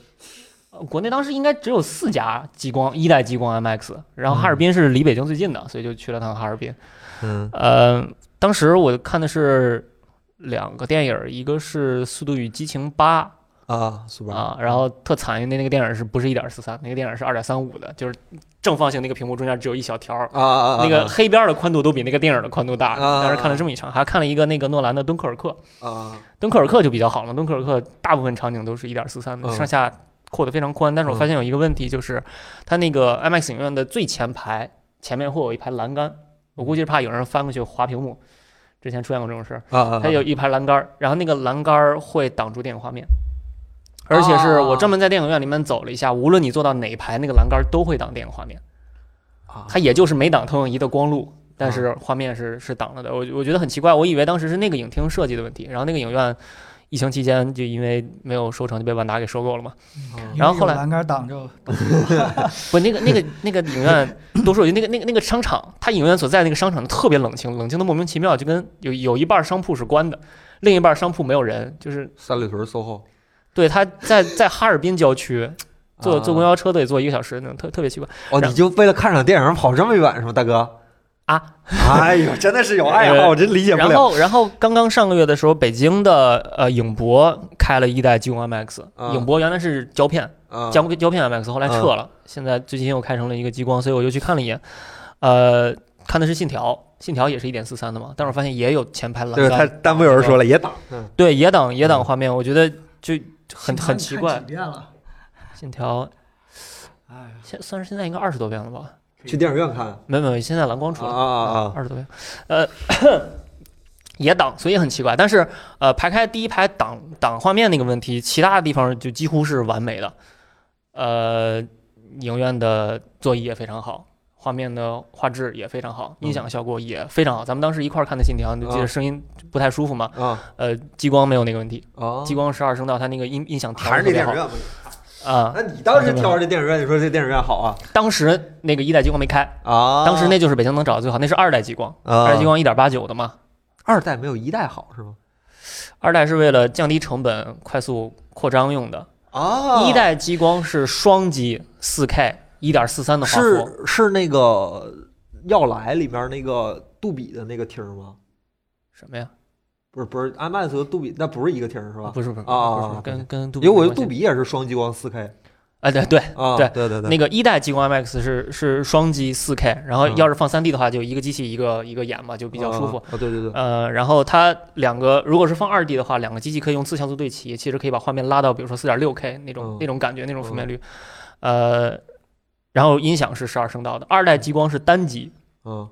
Speaker 3: 呃国内当时应该只有四家激光一代激光 IMAX，然后哈尔滨是离北京最近的，所以就去了趟哈尔滨。
Speaker 1: 嗯
Speaker 3: 呃，当时我看的是两个电影儿，一个是《速度与激情八
Speaker 1: 啊，是》吧？
Speaker 3: 啊，然后特惨，因为那个电影儿是不是一点四三，那个电影儿是二点三五的，就是正方形那个屏幕中间只有一小条儿，
Speaker 1: 啊啊啊！
Speaker 3: 那个黑边儿的宽度都比那个电影儿的宽度大。
Speaker 1: 啊
Speaker 3: 当时看了这么一场，还看了一个那个诺兰的《敦刻尔克》。
Speaker 1: 啊
Speaker 3: 敦刻尔克就比较好了，敦刻尔克大部分场景都是一点四三的，
Speaker 1: 嗯
Speaker 3: 上下扩得非常宽。但是我发现有一个问题，就是它那个 IMAX 影院的最前排前面会有一排栏杆，我估计是怕有人翻过去划屏幕。之前出现过这种事儿，
Speaker 1: 啊啊！
Speaker 3: 它有一排栏杆儿，然后那个栏杆儿会挡住电影画面，而且是我专门在电影院里面走了一下，无论你坐到哪一排，那个栏杆儿都会挡电影画面。
Speaker 1: 啊
Speaker 3: 它也就是没挡投影仪的光路，但是画面是是挡了的。我我觉得很奇怪，我以为当时是那个影厅设计的问题，然后那个影院疫情期间就因为没有收成就被万达给收购了嘛。然后后来
Speaker 2: 有栏杆挡着，
Speaker 3: 不，那个那个那个影院多说一句，那个那个那个商场，它影院所在的那个商场特别冷清，冷清的莫名其妙，就跟有有一半商铺是关的，另一半商铺没有人，就是
Speaker 1: 三里屯 SOHO
Speaker 3: 对它在在哈尔滨郊区坐
Speaker 1: 啊
Speaker 3: 坐公交车都得坐一个小时，那种特特别奇怪。
Speaker 1: 哦，你就为了看场电影跑这么远是吗，大哥？
Speaker 3: 啊，
Speaker 1: 哎呦，真的是有爱好，我真 理解不
Speaker 3: 然
Speaker 1: 了。
Speaker 3: 后，然后刚刚上个月的时候，北京的呃影博开了一代激光 IMAX，、
Speaker 1: 啊
Speaker 3: 影博原来是胶片，
Speaker 1: 啊
Speaker 3: 胶胶片 IMAX，后来撤了，现在最近又开成了一个激光，所以我就去看了一眼，呃，看的是《信条》，《信条》也是一点四三的嘛，但是我发现也有前排
Speaker 1: 对
Speaker 3: 栏
Speaker 1: 他
Speaker 3: 杆，
Speaker 1: 弹幕有人说了也打，嗯
Speaker 3: 对野挡野挡画面，我觉得就很很奇
Speaker 2: 看
Speaker 3: 怪，
Speaker 2: 几遍了，
Speaker 3: 《信条》
Speaker 2: 哎，
Speaker 3: 现算是现在应该二十多遍了吧？
Speaker 1: 去电影院看
Speaker 3: 没有没有，现在蓝光出
Speaker 1: 啊
Speaker 3: 了。
Speaker 1: 啊啊！
Speaker 3: 二十多遍，呃， 也挡，所以很奇怪。但是呃，排开第一排挡挡画面那个问题，其他的地方就几乎是完美的。呃，影院的座椅也非常好，画面的画质也非常好，音
Speaker 1: 嗯
Speaker 3: 响效果也非常好。咱们当时一块儿看的《信条》，你就记
Speaker 1: 啊
Speaker 3: 得声音不太舒服嘛？
Speaker 1: 啊
Speaker 3: 呃，激光没有那个问题，
Speaker 1: 啊
Speaker 3: 激光十二声道它那个音音响调
Speaker 1: 还是
Speaker 3: 得特
Speaker 1: 那电
Speaker 3: 别
Speaker 1: 影
Speaker 3: 好
Speaker 1: 院吧。
Speaker 3: 啊。
Speaker 1: 那你当时挑着这电影院，你说这电影院好啊
Speaker 3: 当时那个一代激光没开，
Speaker 1: 啊！
Speaker 3: 当时那就是北京能找的最好，那是二代激光，
Speaker 1: 啊
Speaker 3: 二代激光一点八九的嘛，
Speaker 1: 二代没有一代好是吗？
Speaker 3: 二代是为了降低成本、快速扩张用的。
Speaker 1: 啊
Speaker 3: 一代激光是双击四 K 一点四三的画幅，
Speaker 1: 是是那个《要来》里面那个杜比的那个厅吗？
Speaker 3: 什么呀？
Speaker 1: 不是不是，IMAX 和杜比那不是一个厅是吧？
Speaker 3: 不是不是
Speaker 1: 啊
Speaker 3: 不是跟跟杜比
Speaker 1: 因为我
Speaker 3: 没
Speaker 1: 觉得
Speaker 3: 关系
Speaker 1: 杜比也是双激光四 K
Speaker 3: 啊，对对，
Speaker 1: 啊，
Speaker 3: 对
Speaker 1: 对对对，
Speaker 3: 那个一代激光 MX 是是双击四 K，然后
Speaker 1: 嗯
Speaker 3: 要是放三 D 的话，就一个机器一个一个眼嘛，就比较舒服。
Speaker 1: 啊。啊对对对，
Speaker 3: 呃，然后它两个如果是放二 D 的话，两个机器可以用自像素对齐，其实可以把画面拉到比如说四点六 K 那种、
Speaker 1: 嗯
Speaker 3: 那种感觉，那种分辨率。呃，然后音响是十二声道的，二代激光是单击，
Speaker 1: 嗯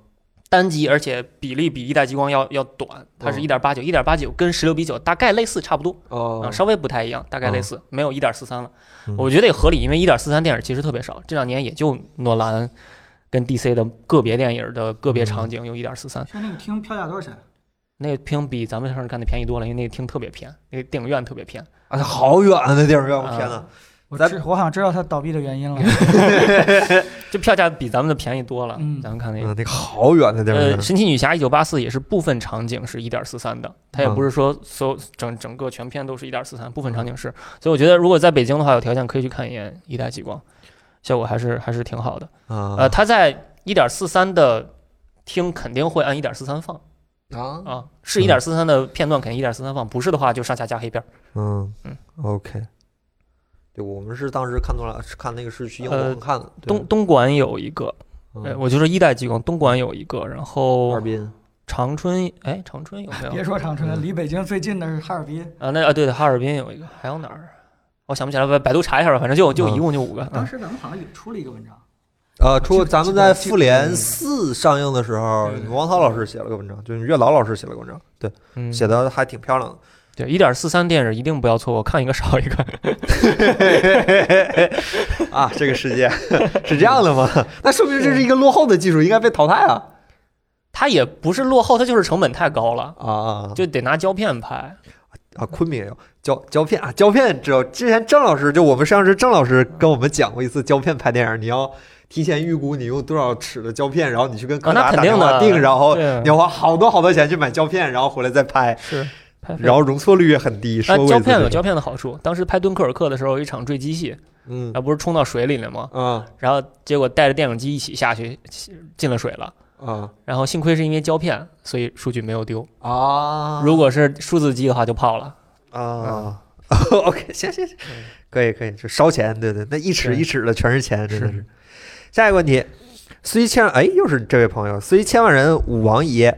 Speaker 3: 单击，而且比例比一代激光要要短，它是
Speaker 1: 嗯
Speaker 3: 一点八九，一点八九跟十六比九大概类似，差不多啊、
Speaker 1: 哦
Speaker 3: 稍微不太一样，大概类似，没有一点四三了
Speaker 1: 嗯。
Speaker 3: 我觉得也合理，因为一点四三电影其实特别少，这两年也就诺兰跟 DC 的个别电影的个别
Speaker 1: 嗯
Speaker 3: 场景有一点四三，
Speaker 2: 兄弟，你听票价多少钱？
Speaker 3: 那个厅比咱们上次看的便宜多了，因为那个厅特别偏，那个电影院特别偏。
Speaker 1: 啊，那好远啊，那电影院，我天哪！
Speaker 2: 我
Speaker 1: 咱
Speaker 2: 知我好像知道它倒闭的原因了。
Speaker 3: 这票价比咱们的便宜多了。
Speaker 2: 嗯
Speaker 3: 咱们看那个，
Speaker 1: 嗯，那个好远的电影
Speaker 3: 呃，
Speaker 1: 院，
Speaker 3: 神奇女侠一九八四也是部分场景是一点四三的，它也
Speaker 1: 嗯
Speaker 3: 不是说所有整整个全片都是一点四三，部分场景是。所以我觉得如果在北京的话，有条件可以去看一眼一代极光，效果还是还是挺好的。呃，
Speaker 1: 啊
Speaker 3: 它在一点四三的厅肯定会按一点四三放
Speaker 1: 啊
Speaker 3: 啊，是一点四三的片段肯定一点四三放，不是的话就上下加黑边儿。
Speaker 1: 嗯
Speaker 3: 嗯
Speaker 1: ，OK。对，我们是当时看多了，是看那个是去英
Speaker 3: 呃
Speaker 1: 皇看的，对
Speaker 3: 东东莞有一个，呃，
Speaker 1: 嗯
Speaker 3: 我就说一代极光，东莞有一个，然后
Speaker 1: 哈尔滨
Speaker 3: 长春，哎，长春有没有
Speaker 2: 别？说长春，
Speaker 1: 嗯
Speaker 2: 离北京最近的是哈尔滨。
Speaker 3: 啊，那啊，对的，哈尔滨有一个，还有哪儿？啊我想不起来了，百百度查一下吧，反正就就
Speaker 1: 嗯
Speaker 3: 一共就五个。
Speaker 2: 当
Speaker 3: 嗯
Speaker 2: 时咱们好像也出了一个文章，
Speaker 1: 呃，出
Speaker 2: 这
Speaker 1: 咱们
Speaker 2: 这
Speaker 1: 在
Speaker 2: 个
Speaker 1: 《
Speaker 2: 这
Speaker 1: 复
Speaker 2: 个
Speaker 1: 联
Speaker 2: 嗯
Speaker 1: 四》上映的时候
Speaker 3: 对对，对
Speaker 1: 王涛老师写了个文章，就是岳老老师写了个文章，对，
Speaker 3: 嗯，
Speaker 1: 写的还挺漂亮的。
Speaker 3: 对，一点四三电影一定不要错过，看一个少一个。
Speaker 1: 啊，这个世界 是这样的吗？ 那说明这是一个落后的技术，应该被淘汰啊！
Speaker 3: 它也不是落后，它就是成本太高了，
Speaker 1: 啊啊
Speaker 3: 就得拿胶片拍。
Speaker 1: 啊！昆明也有胶胶片啊，胶片只有之前郑老师就我们摄像师郑老师跟我们讲过一次胶片拍电影，你要提前预估你用多少尺的胶片，然后你去跟柯
Speaker 3: 啊那
Speaker 1: 达
Speaker 3: 肯
Speaker 1: 打
Speaker 3: 定
Speaker 1: 电话
Speaker 3: 的
Speaker 1: 定，然后
Speaker 3: 对
Speaker 1: 你哦要花好多好多钱去买胶片，然后回来再拍，
Speaker 3: 是拍废
Speaker 1: 然后容错率也很低。说
Speaker 3: 啊，
Speaker 1: 过一
Speaker 3: 胶
Speaker 1: 次
Speaker 3: 片有
Speaker 1: 这个
Speaker 3: 胶片的好处。当时拍《敦刻尔克》的时候，有一场坠机戏，
Speaker 1: 嗯
Speaker 3: 啊，不是冲到水里了吗？
Speaker 1: 啊
Speaker 3: 然后结果带着电影机一起下去，进了水了。
Speaker 1: 啊
Speaker 3: 然后幸亏是因为胶片，所以数据没有丢。
Speaker 1: 啊！
Speaker 3: 如果是数字机的话，就泡了。
Speaker 1: 啊、o k 行行行，可以可以，就烧钱，对对，那一尺
Speaker 3: 嗯对
Speaker 1: 一尺的全是钱，真的
Speaker 3: 是
Speaker 1: 是。下一个问题，虽千哎，又是这位朋友，虽千万人吾往也。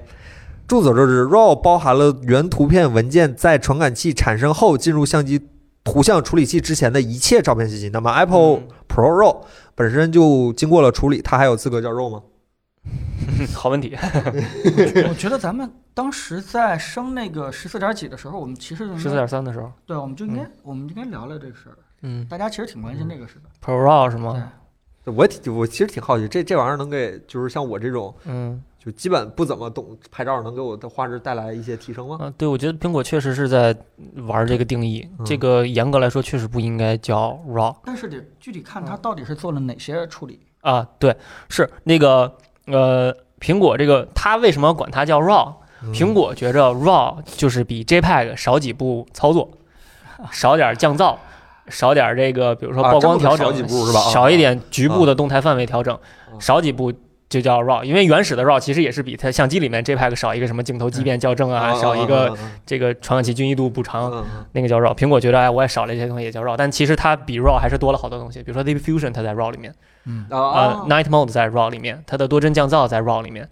Speaker 1: 众所周知，RAW 包含了原图片文件在传感器产生后进入相机图像处理器之前的一切照片信息。那么 Apple
Speaker 3: 嗯
Speaker 1: Pro RAW 本身就经过了处理，它还有资格叫 RAW 吗？
Speaker 3: 嗯好问题，
Speaker 2: 我觉得咱们当时在升那个十四点几的时候，我们其实应该
Speaker 3: 十四点三的时候，
Speaker 2: 对，我们就应该我们应该聊聊这个事儿，
Speaker 3: 嗯
Speaker 2: 大家其实挺关心这个事的。
Speaker 3: ，Pro Raw 是
Speaker 2: 对
Speaker 3: 吗？，
Speaker 1: 我挺我其实挺好奇，这这玩意儿能给就是像我这种
Speaker 3: 嗯，
Speaker 1: 就基本不怎么懂拍照，能给我的画质带来一些提升吗？
Speaker 3: 啊，对，我觉得苹果确实是在玩这个定义
Speaker 1: 嗯，
Speaker 3: 这个严格来说确实不应该叫 Raw
Speaker 2: 但是得具体看它
Speaker 3: 嗯
Speaker 2: 到底是做了哪些处理。
Speaker 3: 啊，对，是那个呃，苹果这个它为什么管它叫 Raw？苹
Speaker 1: 嗯
Speaker 3: 果觉着 RAW 就是比 JPEG 少几步操作，少点降噪，少点这个比如说
Speaker 1: 啊
Speaker 3: 曝光调整，
Speaker 1: 这么少几步是吧啊
Speaker 3: 少一点局部的动态范围调整，
Speaker 1: 啊
Speaker 3: 少几步。就叫 RAW，因为原始的 RAW 其实也是比它相机里面 JPEG 少一个什么镜头
Speaker 1: 哎
Speaker 3: 畸变校正啊，少一个这个传感器均匀度补偿，
Speaker 1: 嗯
Speaker 3: 那个叫 RAW。苹果觉得哎，我也少了一些东西，也叫 RAW，但其实它比 RAW 还是多了好多东西，比如说 Deep Fusion 它在 RAW 里面，
Speaker 2: 嗯，
Speaker 3: 呃
Speaker 1: 啊
Speaker 3: ，Night Mode 在 RAW 里面，它的多帧降噪在 RAW 里面，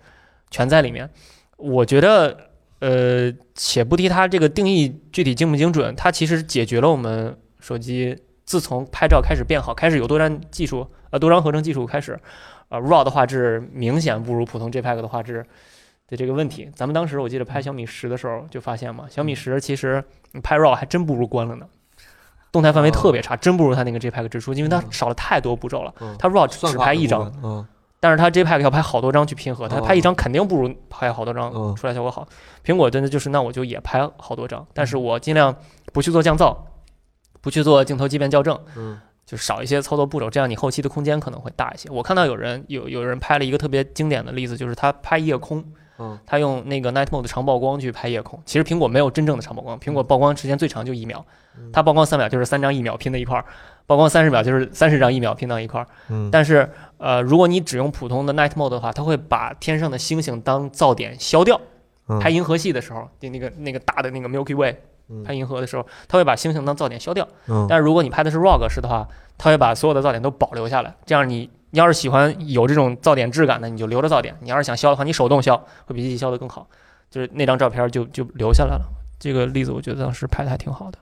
Speaker 3: 全在里面。我觉得，呃，且不提它这个定义具体精不精准，它其实解决了我们手机自从拍照开始变好，开始有多张技术，呃，多张合成技术开始，呃，RAW 的画质明显不如普通 JPEG 的画质的这个问题。咱们当时我记得拍小米十的时候就发现嘛，小米十其实你拍 RAW 还真不如关了呢。动态范围特别差，真不如它那个 JPEG 直出，因为它少了太多步骤了。
Speaker 1: 嗯，
Speaker 3: 它 RAW
Speaker 1: 算
Speaker 3: 只
Speaker 1: 法
Speaker 3: 拍一
Speaker 1: 的
Speaker 3: 张
Speaker 1: 部，分，嗯
Speaker 3: 但是它 JPEG 要拍好多张去拼合，它
Speaker 1: 哦
Speaker 3: 拍一张肯定不如拍好多张
Speaker 1: 嗯
Speaker 3: 出来效果好。苹果真的就是，那我就也拍好多张，但是
Speaker 1: 嗯
Speaker 3: 我尽量不去做降噪，不去做镜头畸变校正，
Speaker 1: 嗯
Speaker 3: 就少一些操作步骤，这样你后期的空间可能会大一些。我看到有人有有人拍了一个特别经典的例子，就是他拍夜空，
Speaker 1: 嗯
Speaker 3: 他用那个 Night Mode 长曝光去拍夜空。其实苹果没有真正的长曝光，苹果曝光时间最长就一秒
Speaker 1: 嗯，
Speaker 3: 它曝光三秒就是三张一秒拼到一块儿，曝光三十秒就是三十张一秒拼到一块儿。
Speaker 1: 嗯，
Speaker 3: 但是呃，如果你只用普通的 Night Mode 的话，它会把天上的星星当噪点消掉。
Speaker 1: 嗯
Speaker 3: 拍银河系的时候，就那个那个大的那个 Milky Way
Speaker 1: 嗯
Speaker 3: 拍银河的时候，它会把星星当噪点消掉。
Speaker 1: 嗯
Speaker 3: 但是如果你拍的是 RAW 格式的话，它会把所有的噪点都保留下来。这样你要是喜欢有这种噪点质感的，你就留着噪点；你要是想消的话，你手动消会比机器消的更好。就是那张照片就就留下来了。这个例子我觉得当时拍的还挺好的。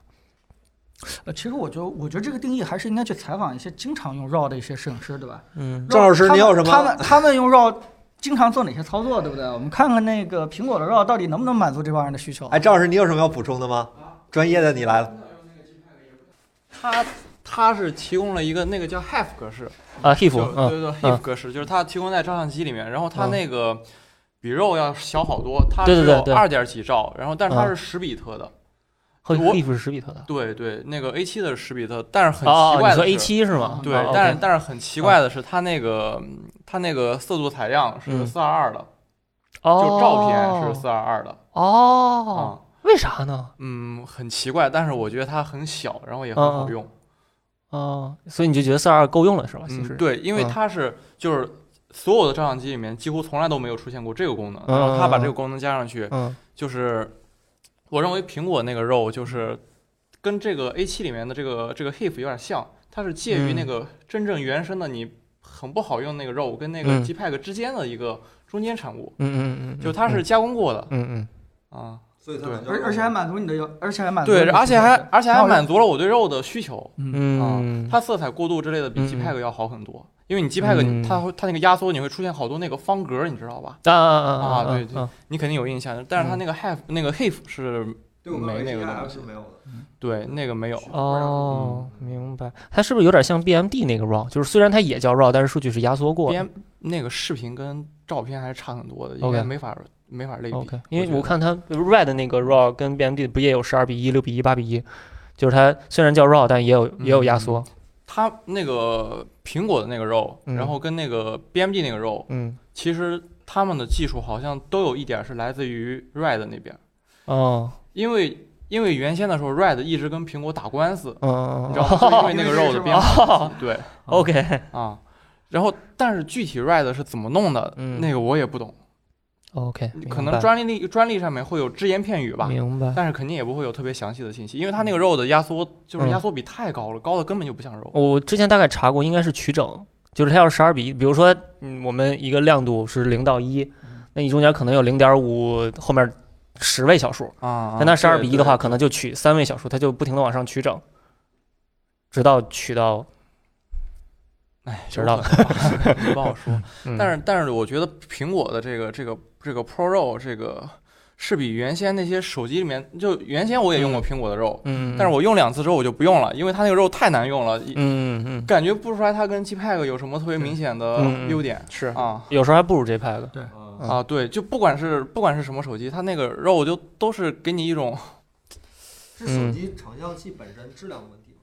Speaker 2: 呃，其实我觉得，我觉得这个定义还是应该去采访一些经常用 RAW 的一些摄影师，对吧？
Speaker 3: 嗯
Speaker 1: 赵老师
Speaker 2: 他们
Speaker 1: 你有什么
Speaker 2: 他们他们用 RAW 经常做哪些操作，对不对？我们看看那个苹果的 RAW 到底能不能满足这帮人的需求。
Speaker 1: 哎，赵老师，你有什么要补充的吗？专业的你来了，
Speaker 4: 它它是提供了一个那个叫 HEF 格式，
Speaker 3: 啊，HEF，
Speaker 4: 就
Speaker 3: 嗯
Speaker 4: 对对
Speaker 3: 嗯
Speaker 4: HEF 格式，就是它提供在照相机里面，然后它
Speaker 3: 嗯
Speaker 4: 那个比 RAW 要小好多，它
Speaker 3: 对对
Speaker 4: 只有
Speaker 3: 对对
Speaker 4: 二点几兆，然后但是它
Speaker 3: 嗯
Speaker 4: 是十比特的，
Speaker 3: 和
Speaker 4: 我
Speaker 3: ，HEF 呃是十比特的。
Speaker 4: 对对，那个 A 7的是十比特，但是很
Speaker 3: 哦，
Speaker 4: 奇
Speaker 3: 哦
Speaker 4: 怪
Speaker 3: 你说
Speaker 4: 的
Speaker 3: A
Speaker 4: 是。
Speaker 3: 七是吗？
Speaker 4: 对
Speaker 3: 哦，OK，
Speaker 4: 但是但是很奇怪的是，它那个它那个色素采样是
Speaker 3: 嗯
Speaker 4: 四二二的，
Speaker 3: 哦
Speaker 4: 就照片是四二二的
Speaker 3: 哦，
Speaker 4: 啊，
Speaker 3: 为啥呢？
Speaker 4: 嗯，很奇怪，但是我觉得它很小，然后也很好
Speaker 3: 嗯嗯
Speaker 4: 用。
Speaker 3: 哦，所以你就觉得四二二够用了是吧？其实
Speaker 4: 嗯，，对，因为
Speaker 3: 嗯
Speaker 4: 它是就是所有的照相机里面几乎从来都没有出现过这个功能，
Speaker 3: 嗯
Speaker 4: 然后它把
Speaker 3: 嗯嗯
Speaker 4: 这个功能加上去，
Speaker 3: 嗯
Speaker 4: 就是我认为苹果那个 RAW 就是跟这个 A 7里面的这个这个 HEF 有点像，它是介于
Speaker 3: 嗯
Speaker 4: 那个真正原生的你很不好用那个 RAW 跟那个
Speaker 3: 嗯
Speaker 4: JPEG 之间的一个中间产物，
Speaker 3: 嗯嗯嗯，
Speaker 4: 就它是加工过的
Speaker 3: 嗯嗯
Speaker 4: 啊，
Speaker 1: 所以
Speaker 4: 他们
Speaker 2: 而而且还满足你的要，而且还满足你
Speaker 4: 对，
Speaker 2: 的
Speaker 4: 而且
Speaker 2: 需求
Speaker 4: 还而且
Speaker 2: 挺
Speaker 4: 还
Speaker 2: 好用
Speaker 4: 满足了我对 RAW 的需求，
Speaker 3: 嗯嗯，
Speaker 4: 它色彩过渡之类的比
Speaker 3: 嗯
Speaker 4: JPEG 要好很多。因为你 JPEG
Speaker 3: 嗯
Speaker 4: 你它会它那个压缩，你会出现好多那个方格，你知道吧？
Speaker 3: 啊啊啊啊
Speaker 4: 啊对对
Speaker 3: 啊
Speaker 4: 你肯定有印象，但是它
Speaker 3: 嗯
Speaker 4: 那个 HEF 那个 HEF 是没那个东西，
Speaker 1: 没有的。
Speaker 4: 对，那个没有。
Speaker 3: 哦，
Speaker 1: 嗯
Speaker 4: 嗯
Speaker 3: 明白。它是不是有点像 BMD 那个 RAW？就是虽然它也叫 RAW，但是数据是压缩过的。
Speaker 4: 编那个视频跟照片还是差很多的，应
Speaker 3: OK
Speaker 4: 该没法没法类比。
Speaker 3: OK，因为
Speaker 4: 觉得
Speaker 3: 我看它呃 Red 那个 RAW 跟 BMD 不也有十二比一、六比一、八比一？就是它虽然叫 RAW，但也有
Speaker 4: 嗯
Speaker 3: 也有压缩。
Speaker 4: 它那个苹果的那个 RAW，、
Speaker 3: 嗯
Speaker 4: 然后跟那个 BMD 那个 RAW，
Speaker 3: 嗯
Speaker 4: 其实他们的技术好像都有一点是来自于 Red 那边，
Speaker 3: 哦
Speaker 4: 因为因为原先的时候 Red 一直跟苹果打官司，
Speaker 3: 嗯
Speaker 4: 你知道吗？ 就因
Speaker 3: 哦
Speaker 4: 为那个
Speaker 2: 因为
Speaker 4: RAW
Speaker 2: 是吗
Speaker 4: 的 编码，对
Speaker 3: ，OK
Speaker 4: 啊。然后，但是具体 Red 是怎么弄的，
Speaker 3: 嗯
Speaker 4: 那个我也不懂。
Speaker 3: OK，
Speaker 4: 可能专利专利上面会有只言片语吧，
Speaker 3: 明白。
Speaker 4: 但是肯定也不会有特别详细的信息，因为它那个肉的压缩就是
Speaker 3: 嗯
Speaker 4: 压缩比太高了，高的根本就不像肉。
Speaker 3: 我之前大概查过，应该是取整，就是它要是十二比一，比如说，嗯，我们一个亮度是零到一，那你中间可能有零点五，后面十位小数，
Speaker 4: 啊
Speaker 3: 但它嗯十二比一的话，，可能就取三位小数，它就不停的往上取整，直到取到，
Speaker 4: 哎，
Speaker 3: 知道了
Speaker 4: 了，这 不好说。
Speaker 3: 嗯、
Speaker 4: 但是但是我觉得苹果的这个这个这个 Pro RAW 这个是比原先那些手机里面，就原先我也用过苹果的肉，
Speaker 3: 嗯，嗯，
Speaker 4: 但是
Speaker 3: 我
Speaker 4: 我用两次之后我就不用了，因为它那个肉太难用了，
Speaker 3: 嗯嗯嗯
Speaker 4: 感觉不出来它跟 JPEG 有什么特别明显的
Speaker 3: 嗯嗯
Speaker 4: 优点
Speaker 3: 是，
Speaker 4: 啊。
Speaker 3: 有时候还不如 JPEG，嗯
Speaker 4: 啊，对，就不管是不管是什么手机，它那个肉就都是给你一种，
Speaker 1: 是
Speaker 3: 手
Speaker 1: 机成像器本身质量的问题吗？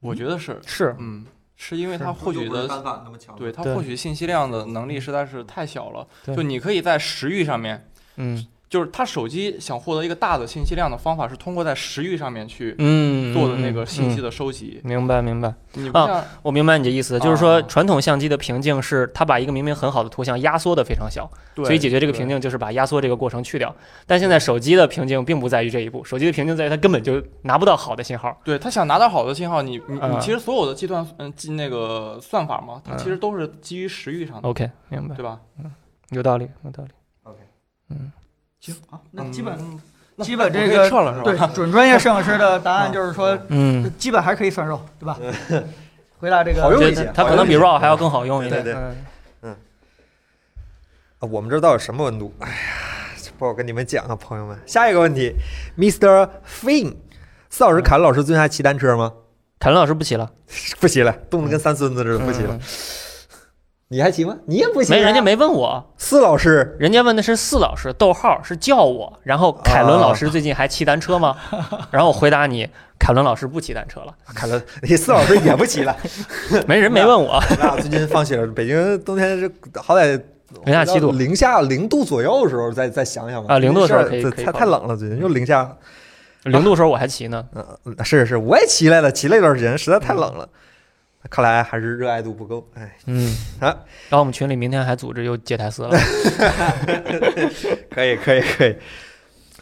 Speaker 4: 我觉得是，
Speaker 3: 是，
Speaker 4: 嗯，是因为
Speaker 3: 是
Speaker 4: 它获取的
Speaker 1: 反那么强
Speaker 4: 对它
Speaker 3: 对
Speaker 4: 获取信息量的能力实在是太小了。
Speaker 3: 对
Speaker 4: 就你可以在食欲上面，
Speaker 3: 嗯
Speaker 4: 就是它手机想获得一个大的信息量的方法是通过在食欲上面去
Speaker 3: 嗯，
Speaker 4: 做的那个信息
Speaker 3: 的。嗯啊
Speaker 4: 的收集。
Speaker 3: 明白明白，
Speaker 4: 你不像
Speaker 3: 我明白你的意思，就是说
Speaker 4: 啊
Speaker 3: 传统相机的瓶颈是它把一个明明很好的图像压缩的非常小，
Speaker 4: 对，
Speaker 3: 所以解决这个瓶
Speaker 4: 对
Speaker 3: 颈就是把压缩这个过程去掉。但现在手机的瓶颈并不在于这一步，手机的瓶颈在于它根本就拿不到好的信号。
Speaker 4: 对他想拿到好的信号，你你
Speaker 3: 啊
Speaker 4: 你其实所有的计算嗯计那个算法嘛，
Speaker 3: 嗯
Speaker 4: 它
Speaker 3: 哦
Speaker 4: 其实都是基于食欲上的，
Speaker 3: OK，明白，
Speaker 4: 对吧？
Speaker 3: 有道理，有道理。
Speaker 1: OK，
Speaker 3: 嗯，
Speaker 2: 行啊，那基本
Speaker 4: 嗯那
Speaker 2: 基本
Speaker 4: 我可以
Speaker 2: 这个
Speaker 4: 撤了是吧？
Speaker 2: 对准专业摄影师的答案就是说，
Speaker 3: 嗯，
Speaker 2: 基本还可以算肉，对吧？回答这个
Speaker 1: 嗯 好用
Speaker 3: 觉
Speaker 1: 一些
Speaker 3: 得它可能比 RAW 还要更好用一点。
Speaker 1: 对对
Speaker 3: 嗯
Speaker 1: 啊，我们这儿到底什么温度？哎呀，这不好跟你们讲啊，朋友们。下一个问题，Mr. Finn，四老师、凯伦老师最近还骑单车吗？
Speaker 3: 凯伦老师不骑了，
Speaker 1: 不骑了，冻得跟三孙子似的，不骑了。嗯你还骑吗？你也不骑、啊。
Speaker 3: 没，人家没问我，
Speaker 1: 四老师，
Speaker 3: 人家问的是四老师，逗号是叫我，然后
Speaker 1: 啊
Speaker 3: 凯伦老师最近还骑单车吗？ 然后我回答你，凯伦老师不骑单车了，
Speaker 1: 凯伦，啊你四老师也不 骑了。
Speaker 3: 没人没问我，
Speaker 1: 那最近放弃了。北京冬天这好歹
Speaker 3: 零下七度
Speaker 1: 零下零度左右的时候再再想想吧。
Speaker 3: 啊零度的时候可以
Speaker 1: 这
Speaker 3: 可以嗯
Speaker 1: 太
Speaker 3: 考虑
Speaker 1: 太冷了，最近又零下。
Speaker 3: 零度的时候我还 骑呢，
Speaker 1: 呃，是是，我也骑来了，骑了一段时间，实在太冷了。看来还是热爱度不够，哎，
Speaker 3: 嗯，
Speaker 1: 好
Speaker 3: 然后我们群里明天还组织又接台词了，
Speaker 1: 可以可以可以。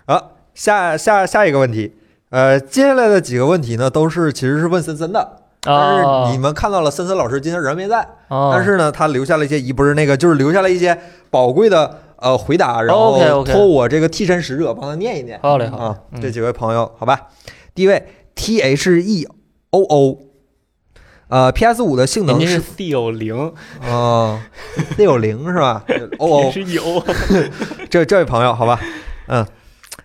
Speaker 1: 好，下下下一个问题，呃，接下来的几个问题呢，都是其实是问森森的， 但是你
Speaker 3: 啊，
Speaker 1: 们看到了森森老师今天人没在，
Speaker 3: 哦
Speaker 1: 但是呢，他留下了一些疑，不是那个，就是留下了一些宝贵的呃回答，然后
Speaker 3: 哦 OK，OK
Speaker 1: 托我这个替身使者帮他念一念。
Speaker 3: 好嘞，好嘞，
Speaker 1: 啊，
Speaker 3: 嗯
Speaker 1: 这几位朋友，好吧。第一位 T H E O O，呃，P S 五的性
Speaker 3: 人
Speaker 1: 能
Speaker 3: 家是
Speaker 1: 是
Speaker 3: D 有零，
Speaker 1: 哦，六零是 吧？O
Speaker 3: 也
Speaker 1: O，
Speaker 3: 是有，
Speaker 1: 这这位朋友，好吧，嗯。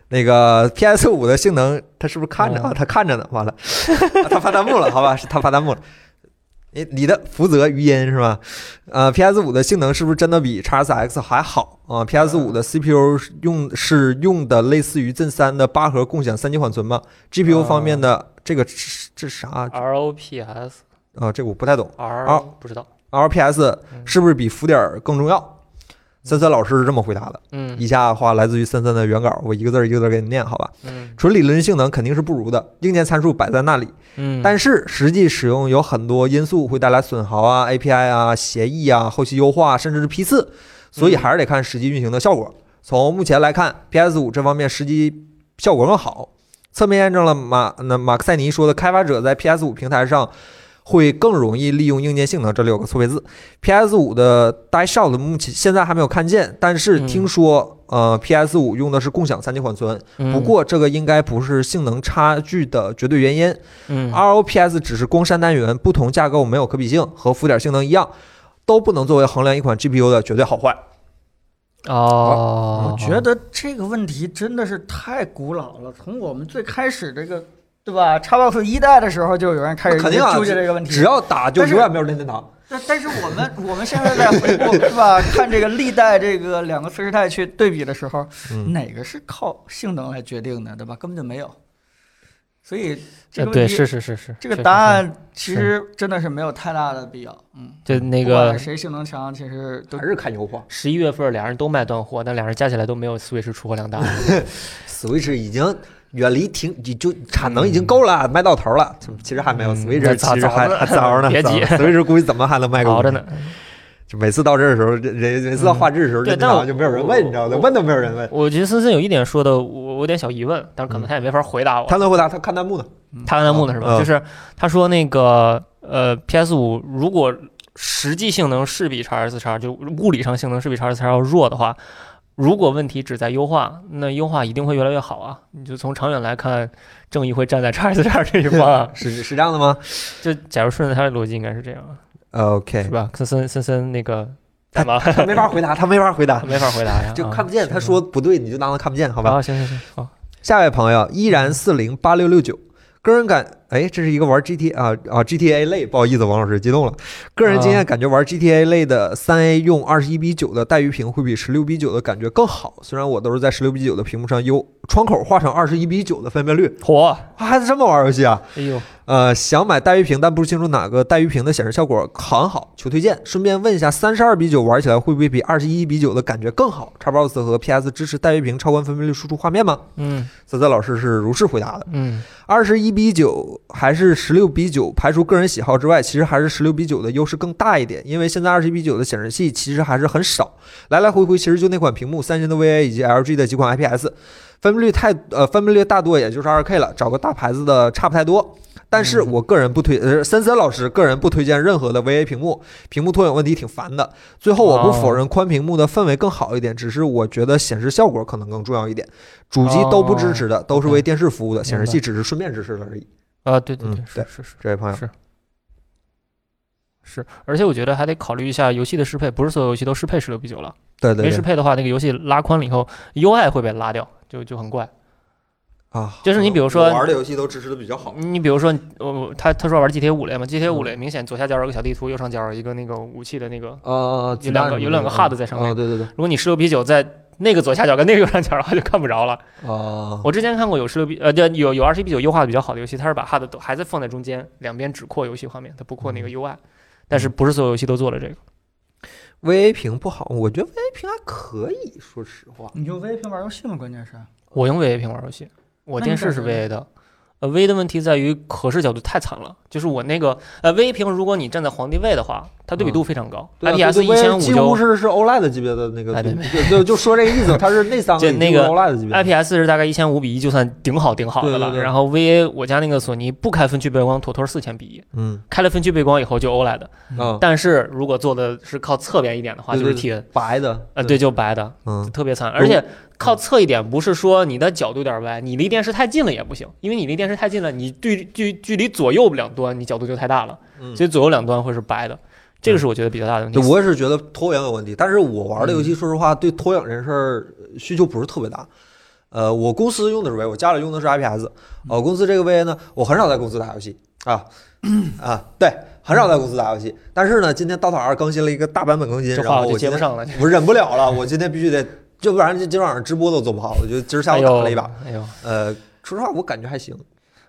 Speaker 1: 那个 PS 五的性能，他是不是看着啊？他看着呢，完了， 啊他发弹幕了，好吧，是 他发弹幕了。你你的福泽余音是吧？呃，PS 五的性能是不是真的比 x X 还好啊？PS 五的 CPU 是用是用的类似于 Zen 三的八核共享三级缓存吗？GPU 方面的这个是这啥啊？
Speaker 3: R O P S
Speaker 1: 这个我不太懂。
Speaker 3: R
Speaker 1: 啊
Speaker 3: 不知道，
Speaker 1: LPS
Speaker 3: 嗯
Speaker 1: 是不是比浮点儿更重要？森森老师是这么回答的。
Speaker 3: 嗯
Speaker 1: 以下话来自于森森的原稿，我一个字儿一个字儿给你念，好吧？
Speaker 3: 嗯
Speaker 1: 纯理论性能肯定是不如的，硬件参数摆在那里，
Speaker 3: 嗯，
Speaker 1: 但是实际使用有很多因素会带来损耗啊、API 啊、协议啊、后期优化，甚至是批次，所以还是得看实际运行的效果。从目前来看，PS 五这方面实际效果更好，侧面验证了马那马克塞尼说的开发者在 PS 五平台上。会更容易利用硬件性能，这里有个错别字。PS 五的 Die Shot 目前现在还没有看见，但是
Speaker 3: 嗯
Speaker 1: 听说，呃，PS 五用的是共享三级缓存，
Speaker 3: 嗯
Speaker 1: 不过这个应该不是性能差距的绝对原因，
Speaker 3: 嗯
Speaker 2: 啊
Speaker 1: ROPS 只是光栅单元，不同架构没有可比性，和浮点性能一样，都不能作为衡量一款 GPU 的绝对好坏。
Speaker 3: 哦，
Speaker 2: 我觉得这个问题真的是太古老了，从我们最开始这个对吧，Xbox 一代的时候就有人开始
Speaker 1: 那肯定啊
Speaker 2: 纠结这个问题。
Speaker 1: 只要打就
Speaker 2: 但是
Speaker 1: 永远没有任天堂。
Speaker 2: 但但是我们我们现在在回顾对吧，看这个历代这个两个次世代去对比的时候，
Speaker 1: 嗯
Speaker 2: 哪个是靠性能来决定的，对吧？根本就没有。所以这
Speaker 3: 呃
Speaker 2: 个问
Speaker 3: 对，
Speaker 2: 题
Speaker 3: 是是是是，
Speaker 2: 这个
Speaker 3: 确实
Speaker 2: 答
Speaker 3: 是
Speaker 2: 案其实真的是没有太大的必要。嗯，
Speaker 3: 就那
Speaker 2: 不管
Speaker 3: 个
Speaker 2: 谁性能强，其实都
Speaker 1: 还是看优化
Speaker 3: 十一月份俩人都卖断货，但俩人加起来都没有 Switch 出货 量大。
Speaker 1: ，Switch 已经远离停，已就产能已经够了，卖到头了。其实还没有
Speaker 3: 嗯
Speaker 1: Switch，
Speaker 3: 那早
Speaker 1: 其实还
Speaker 3: 早呢
Speaker 1: 还早呢，
Speaker 3: 别急
Speaker 1: 早呢 Switch 估计怎么还能卖 个
Speaker 3: 熬着呢。嗯
Speaker 1: 就每次到这儿的时候，人每次到画质的时候，
Speaker 3: 对
Speaker 1: 任天堂
Speaker 3: 但
Speaker 1: 就没有人问，你知道吗？问都没有人问。
Speaker 3: 我觉得森森有一点说的，我我有点小疑问，但是
Speaker 2: 嗯
Speaker 3: 可能他也没法回答我。
Speaker 1: 他能回答，他看弹幕呢。
Speaker 3: 他看弹幕呢是吧？
Speaker 1: 嗯
Speaker 3: 就是他说那个呃，PS 五如果实际性能是比 x S 叉，就物理上性能是比 x S 叉要弱的话，如果问题只在优化，那优化一定会越来越好啊！你就从长远来看，正义会站在 x S 叉这一 方啊。
Speaker 1: 是是这样的吗
Speaker 3: 就假如顺着他的逻辑，应该是这样，啊是
Speaker 1: ？OK，
Speaker 3: 吧？森森森森那个干嘛？
Speaker 1: 他没法回答，他没法回答
Speaker 3: 他， 没法回答呀，
Speaker 1: 就
Speaker 3: 啊
Speaker 1: 看不见。他说不对，你就当他看不见，好吧？
Speaker 3: 啊，行行行，好，
Speaker 1: 下一位朋友依然四零八六六九，个人感，哎，这是一个玩 G T 啊啊 G T A 类，不好意思，王老师激动了。个人经验感觉玩 G T A 类的三 A 用二十一比九的带鱼屏会比十六比九的感觉更好，虽然我都是在十六比九的屏幕上优窗口画成二十一比九的分辨率，
Speaker 3: 火，
Speaker 1: 啊还是这么玩游戏啊？
Speaker 3: 哎呦，
Speaker 1: 呃，想买带鱼屏，但不清楚哪个带鱼屏的显示效果很好，求推荐。顺便问一下，三十二比九玩起来会不会比二十一比九的感觉更好？Xbox 和 PS 支持带鱼屏超宽分辨率输出画面吗？
Speaker 3: 嗯
Speaker 1: 泽泽老师是如是回答的。
Speaker 3: 嗯
Speaker 1: 二十一比九还是十六比九，排除个人喜好之外，其实还是十六比九的优势更大一点，因为现在二十一比九的显示器其实还是很少，来来回回其实就那款屏幕，三星的 VA 以及 LG 的几款 IPS，分辨率太呃分辨率大多也就是二 K 了，找个大牌子的差不太多。但是我个人不推，呃，森森老师个人不推荐任何的 VA 屏幕，屏幕拖影问题挺烦的。最后我不否认宽屏幕的氛围更好一点，只是我觉得显示效果可能更重要一点。主机都不支持的，都是为电视服务的，显示器只是顺便支持了而已。
Speaker 3: 啊，对对
Speaker 1: 嗯
Speaker 3: 对，是
Speaker 1: 对
Speaker 3: 是是
Speaker 1: 这位朋友，
Speaker 3: 是是，而且我觉得还得考虑一下游戏的适配，不是所有游戏都适配十六比九了，
Speaker 1: 对对
Speaker 3: 没适
Speaker 1: 对，
Speaker 3: 配的话，那个游戏拉宽了以后，UI 会被拉掉，就就很怪。
Speaker 1: 啊，
Speaker 3: 就是你比如说
Speaker 1: 我玩的游戏都支持的比较好，
Speaker 3: 你比如说，我他他说玩 GTA 五类嘛，GTA 五
Speaker 1: 嗯
Speaker 3: 类明显左下角有个小地图，右上角有一个那个武器的那个。
Speaker 1: 呃，
Speaker 3: 有两个有两个 HUD 在上面
Speaker 1: 啊，对对对，
Speaker 3: 如果你十六比九在那个左下角跟那个右上角的话，就看不着了。
Speaker 1: 啊，
Speaker 3: 我之前看过有十六比呃，对，有有二十一比九优化的比较好的游戏，它是把 HUD 都还在放在中间，两边只扩游戏画面，它不扩那
Speaker 1: 嗯
Speaker 3: 个 UI。但是不是所有游戏都做了这个？
Speaker 1: VA 屏不好，我觉得 VA 屏还可以，说实话。
Speaker 2: 你用 VA 屏玩游戏吗？关键是，啊
Speaker 3: 我用 VA 屏玩游戏，我电视是 VA 的。呃，VA 的问题在于可视角度太惨了，就是我那个呃 VA 屏，如果你站在皇帝位的话，它对比度非常高、
Speaker 1: 对
Speaker 3: i
Speaker 1: 啊
Speaker 3: p s
Speaker 1: 对
Speaker 3: 一
Speaker 1: 对
Speaker 3: 千五
Speaker 1: 几
Speaker 3: 就
Speaker 1: 乎是是 OLED 级别的那个
Speaker 3: 哎对
Speaker 1: 屏，就就就说这个意 思，它是那三个
Speaker 3: 就
Speaker 1: 已
Speaker 3: 那
Speaker 1: 经
Speaker 3: 个
Speaker 1: 是 OLED 级别的
Speaker 3: IPS 是大概一千五比一，就算顶好顶好的
Speaker 1: 对对
Speaker 3: 了。
Speaker 1: 对
Speaker 3: 然后 VA 我家那个索尼不开分区背光，妥妥四千比一。
Speaker 1: 嗯
Speaker 3: 开了分区背光以后就 OLED，
Speaker 1: 啊，
Speaker 3: 但是如果做的是靠侧边一点的话，
Speaker 1: 对
Speaker 3: 就是
Speaker 1: 对
Speaker 3: TN，
Speaker 1: 白的，
Speaker 3: 呃，对，，就白的，
Speaker 1: 嗯
Speaker 3: 特别惨。而且靠侧一点，不是说你的角度有点歪，你离电视太近了也不行，因为你离电视太近了，你距距距离左右两端你角度就太大了，
Speaker 1: 嗯
Speaker 3: 所以左右两端会是白的。这个是我觉得比较大的问题
Speaker 1: 对，。我也是觉得拖延有问题，但是我玩的游戏，
Speaker 3: 嗯
Speaker 1: 说实话，对拖延这事儿呃需求不是特别大。呃，我公司用的是 VA，我家里用的是 IPS。呃，公司这个 VA 呢，我很少在公司打游戏 啊啊，对，很少在公司打游戏。但是呢，今天《刀塔二》更新了一个大版本更新，
Speaker 3: 这
Speaker 1: 然
Speaker 3: 话
Speaker 1: 后
Speaker 3: 我就
Speaker 1: 我
Speaker 3: 接
Speaker 1: 今
Speaker 3: 不
Speaker 1: 天
Speaker 3: 上了。
Speaker 1: 我忍不了了，我今天必须得，要不然这今晚上直播都做不好。我就今儿下
Speaker 3: 哎
Speaker 1: 午
Speaker 3: 呦
Speaker 1: 打了一把，，
Speaker 3: 哎呦，
Speaker 1: 呃，说实话，我感觉还行，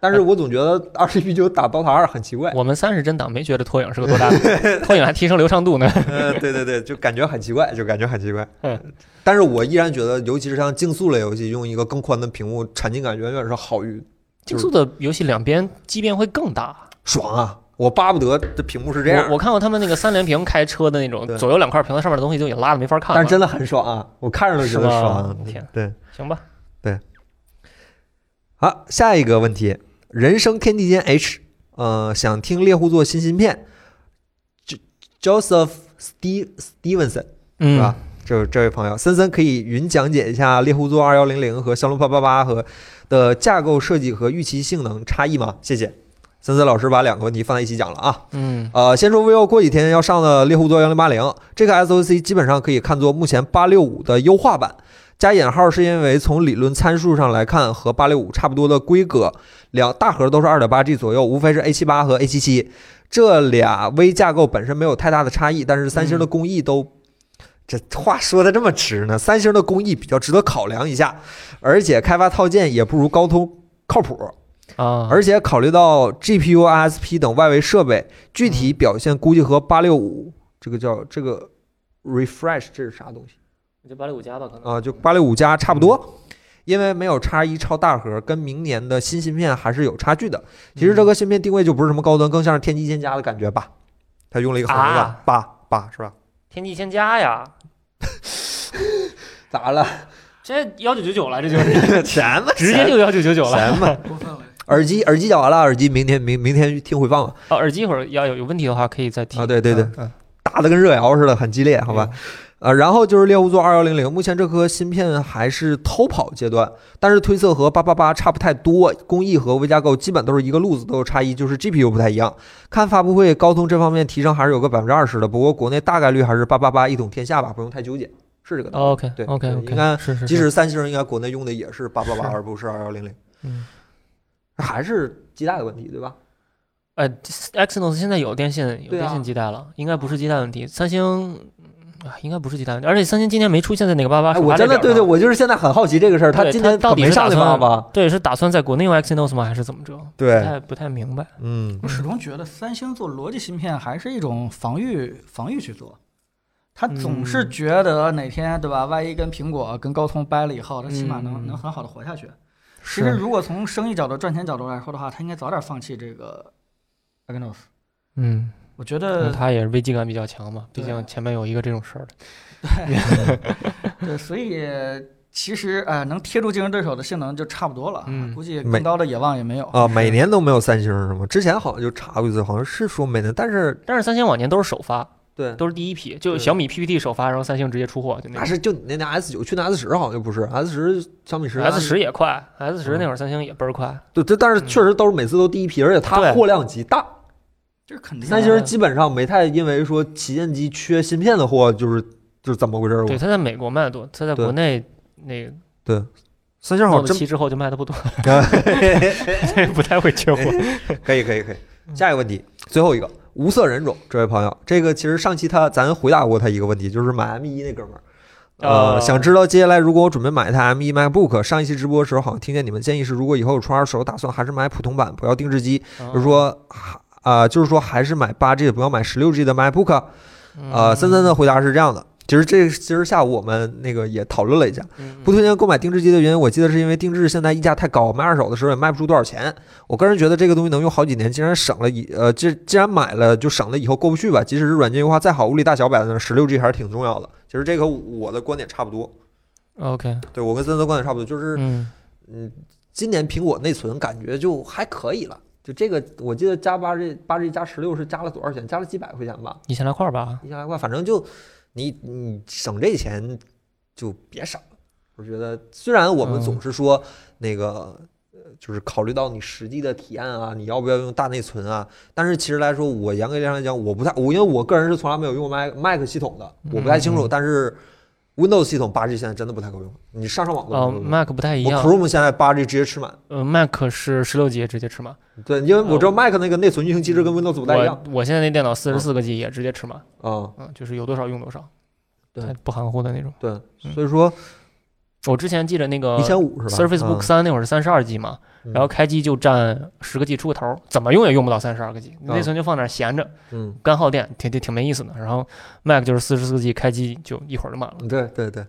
Speaker 1: 但是我总觉得二十一比九打《刀塔二》很奇怪。
Speaker 3: 我们三十帧党没觉得拖影是个多 大的，拖影还提升流畅度呢。
Speaker 1: 呃，对对对，就感觉很奇怪，就感觉很奇怪。
Speaker 3: 嗯，
Speaker 1: 但是我依然觉得，尤其是像竞速类游戏，用一个更宽的屏幕，沉浸感远远是好于
Speaker 3: 竞速的游戏两边畸变会更大。
Speaker 1: 爽啊！我巴不得这屏幕是这样
Speaker 3: 我，我看过他们那个三连屏开车的那种
Speaker 1: 对，
Speaker 3: 左右两块屏的上面的东西就已经拉的没法看了。
Speaker 1: 但是真的很爽啊！我看着都觉得
Speaker 3: 是吗
Speaker 1: 爽啊。
Speaker 3: 天
Speaker 1: 对，
Speaker 3: 行吧，
Speaker 1: 好，下一个问题，人生天地间 H，呃，想听猎户座新芯片，J-，Joseph Steve Stevenson 是
Speaker 3: 嗯
Speaker 1: 吧，？这这位朋友，森森可以云讲解一下猎户座二幺零零和骁龙八八八和的架构设计和预期性能差异吗？谢谢，森森老师把两个问题放在一起讲了啊。
Speaker 3: 嗯，
Speaker 1: 呃，先说 vivo 过几天要上的猎户座幺零八零，这个 SOC 基本上可以看作目前八六五的优化版。加引号是因为从理论参数上来看和八六五差不多的规格，两大核都是二点八 G 左右，无非是 A 七八和 A 七七，这俩微架构本身没有太大的差异，但是三星的工艺都。这话说的这么直呢？三星的工艺比较值得考量一下，而且开发套件也不如高通靠谱。
Speaker 3: 啊，
Speaker 1: 而且考虑到 GPU、ISP 等外围设备，具体
Speaker 3: 嗯
Speaker 1: 表现估计和八六五这个叫这个 refresh 这是啥东西
Speaker 3: 就八六五加吧，可能
Speaker 1: 啊？就八六五加差不
Speaker 3: 嗯
Speaker 1: 多，因为没有叉一超大核，跟明年的新芯片还是有差距的。其实
Speaker 3: 嗯
Speaker 1: 这个芯片定位就不是什么高端，更像是天玑千加的感觉吧。它用了一个横杠
Speaker 3: 啊
Speaker 1: 八八是吧？
Speaker 3: 天际千加呀，
Speaker 1: 咋 了？
Speaker 3: 这幺九九九了，这就是
Speaker 1: 什么
Speaker 3: 直接就幺九九九了。
Speaker 1: 什么？
Speaker 2: 过分了。
Speaker 1: 耳机耳机讲完了，耳机明天明明天听回放吧。
Speaker 3: 哦，耳机一会儿要有有问题的话可以再提
Speaker 1: 啊，对对对，
Speaker 3: 嗯
Speaker 1: 打的跟热窑似的，很激烈，好吧？呃，然后就是猎户座二幺零零，目前这颗芯片还是偷跑阶段，但是推测和八八八差不太多，工艺和微架构基本都是一个路子，都有差异，就是 GPU 不太一样。看发布会，高通这方面提升还是有个百分之二十的，不过国内大概率还是八八八一统天下吧，不用太纠结，是这个道理。
Speaker 3: 哦，OK
Speaker 1: 对
Speaker 3: OK
Speaker 1: 对
Speaker 3: OK，
Speaker 1: 应该
Speaker 3: 是是，
Speaker 1: 即
Speaker 3: 啊是
Speaker 1: 使三星应该国内用的也是八八八，
Speaker 3: 是
Speaker 1: 而不是二幺零零，
Speaker 3: 嗯
Speaker 1: 还是基带的问题，对吧？
Speaker 3: 呃，Exynos 现在有电信有
Speaker 1: 对啊
Speaker 3: 电信基带了，应该不是基带问题。三星嗯啊应该不是基带问题，而且三星今年没出现在哪个八八
Speaker 1: 哎，我真的对对，我就是现在很好奇这个事儿，
Speaker 3: 对
Speaker 1: 今
Speaker 3: 它
Speaker 1: 天
Speaker 3: 到底
Speaker 1: 可没
Speaker 3: 是
Speaker 1: 上
Speaker 3: 打
Speaker 1: 去吧
Speaker 3: 算
Speaker 1: 吧？
Speaker 3: 对是打算在国内用 Exynos 吗？还是怎么着？不
Speaker 1: 对，
Speaker 3: 太不太明白。
Speaker 1: 嗯
Speaker 2: 我始终觉得三星做逻辑芯片还是一种防御防御去做，他总是
Speaker 3: 嗯
Speaker 2: 觉得哪天对吧，万一跟苹果跟高通掰了以后，他起码能、
Speaker 3: 嗯
Speaker 2: 能很好的活下去。其实如果从生意角度、赚钱角度来说的话，他应该早点放弃这个 Agnos。
Speaker 3: 嗯，
Speaker 2: 我觉
Speaker 3: 可
Speaker 1: 呃
Speaker 3: 能
Speaker 2: 得
Speaker 3: 它也是危机感比较强嘛，毕
Speaker 2: 对
Speaker 3: 竟前面有一个这种事儿的。
Speaker 2: 对， 所以其实呃，能贴住竞争对手的性能就差不多了，
Speaker 3: 嗯哦
Speaker 2: 估计
Speaker 1: 没
Speaker 2: 更高的野望也没有。
Speaker 1: 啊， 每年都没有三星是吗？之前好像就查过一次，好像是说每年，但是
Speaker 3: 但是三星往年都是首发，
Speaker 1: 对，
Speaker 3: 都是第一批，就
Speaker 1: 对
Speaker 3: 小米 PPT 首发，然后三星直接出货，就那
Speaker 1: 那
Speaker 3: 种。
Speaker 1: 是就你那那 S 九去那 S 十好像就不是 S 十小米十啊
Speaker 3: S 十也快，S 十那会儿三星也倍儿快。
Speaker 1: 对，这但是确实都是每次都第一批，而且它
Speaker 3: 对嗯
Speaker 1: 货量极大，
Speaker 2: 这是肯定的。
Speaker 1: 三星基本上没太因为说旗舰机缺芯片的货就是就是怎么回事儿，
Speaker 3: 对，它在美国卖的多，它在
Speaker 1: 对
Speaker 3: 国内那个
Speaker 1: 对，三星好像
Speaker 3: Note
Speaker 1: 真啊
Speaker 3: 七之后就卖的 不 多，不太会缺货。
Speaker 1: 可以可以可以。
Speaker 3: 嗯
Speaker 1: 下一个问题，最后一个无色人种，这位朋友，这个其实上期他咱回答过他一个问题，就是买 M 一那哥们儿。 呃，
Speaker 3: 哦
Speaker 1: 想知道接下来如果我准备买一台 M1 MacBook，上一期直播的时候好像听见你们建议是，如果以后有双二手，打算还是买普通版，不要定制机，
Speaker 3: 嗯
Speaker 1: 就是说，啊、就是说还是买八 G 的，不要买十六 G 的 MacBook 啊。呃，森森的回答是这样的，其实这其实下午我们那个也讨论了一下，
Speaker 4: 嗯
Speaker 1: 不推荐购买定制机的原因，我记得是因为定制现在溢价太高，卖二手的时候也卖不出多少钱。我个人觉得这个东西能用好几年，既然省了以呃，既既然买了就省了以后过不去吧。即使是软件优化再好，物理大小摆在那，十六 G 还是挺重要的。其实这个我的观点差不多，
Speaker 3: 嗯 OK，
Speaker 1: 对我跟森森的观点差不多，就是
Speaker 3: 嗯，
Speaker 1: 嗯，今年苹果内存感觉就还可以了。就这个，我记得加八 G 八 G 加十六是加了多少钱？加了几百块钱吧，
Speaker 3: 一千来块儿吧。
Speaker 1: 一千来块，反正就你你省这钱就别省了。我觉得，虽然我们
Speaker 3: 嗯
Speaker 1: 总是说那个。呃就是考虑到你实际的体验啊，你要不要用大内存啊？但是其实来说，我严格上来讲，我不太我因为我个人是从来没有用过 Mac Mac 系统的，我不太清
Speaker 3: 嗯
Speaker 1: 楚。但是 Windows 系统八 G 现在真的不太够用，你上上网都不
Speaker 3: 呃
Speaker 1: 够用。
Speaker 3: ，Mac 不太一
Speaker 1: 我
Speaker 3: 样。
Speaker 1: Chrome 现在八 G 直接吃满，
Speaker 3: 呃，Mac 是十六 G 直接吃满。
Speaker 1: 对，因为我知
Speaker 3: 哦
Speaker 1: 道 Mac 那个内存运行机制跟 Windows 不太一样嗯
Speaker 3: 我我现在那电脑四十四个 G 也直接吃满，
Speaker 1: 啊、
Speaker 3: 嗯，就是有多少用多少，
Speaker 1: 对
Speaker 3: 它不含糊的那种。
Speaker 1: 对，所以说
Speaker 3: 我之前记得那个
Speaker 1: 一千五是吧
Speaker 3: 嗯 Surface Book 三那会儿是三十二 G 嘛，
Speaker 1: 嗯
Speaker 3: 然后开机就占十个 G 出个头儿，怎么用也用不到三十二个 G，内存就放那儿闲着，
Speaker 1: 嗯，
Speaker 3: 干耗电，挺挺挺没意思的。然后 Mac 就是四十四 G 开机就一会儿就满了，
Speaker 1: 嗯，对对对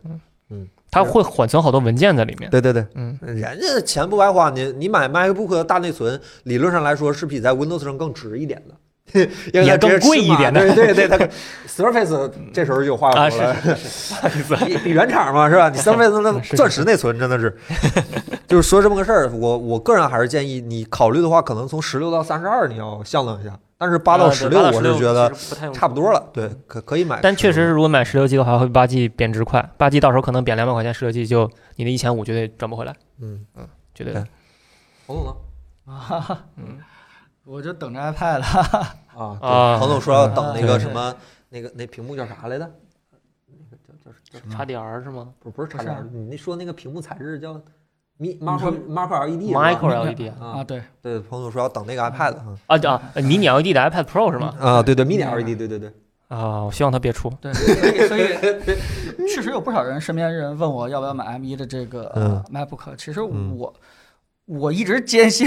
Speaker 3: 它会缓存好多文件在里面。
Speaker 1: 对对对，
Speaker 3: 嗯，
Speaker 1: 人家钱不白花，你你买 MacBook 的大内存，理论上来说是比在 Windows 上更值一点的。 因为它
Speaker 3: 也更
Speaker 1: 直接吃
Speaker 3: 贵一
Speaker 1: 满
Speaker 3: 点的
Speaker 1: 对对对，它 Surface 这时候就话
Speaker 3: 啊
Speaker 1: 头
Speaker 3: 是
Speaker 1: 了，
Speaker 3: 是是是，啥意思？
Speaker 1: 比比原厂嘛是 吧？你 Surface 那
Speaker 3: 是是
Speaker 1: 钻石内存真的是， 就是说这么个事儿。我我个人还是建议你考虑的话，可能从十六到三十二你要向量一下，但是八到十六
Speaker 3: 呃
Speaker 1: 我是觉得差不多
Speaker 3: 了。
Speaker 1: 了，对，可可以
Speaker 2: 哎
Speaker 1: 买。
Speaker 3: 但确实，如果买十六 G 的话，会八 G 贬值快，八 G 到时候可能贬两百块钱，十六 G 就你的一千五绝对赚不回来，
Speaker 1: 嗯，
Speaker 3: 绝对
Speaker 1: 对。彭总呢？
Speaker 2: 啊，
Speaker 3: 嗯，
Speaker 2: 我就等着 iPad 了。
Speaker 1: 啊
Speaker 3: 啊
Speaker 1: 对，彭总说要等那
Speaker 3: 对
Speaker 1: 个
Speaker 3: 对
Speaker 1: 什么，那个那屏幕叫啥来着？那个叫叫叫
Speaker 2: 嗯
Speaker 3: XDR 是吗
Speaker 1: 不不是叉
Speaker 2: 不是啊
Speaker 1: L，你那说那个屏幕材质叫 Mi
Speaker 2: 你说
Speaker 1: Micro Micro LED 是吧
Speaker 3: ？Micro E
Speaker 2: 嗯
Speaker 3: LED
Speaker 2: 啊，
Speaker 1: 啊？
Speaker 2: 对，
Speaker 1: 对，彭总说要等那个 iPad 啊
Speaker 3: 啊对啊，呃迷你 LED 的 iPad Pro 是吗？
Speaker 1: 啊，对对，Mini
Speaker 2: Mini
Speaker 1: LED，对对对，
Speaker 2: 嗯
Speaker 3: 啊，我希望它别出。
Speaker 2: 对，所以所以确实有不少人身边人问我要不要买 M 1的这个呃 MacBook，其实
Speaker 1: 嗯
Speaker 2: 我。我一直坚信，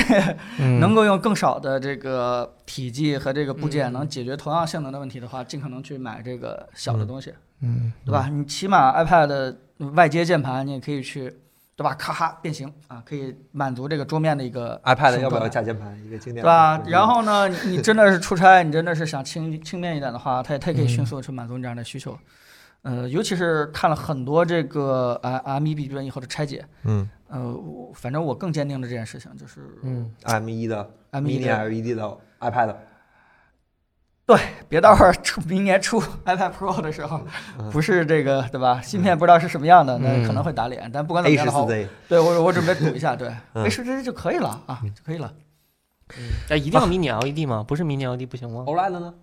Speaker 3: 嗯，
Speaker 2: 能够用更少的这个体积和这个部件，
Speaker 3: 嗯
Speaker 2: 能解决同样性能的问题的话，尽可能去买这个小的东西，
Speaker 3: 嗯，
Speaker 2: 对吧？你起码 iPad 的外接键盘，你也可以去，对吧？咔哈变形啊，可以满足这个桌面的一个
Speaker 1: iPad
Speaker 2: 手
Speaker 1: 要不要
Speaker 2: 段
Speaker 1: 加键盘？一个经典
Speaker 2: 对吧
Speaker 1: 的？
Speaker 2: 然后呢，你你真的是出差，你真的是想轻轻便一点的话，它也它也可以
Speaker 1: 嗯
Speaker 2: 迅速地去满足你这样的需求。呃，尤其是看了很多这个呃 M 1笔记本以后的拆解，
Speaker 1: 嗯
Speaker 2: 呃，我反正我更坚定了这件事情，就是
Speaker 3: 嗯，
Speaker 1: ，M 1的
Speaker 2: M E 1
Speaker 1: Mini
Speaker 2: 的
Speaker 1: LED 的 iPad，
Speaker 2: 别到会儿出明年出 iPad Pro 的时候，
Speaker 1: 嗯
Speaker 2: 不是这个对吧？芯片不知道是什么样的，那
Speaker 3: 嗯
Speaker 2: 可能会打脸。但不管怎
Speaker 1: A
Speaker 2: 么样
Speaker 1: 十
Speaker 2: 的话
Speaker 1: 四，Z，
Speaker 2: 对我我准备赌一下，对
Speaker 1: 嗯
Speaker 2: A 十 Z 就可以了啊，就可以了。
Speaker 3: 哎，一定要迷你 LED 吗？不是迷你 LED 不行吗
Speaker 1: OLED E 呢？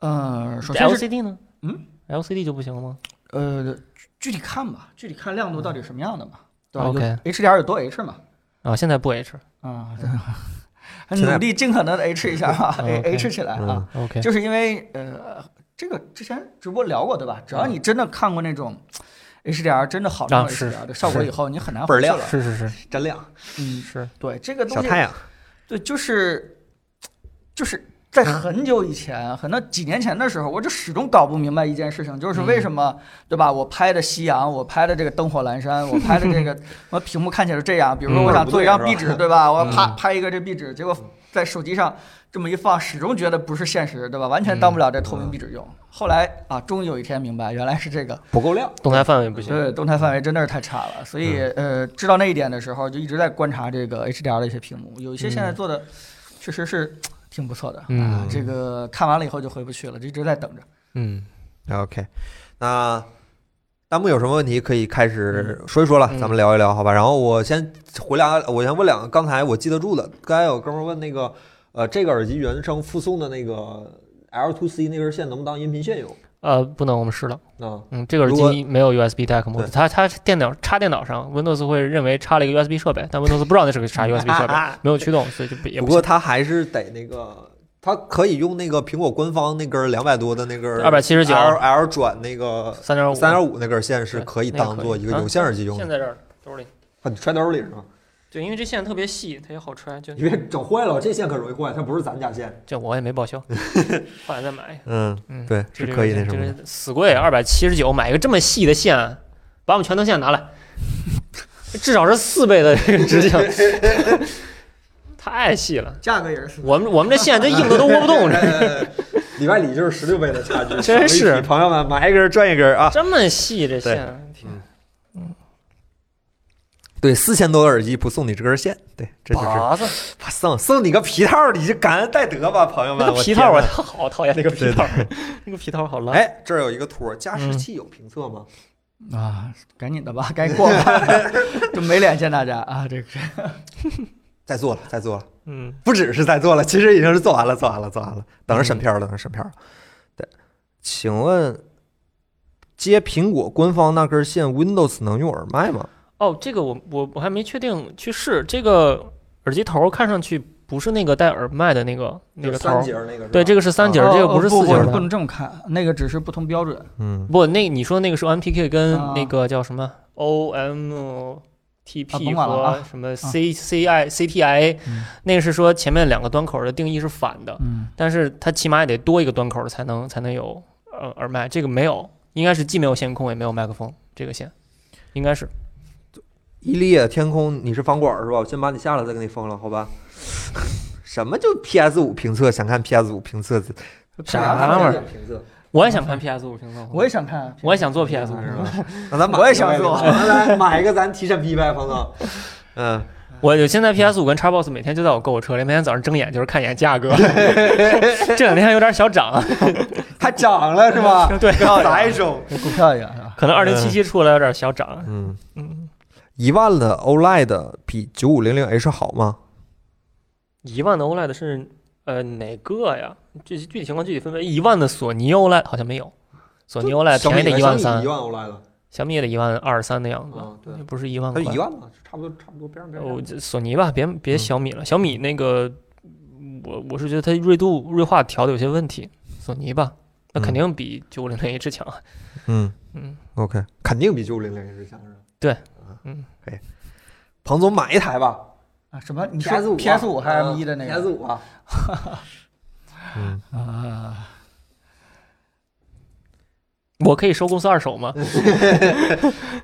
Speaker 2: 嗯，哦首先是
Speaker 3: ？LCD 呢？
Speaker 2: 嗯
Speaker 3: ，LCD 就不行了吗？
Speaker 2: 呃，具体看吧，具体看亮度到底什么样的嘛，对吧
Speaker 3: OK
Speaker 2: 有？HDR 有多 H 嘛？
Speaker 3: 啊，现在不 H。
Speaker 2: 啊，对还
Speaker 1: 现在
Speaker 2: 努力尽可能的 H 一下啊
Speaker 3: 嗯，OK
Speaker 2: ，H 起来啊，
Speaker 3: OK，
Speaker 2: 就是因为呃，这个之前直播聊过对吧？只要你真的看过那种 HDR 真的好用
Speaker 3: 啊是
Speaker 2: HDR 的效果以后，你很难
Speaker 1: 倍儿
Speaker 2: 回去
Speaker 1: 亮
Speaker 2: 了。
Speaker 3: 是是是
Speaker 1: 真亮，
Speaker 2: 嗯，
Speaker 3: 是，
Speaker 2: 对，这个东
Speaker 1: 小
Speaker 2: 西
Speaker 1: 太，阳，
Speaker 2: 对，就是就是在很久以前，可能几年前的时候，我就始终搞不明白一件事情，就是
Speaker 1: 嗯
Speaker 2: 为什么，对吧？我拍的夕阳，我拍的这个灯火阑珊，我拍 的这个什么屏幕看起来是这样，比如说
Speaker 3: 嗯
Speaker 2: 我想做一张
Speaker 1: 不对
Speaker 2: 壁
Speaker 1: 是吧
Speaker 2: 纸，对吧？我要啪
Speaker 3: 嗯
Speaker 2: 拍一个这壁纸，结果在手机上这么一放，始终觉得不是现实，对吧？完全当不了这透
Speaker 1: 嗯
Speaker 2: 明壁纸用。后来啊，终于有一天明白，原来是这个。
Speaker 1: 不够亮，
Speaker 3: 动态范围不行。
Speaker 2: 对，动态范围真的是太差了，所以、
Speaker 3: 嗯
Speaker 2: 呃，知道那一点的时候，就一直在观察这个 HDR 的一些屏幕，有一些现在做的确实是挺不错的、啊
Speaker 3: 嗯，
Speaker 2: 这个看完了以后就回不去了，就一直在等着。
Speaker 3: 嗯，
Speaker 1: OK，那弹幕有什么问题可以开始说一说了，
Speaker 3: 嗯
Speaker 1: 咱们聊一聊，好吧？然后我先回两，我先问两个刚才我记得住的。刚才有哥们儿问那个，呃，这个耳机原声附送的那个 L to C 那根线能不能当音频线用？
Speaker 3: 呃，不能，我们试了。
Speaker 1: 啊，
Speaker 3: 嗯，这个耳
Speaker 1: 如果
Speaker 3: 机没有 USB Type m o 它它电脑插电脑上，Windows 会认为插了一个 USB 设备，但 Windows 不知道那是个啥 USB 设备，没有驱动，所以就不也
Speaker 1: 不
Speaker 3: 不
Speaker 1: 过
Speaker 3: 行。
Speaker 1: 它还是得那个，它可以用那个苹果官方那根两百多的那根
Speaker 3: 279
Speaker 1: L L 转那个
Speaker 3: 三点五，
Speaker 1: 三点五那根线是
Speaker 3: 对
Speaker 1: 可以
Speaker 3: 那个
Speaker 1: 当
Speaker 3: 可
Speaker 1: 做
Speaker 3: 以
Speaker 1: 一个
Speaker 3: 啊
Speaker 1: 有线耳机用
Speaker 3: 线
Speaker 1: 的，
Speaker 3: 在这儿兜里。
Speaker 1: 啊你揣兜里是吗？
Speaker 3: 对，因为这线特别细，它也好揣。就
Speaker 1: 你别整坏了，这线可容易坏，它不是咱家线。
Speaker 3: 这我也没 报销，后来再买。
Speaker 1: 嗯，
Speaker 3: 嗯，
Speaker 1: 对，
Speaker 3: 这
Speaker 1: 是
Speaker 3: 个
Speaker 1: 可以那什
Speaker 3: 这
Speaker 1: 么的。
Speaker 3: 个死贵，二百七十九买一个这么细的线，把我们全头线拿来，至少是四倍的 这个直径， 太细了。
Speaker 2: 价格也是四
Speaker 3: 我们我们这线这硬的都窝不动，这
Speaker 1: 里外里就是十六倍的差距，
Speaker 3: 真是
Speaker 1: 所以朋友们买一根儿赚一根儿啊！
Speaker 3: 这么细这线，
Speaker 1: 对，四千多的耳机不送你这根线，对，这就是
Speaker 3: 拔子
Speaker 1: 送送你个皮套儿，你就感恩戴德吧，朋友们。
Speaker 3: 那个
Speaker 1: 我
Speaker 3: 皮
Speaker 1: 天
Speaker 3: 套啊我
Speaker 1: 哪
Speaker 3: 好讨厌那个皮套， 那个皮套好烂。
Speaker 1: 哎，这儿有一个
Speaker 3: 嗯
Speaker 1: 托儿，加湿器有评测吗？
Speaker 2: 啊，赶紧的吧，该过 了，就没脸见大家啊，这个是
Speaker 1: 在做了，在做了，
Speaker 3: 嗯，
Speaker 1: 不只是在做了，其实已经是做完了，做完了，做完了，等着审片儿了，等着审片儿了。对，请问接苹果官方那根线，Windows 能用耳麦吗？
Speaker 3: 哦，这个我我我还没确定去试。这个耳机头看上去不是那个带耳麦的那个那个头儿，
Speaker 1: 儿那个
Speaker 3: 对，这个是三节
Speaker 1: 底
Speaker 3: 儿，
Speaker 2: 哦
Speaker 3: 这个不是
Speaker 2: 不
Speaker 3: 四节儿
Speaker 2: 不
Speaker 3: 的
Speaker 2: 不。能这么看，那个只是不同标准。
Speaker 1: 嗯，
Speaker 3: 不，哦那你说那个是 MPK 跟
Speaker 2: 啊
Speaker 3: 那个叫什么 OMTP
Speaker 2: 甭管了啊
Speaker 3: 和什么 C C I C T I，
Speaker 2: 嗯
Speaker 3: 那个是说前面两个端口的定义是反的，
Speaker 2: 嗯，
Speaker 3: 但是它起码也得多一个端口才能才能有耳耳麦，这个没有，应该是既没有线控也没有麦克风这个线，应该是
Speaker 1: 伊利亚天空，你是房管儿是吧？我先把你下了，再给你封了，好吧？ 什么就 PS 五评测？想看 PS 五评测？
Speaker 3: 啥玩意儿？
Speaker 1: 评测？
Speaker 3: 我也想看 PS 五屏
Speaker 2: 我
Speaker 3: 幕，
Speaker 2: 也想看，啊
Speaker 3: 我也想做 PS 五，
Speaker 1: 那咱买
Speaker 2: 我也想做
Speaker 1: 咱来买一个，咱提审批呗，彭总。嗯，
Speaker 3: 我有现在 PS 五跟 Xbox 每天就在我购物车里，每天早上睁眼就是看一眼价格，这两天还有点小涨啊，
Speaker 1: 还涨了是吧？
Speaker 3: 对，
Speaker 1: 砸一手。
Speaker 2: 股票也是吧？
Speaker 3: 可能二零七七出来有点小涨，
Speaker 1: 嗯
Speaker 3: 嗯，
Speaker 1: 一万的 OLED 比九五零零 H 好吗？
Speaker 3: 一万的 OLED 是呃哪个呀？具具体情况具体分为一万的索尼 OLED 好像没有，索尼 OLED 便宜的一万三
Speaker 1: 一，万 E OLED
Speaker 3: 小米也得一万二三的样子，
Speaker 4: 嗯
Speaker 1: 啊，对，
Speaker 3: 不是一万
Speaker 1: 它
Speaker 3: 块
Speaker 1: 就。一万吧，差不多差不多边上边
Speaker 3: 哦
Speaker 1: 上。，
Speaker 3: 这索尼吧，别别
Speaker 1: 嗯
Speaker 3: 小米了，小米那个我我是觉得它锐度锐化调的有些问题，索尼吧，那肯
Speaker 1: 嗯
Speaker 3: 定比九五零零 H 强啊。
Speaker 1: 嗯
Speaker 3: 嗯，
Speaker 1: ，OK，肯定比九五零零 H 强是吧？
Speaker 3: 对
Speaker 1: 啊，
Speaker 3: 嗯，
Speaker 1: 可以。彭总买一台吧
Speaker 2: 啊，什么？你
Speaker 1: ，PS 五
Speaker 2: 说 PS 五还是 M 一的那个
Speaker 1: ？PS 五啊。嗯，
Speaker 2: 啊？
Speaker 3: 我可以收公司二手吗？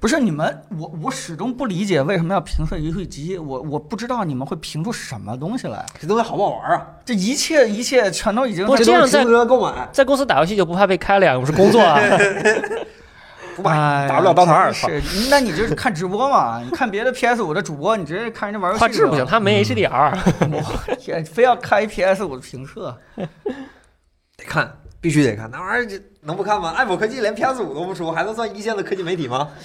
Speaker 2: 不是你们，我我始终不理解为什么要评测游戏机，我我不知道你们会评出什么东西来，
Speaker 1: 这东西好不好玩啊？
Speaker 2: 这一切一切全都已经
Speaker 3: 不
Speaker 1: 这
Speaker 3: 这样
Speaker 1: 东西值
Speaker 3: 在
Speaker 1: 不值得购买？
Speaker 3: 在公司打游戏就不怕被开了呀？我是工作 啊。
Speaker 1: 不买，
Speaker 2: 哎呀
Speaker 1: 打不了刀塔二
Speaker 2: 真是，那你就是看直播嘛？ 你看别的 PS 五的主播，你直接看人家玩游戏
Speaker 3: 画质不行，
Speaker 2: 吧，
Speaker 3: 它没 HDR。
Speaker 2: 我天，非要开 PS 五的评测，
Speaker 1: 得看，必须得看，那玩意儿这能不看吗？爱博科技连 PS 五都不出，还能算一线的科技媒体吗？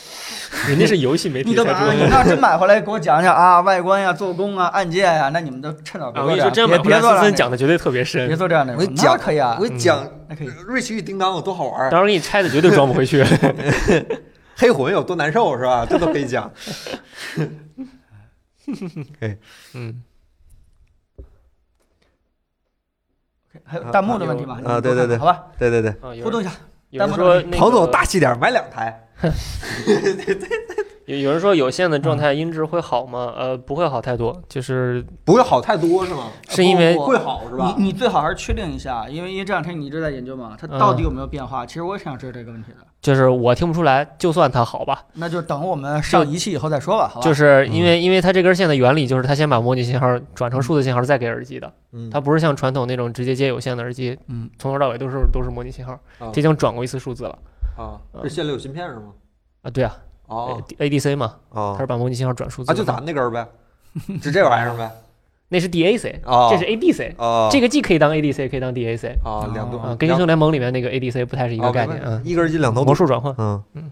Speaker 3: 人家是游戏媒
Speaker 2: 你
Speaker 3: 体
Speaker 2: 都
Speaker 3: 才
Speaker 2: 你
Speaker 3: 知道。
Speaker 2: 要真买回来给我讲讲啊，外观呀、做工啊、按键呀，那你们都趁早给
Speaker 3: 啊我跟你
Speaker 2: 点
Speaker 3: 说，
Speaker 2: 儿，
Speaker 3: 真
Speaker 2: 别
Speaker 3: 买回
Speaker 2: 别
Speaker 3: 来，
Speaker 2: 做这
Speaker 3: 森
Speaker 2: 样
Speaker 3: 森
Speaker 2: 的
Speaker 3: 讲的绝对特别深
Speaker 2: 别。做这样的，
Speaker 1: 我
Speaker 2: 那
Speaker 1: 讲
Speaker 2: 可以啊
Speaker 1: 我，讲
Speaker 3: 嗯
Speaker 2: 那可以。
Speaker 1: 瑞奇与叮当有多好玩
Speaker 3: 到时
Speaker 1: 儿，
Speaker 3: 候给你拆的绝对装不回去。
Speaker 1: 黑魂有多难受是 吧？这都可以讲。
Speaker 3: 嗯，
Speaker 2: 还有弹幕的问题吗？
Speaker 1: 啊对对对
Speaker 2: 好吧，
Speaker 1: 对对对，
Speaker 3: 啊，有
Speaker 2: 互动一下。
Speaker 3: 有人说那个
Speaker 1: 彭总大气点，买两台。
Speaker 3: 有有人说有线的状态音质会好吗？呃，不会好太多，就是
Speaker 1: 不会好太多是吗？
Speaker 3: 是因为
Speaker 2: 不
Speaker 1: 会好是吧？
Speaker 2: 你你最好还是确定一下，因为因为这两天你一直在研究嘛，它
Speaker 1: 嗯
Speaker 2: 到底有没有变化？其实我也想知道这个问题的，
Speaker 3: 就是我听不出来，就算它好吧，那
Speaker 2: 那就等我们上一期以后再说吧，好吧？
Speaker 3: 就是是因为因为它这根线的原理就是它先把模拟信号转成数字信号再给耳机的，
Speaker 1: 嗯
Speaker 3: 它不是像传统那种直接接有线的耳机，
Speaker 2: 嗯，
Speaker 3: 从头到尾都是都是模拟信号，
Speaker 1: 啊
Speaker 3: 这已经转过一次数字了
Speaker 1: 啊，这线里有芯片是吗？
Speaker 3: 啊，对啊
Speaker 1: 哦
Speaker 3: ，ADC 嘛，它
Speaker 1: 哦
Speaker 3: 是，把模拟信号转数字
Speaker 1: 啊
Speaker 3: 的
Speaker 1: 就
Speaker 3: 嘛
Speaker 1: 咱那根儿 呗，就这玩意儿呗。
Speaker 3: 那是 DAC，
Speaker 1: 哦，
Speaker 3: 这是 ADC，
Speaker 1: 哦，
Speaker 3: 这个既可以当 ADC，也可以当 DAC
Speaker 1: 啊两头
Speaker 3: 啊，跟英雄联盟里面那个 ADC 不太是一
Speaker 1: 哦
Speaker 3: 个概念啊，
Speaker 1: 一根筋两头
Speaker 3: 魔术转换，
Speaker 1: 嗯
Speaker 3: 嗯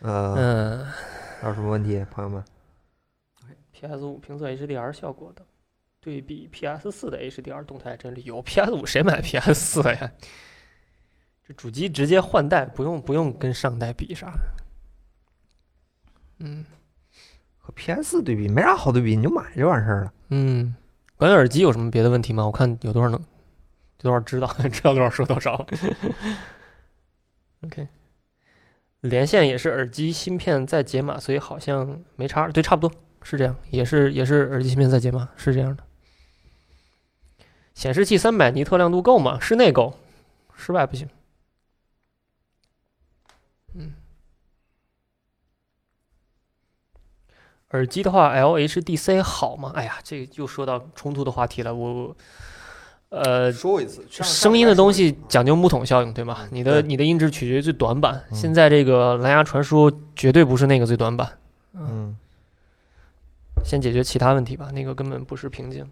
Speaker 1: 呃，
Speaker 3: 嗯
Speaker 1: 还有什么问题，朋友们？
Speaker 3: ，PS 五评测 HDR 效果的，对比 PS 四的 HDR 动态帧率，有 PS 五谁买 PS 四呀？这主机直接换代，不用不用跟上代比啥。嗯
Speaker 1: 和 PS 对比没啥好对比，你就买就完事儿了。
Speaker 3: 嗯，关于耳机有什么别的问题吗？我看有多少能，有多少知道， 知道多少说多少。OK，连线也是耳机芯片在解码，所以好像没差，对，差不多是这样，也是也是耳机芯片在解码，是这样的。显示器三百尼特亮度够吗？室内够，室外不行。嗯，耳机的话，LHDC 好吗？哎呀，这个又说到冲突的话题了。我，我呃，
Speaker 1: 说过一次，上
Speaker 3: 声音的东西讲究木桶效应，对吗？你的
Speaker 1: 嗯对
Speaker 3: 你的音质取决于最短板。
Speaker 1: 嗯
Speaker 3: 现在这个蓝牙传输绝对不是那个最短板，
Speaker 1: 嗯，
Speaker 3: 先解决其他问题吧，那个根本不是
Speaker 1: 嗯
Speaker 3: 瓶颈。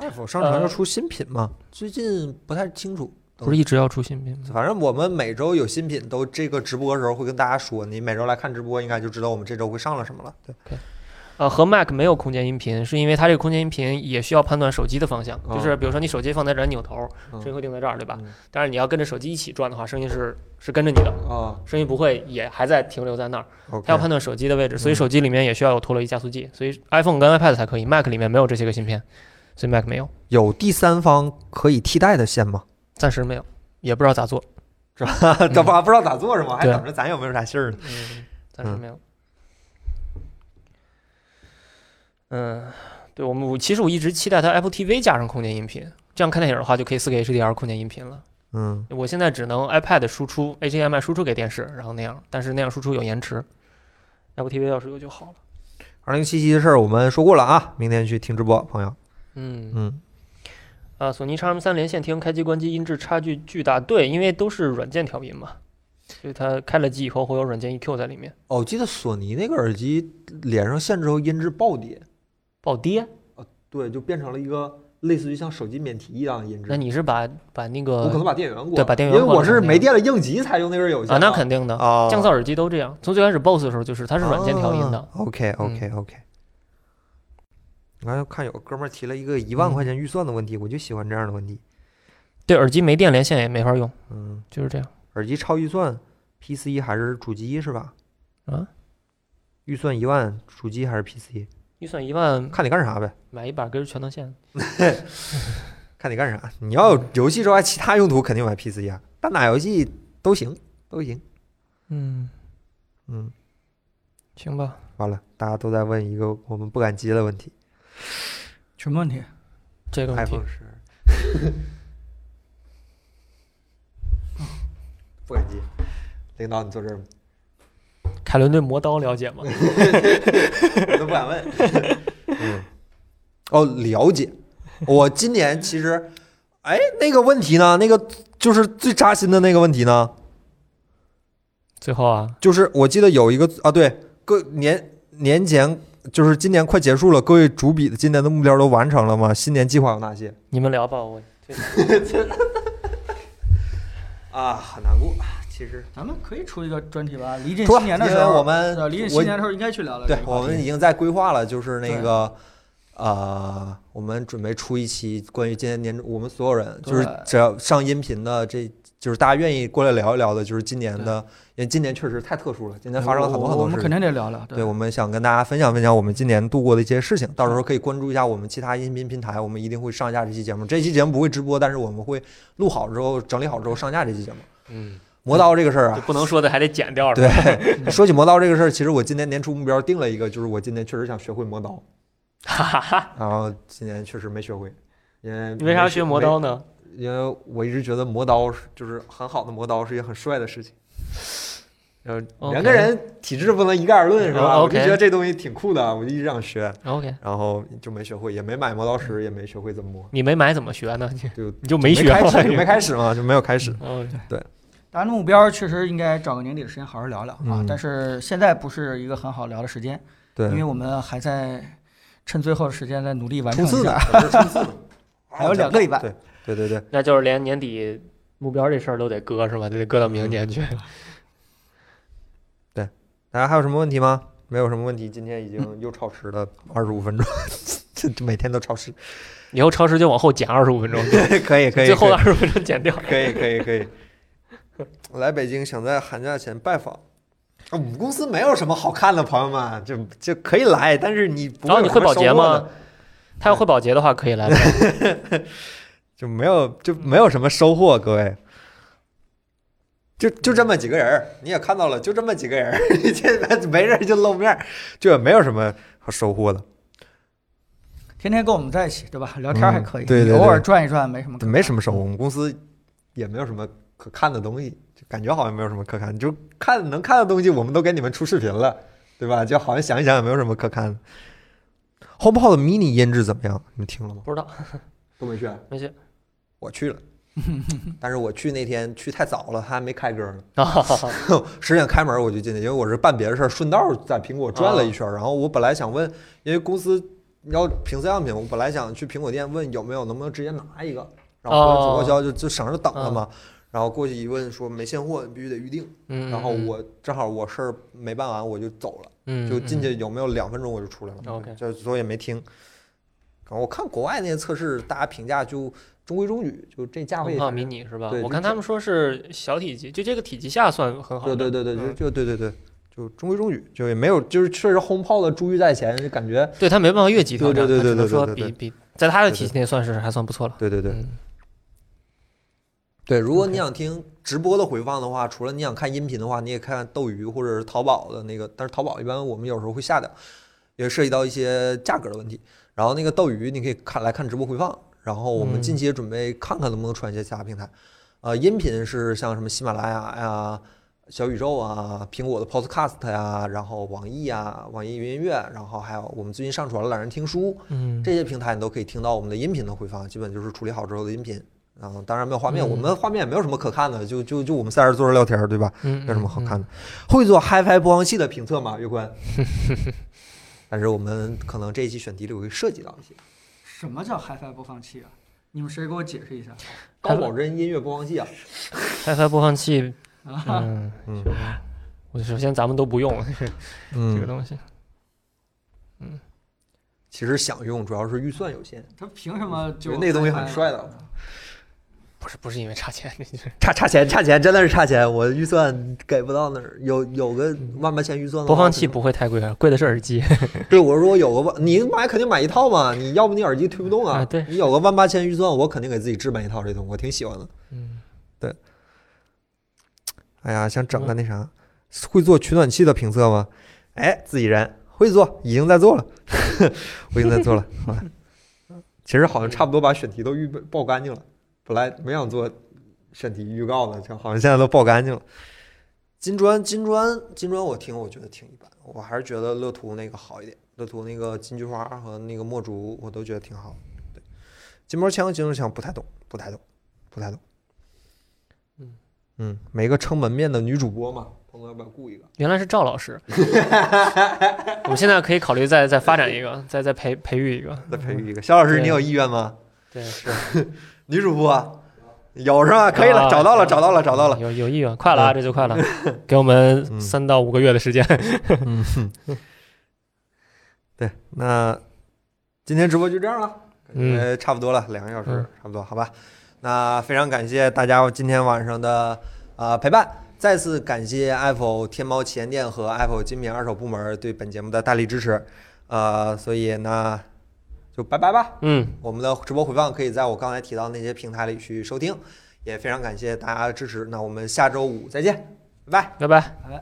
Speaker 1: ，iPhone 商城要出新品嘛？最近不太清楚，
Speaker 3: 不是一直要出新品吗？
Speaker 1: 反正我们每周有新品都这个直播的时候会跟大家说，你每周来看直播应该就知道我们这周会上了什么了。对，
Speaker 3: 呃，和 Mac 没有空间音频，是因为它这个空间音频也需要判断手机的方向，
Speaker 1: 哦
Speaker 3: 就是比如说你手机放在这儿，扭头
Speaker 1: 嗯
Speaker 3: 声音会定在这儿，对吧
Speaker 1: 嗯？
Speaker 3: 但是你要跟着手机一起转的话，声音是是跟着你的，
Speaker 1: 啊
Speaker 3: 声音不会也还在停留在那儿。
Speaker 1: ，OK，
Speaker 3: 它要判断手机的位置，所以
Speaker 1: 嗯
Speaker 3: 手机里面也需要有陀螺仪加速器，所以 iPhone 跟 iPad 才可以，Mac 里面没有这些个芯片，所以 Mac 没有，
Speaker 1: 有第三方可以替代的线吗？
Speaker 3: 暂时没有，也不知道咋做，
Speaker 1: 这不不知道咋做是吗？还
Speaker 3: 对
Speaker 1: 等着咱有没有啥信儿呢？
Speaker 3: 嗯，暂时没有。嗯，对我们我其实我一直期待它 Apple TV 加上空间音频，这样看电影的话就可以 4K HDR 空间音频了。
Speaker 1: 嗯，
Speaker 3: 我现在只能 iPad 输出 HDMI 输出给电视，然后那样，但是那样输出有延迟。Apple TV 要是有就好了。
Speaker 1: 二零七七的事儿我们说过了啊，明天去听直播，朋友。
Speaker 3: 嗯
Speaker 1: 嗯，
Speaker 3: 啊，索尼 x M 三连线听开机关机音质差距巨大，对，因为都是软件调音嘛，所以它开了机以后会有软件 EQ 在里面，
Speaker 1: 哦，我记得索尼那个耳机连上线之后音质暴跌，
Speaker 3: 暴跌。
Speaker 1: 对，就变成了一个类似于像手机免提一样的音质
Speaker 3: 那。你是把把那
Speaker 1: 我可能
Speaker 3: 个
Speaker 1: 把电源关了，
Speaker 3: 对把电源
Speaker 1: 因为
Speaker 3: 关
Speaker 1: 我
Speaker 3: 了
Speaker 1: 是
Speaker 3: 那
Speaker 1: 没
Speaker 3: 个
Speaker 1: 电了应急才用那根有线
Speaker 3: 啊，那肯定的，
Speaker 1: 啊，
Speaker 3: 降噪耳机都这样，从最开始 BOSS 的时候就是它
Speaker 1: 它
Speaker 3: 是软件调
Speaker 1: 哦
Speaker 3: 音的，嗯
Speaker 1: OK OK OK。我刚才看有个哥们儿提了一个一
Speaker 3: 嗯
Speaker 1: 万块钱预算的问题，我就喜欢这样的问题。
Speaker 3: 对，耳机没电连线也没法用，
Speaker 1: 嗯，
Speaker 3: 就是这样。
Speaker 1: 耳机超预算，PC 还是主机是吧？
Speaker 3: 啊，
Speaker 1: 预算一万，主机还是 PC？
Speaker 3: 预算一万
Speaker 1: 看你干啥呗，
Speaker 3: 买一把根儿全能线，
Speaker 1: 看你干啥。你要
Speaker 3: 嗯
Speaker 1: 有游戏之外其他用途，肯定买 PC 啊。单打游戏都行，都行。
Speaker 3: 嗯，
Speaker 1: 嗯，
Speaker 3: 行吧。
Speaker 1: 完了，大家都在问一个我们不敢接的问题。
Speaker 2: 什么问题？
Speaker 3: 这个问题
Speaker 1: iPhone 十， 不敢接。领导，你坐这儿吗？
Speaker 3: 凯伦对磨刀了 解吗？
Speaker 1: 我都不敢问。 嗯，哦，了解。我今年其实，哎，那个问题呢？那个就是最扎心的那个问题呢，
Speaker 3: 最后啊，
Speaker 1: 就是我记得有一个啊，对，各年年前就是今年快结束了，各位主笔的今年的目标都完成了吗？新年计划有哪些？
Speaker 3: 你们聊吧， 我
Speaker 1: 啊，很难过，其实。
Speaker 2: 咱们可以出一个专题吧。临近
Speaker 1: 出吧
Speaker 2: 新年的
Speaker 1: 因
Speaker 2: 时
Speaker 1: 为
Speaker 2: 候，呃
Speaker 1: 我们
Speaker 2: 对吧临近
Speaker 1: 我
Speaker 2: 新年的时候应该去聊聊这
Speaker 1: 对
Speaker 2: 个，话
Speaker 1: 我
Speaker 2: 题。
Speaker 1: 们已经在规划了，就是那
Speaker 2: 对
Speaker 1: 个，呃，我们准备出一期关于今年年，我们所有人，就是
Speaker 2: 对
Speaker 1: 只要上音频的，这就是大家愿意过来聊一聊的，就是今年的，因为今年确实太特殊了，今年发生了很多很
Speaker 2: 我我
Speaker 1: 多
Speaker 2: 们
Speaker 1: 事
Speaker 2: 肯
Speaker 1: 情。
Speaker 2: 定得聊聊。
Speaker 1: 对，我们想跟大家分享分享我们今年度过的一些事情，到时候可以关注一下我们其他音频平台，我们一定会上架这期节目。这期节目不会直播，但是我们会录好之后整理好之后上架这期节目。
Speaker 3: 嗯，
Speaker 1: 磨刀这个事儿啊
Speaker 3: 就，不能说的还得剪掉了。
Speaker 1: 对，说起磨刀这个事儿，其实我今年年初目标定了一个，就是我今年确实想学会磨刀，然后今年确实没学会，因为
Speaker 3: 你为啥要学磨刀
Speaker 1: 呢？
Speaker 3: 呢？
Speaker 1: 因为我一直觉得磨刀是就是很好的磨刀是一件很帅的事情。呃，人
Speaker 3: OK
Speaker 1: 跟人体质不能一概而论，是吧？
Speaker 3: 哦
Speaker 1: 我就
Speaker 3: ，OK
Speaker 1: 觉得这东西挺酷的，我就一直想学，
Speaker 3: OK，
Speaker 1: 然后就没学会，也没买磨刀石，也没学会怎么磨，
Speaker 3: 你没买怎么学呢？
Speaker 1: 就
Speaker 3: 你就没学
Speaker 1: 开始，就
Speaker 3: 吗？
Speaker 1: 没开始嘛，就没有开始。
Speaker 3: 哦，
Speaker 2: 大家的目标确实应该找个年底的时间好好聊聊啊
Speaker 1: 嗯，
Speaker 2: 但是现在不是一个很好聊的时间，
Speaker 1: 对，
Speaker 2: 因为我们还在趁最后的时间再努力完成
Speaker 1: 冲刺
Speaker 2: 一
Speaker 1: 呢
Speaker 2: 下，，
Speaker 1: 我们是冲刺呢，
Speaker 2: 还有两个礼拜。
Speaker 1: 对对对对，
Speaker 3: 那就是连年底目标这事儿都得搁是吧？得搁到明年去。
Speaker 1: 大家还有什么问题吗？没有什么问题，今天已经又超时了二十五分钟。 这这每天都超时，
Speaker 3: 以后超时就往后减二十五分钟，
Speaker 1: 可以可以，
Speaker 3: 最后
Speaker 1: 可以
Speaker 3: 二十分钟减掉。
Speaker 1: 可以可以可以。 来北京想在寒假前拜访。啊我们公司没有什么好看的，朋友们，就就可以来，但是你不
Speaker 3: 然后你
Speaker 1: 有什
Speaker 3: 会
Speaker 1: 么
Speaker 3: 保
Speaker 1: 收
Speaker 3: 洁
Speaker 1: 获
Speaker 3: 吗
Speaker 1: 的？？
Speaker 3: 他要会保洁的话，可以来。
Speaker 1: 就没有就没有什么收获，各位。就就这么几个人儿，你也看到了，就这么几个人儿， 你这没人就露面儿，就也没有什么好收获的，
Speaker 2: 天天跟我们在一起，对吧？聊天还可以，
Speaker 1: 嗯对对对
Speaker 2: 偶尔转一转没什么可看，
Speaker 1: 没什么
Speaker 3: 嗯
Speaker 1: 收获。我们公司也没有什么可看的东西，就感觉好像没有什么可看，就看能看的东西我们都给你们出视频了，对吧？就好像想一想也没有什么可看的。HomePod mini 音质怎么样？你们听了吗？
Speaker 3: 不知道，
Speaker 1: 都没去、啊，
Speaker 3: 没事
Speaker 1: 我去了，但是我去那天去太早了，他还没开歌呢。
Speaker 3: 啊。
Speaker 1: 十点开门我就进去，因为我是办别的事儿，顺道在苹果转了一圈
Speaker 3: 啊
Speaker 1: 儿。然后我本来想问，因为公司要评测样品，我本来想去苹果店问有没有，能不能直接拿一个，然后或者
Speaker 3: 哦
Speaker 1: 主报销就就省着等了嘛。然后过去一问说没现货，你必须得预定。
Speaker 3: 嗯，嗯
Speaker 1: 然后我正好我事儿没办完，我就走了，就进去有嗯没有两分钟我就出来了，
Speaker 3: OK
Speaker 1: 就所以也没听。然后我看国外那些测试，大家评价就中规中矩，就这价位
Speaker 3: 啊，迷你是吧
Speaker 1: 对？
Speaker 3: 我
Speaker 1: 就
Speaker 3: 看
Speaker 1: 这
Speaker 3: 他们说是小体积，就这个体积下算很好的。
Speaker 1: 对对对对，就
Speaker 3: 嗯
Speaker 1: 就对对对，就中规中矩，就也没有，就是确实轰炮的珠玉在前，就感觉
Speaker 3: 对，它没办法越级调
Speaker 1: 对
Speaker 3: 整，
Speaker 1: 对
Speaker 3: 它
Speaker 1: 对
Speaker 3: 只能
Speaker 1: 对对
Speaker 3: 说
Speaker 1: 对
Speaker 3: 比
Speaker 1: 对
Speaker 3: 比在它的
Speaker 1: 对
Speaker 3: 体
Speaker 1: 对
Speaker 3: 系内算是还算不错了。
Speaker 1: 对对对
Speaker 3: 嗯
Speaker 1: 对。如果你
Speaker 3: OK
Speaker 1: 想听直播的回放的话，除了你想看音频的话，你也看斗鱼或者是淘宝的那个，但是淘宝一般我们有时候会下掉，也涉及到一些价格的问题。然后那个斗鱼你可以看来看直播回放，然后我们
Speaker 3: 嗯
Speaker 1: 近期也准备看看能不能传一些其他平台。呃，音频是像什么喜马拉雅呀、小宇宙啊、苹果的 Podcast 呀、然后网易啊、网易云音乐，然后还有我们最近上传了懒人听书，
Speaker 3: 嗯，
Speaker 1: 这些平台你都可以听到我们的音频的回放，基本就是处理好之后的音频。然后当然没有画面，
Speaker 3: 嗯
Speaker 1: 我们画面也没有什么可看的，就就就我们仨人坐着聊天儿，对吧？
Speaker 3: 没
Speaker 1: 没有什么好看的。会做 HiFi 播放器的评测吗，岳 坤？但是我们可能这一期选题里会涉及到 一些
Speaker 2: 什么叫 HiFi 播放器啊？你们谁给我解释一下？
Speaker 1: 高保真音乐播放器啊，
Speaker 3: HiFi 播放器，
Speaker 2: 啊
Speaker 3: 嗯
Speaker 1: 嗯，
Speaker 3: 我首先咱们都不用这个
Speaker 1: 嗯，
Speaker 3: 东西，
Speaker 1: 其实想用主要是预算有限，
Speaker 2: 他凭什么就
Speaker 1: 那东西很
Speaker 2: HiFi
Speaker 1: 帅的
Speaker 3: 不是不是因为 差钱，这就是
Speaker 1: 差差钱差钱真的是差钱，我预算给不到那儿，有有个万八千预算的话
Speaker 3: 播放器
Speaker 1: 可能
Speaker 3: 不会太贵啊，贵的是耳机。
Speaker 1: 对，我说我有个万，你买肯定买一套嘛，你要不你耳机推不动啊。
Speaker 3: 啊对
Speaker 1: 你有个万八千预算，我肯定给自己置办一套这东西，我挺喜欢的。
Speaker 3: 嗯，
Speaker 1: 哎呀，想整个那啥，会做取暖器的评测吗？哎，自己人会做，已经在做了， 我已经在做了。好吧，其实好像差不多把选题都预备报干净了，本来没想做选题预告的，就好像现在都报干净了。金砖，金砖，金砖，我听我觉得挺一般，我还是觉得乐图那个好一点。乐图那个金菊花和那个墨竹，我都觉得挺好。对，金毛枪、金手枪不太懂，不太懂，不太懂。
Speaker 3: 嗯
Speaker 1: 嗯，每个撑门面的女主播嘛，鹏哥要不要雇一个？
Speaker 3: 原来是赵老 师，我们现在可以考虑再再发展一个，再再培培育一个。啊
Speaker 1: 再培育一个。肖老师，
Speaker 3: 对
Speaker 1: 你有意愿吗？
Speaker 3: 对，是
Speaker 1: 女主播有是吧？可以了，
Speaker 3: 啊
Speaker 1: 找到了，找到了，找到了。
Speaker 3: 有有意愿，快了啊，这就快了，给我们
Speaker 1: 嗯
Speaker 3: 三到五个月的时间。
Speaker 1: 对，那今天直播就这样了，
Speaker 3: 嗯
Speaker 1: 呃，差不多了，两个小时、
Speaker 3: 嗯
Speaker 1: 差不多，好吧？那非常感谢大家今天晚上的呃陪伴，再次感谢 Apple 天猫旗舰店和 Apple 精品二手部门对本节目的大力支持，呃，所以呢就拜拜吧。
Speaker 3: 嗯，
Speaker 1: 我们的直播回放可以在我刚才提到那些平台里去收听，也非常感谢大家的支持。那我们下周五再见，拜拜。
Speaker 3: 拜拜。
Speaker 2: 好嘞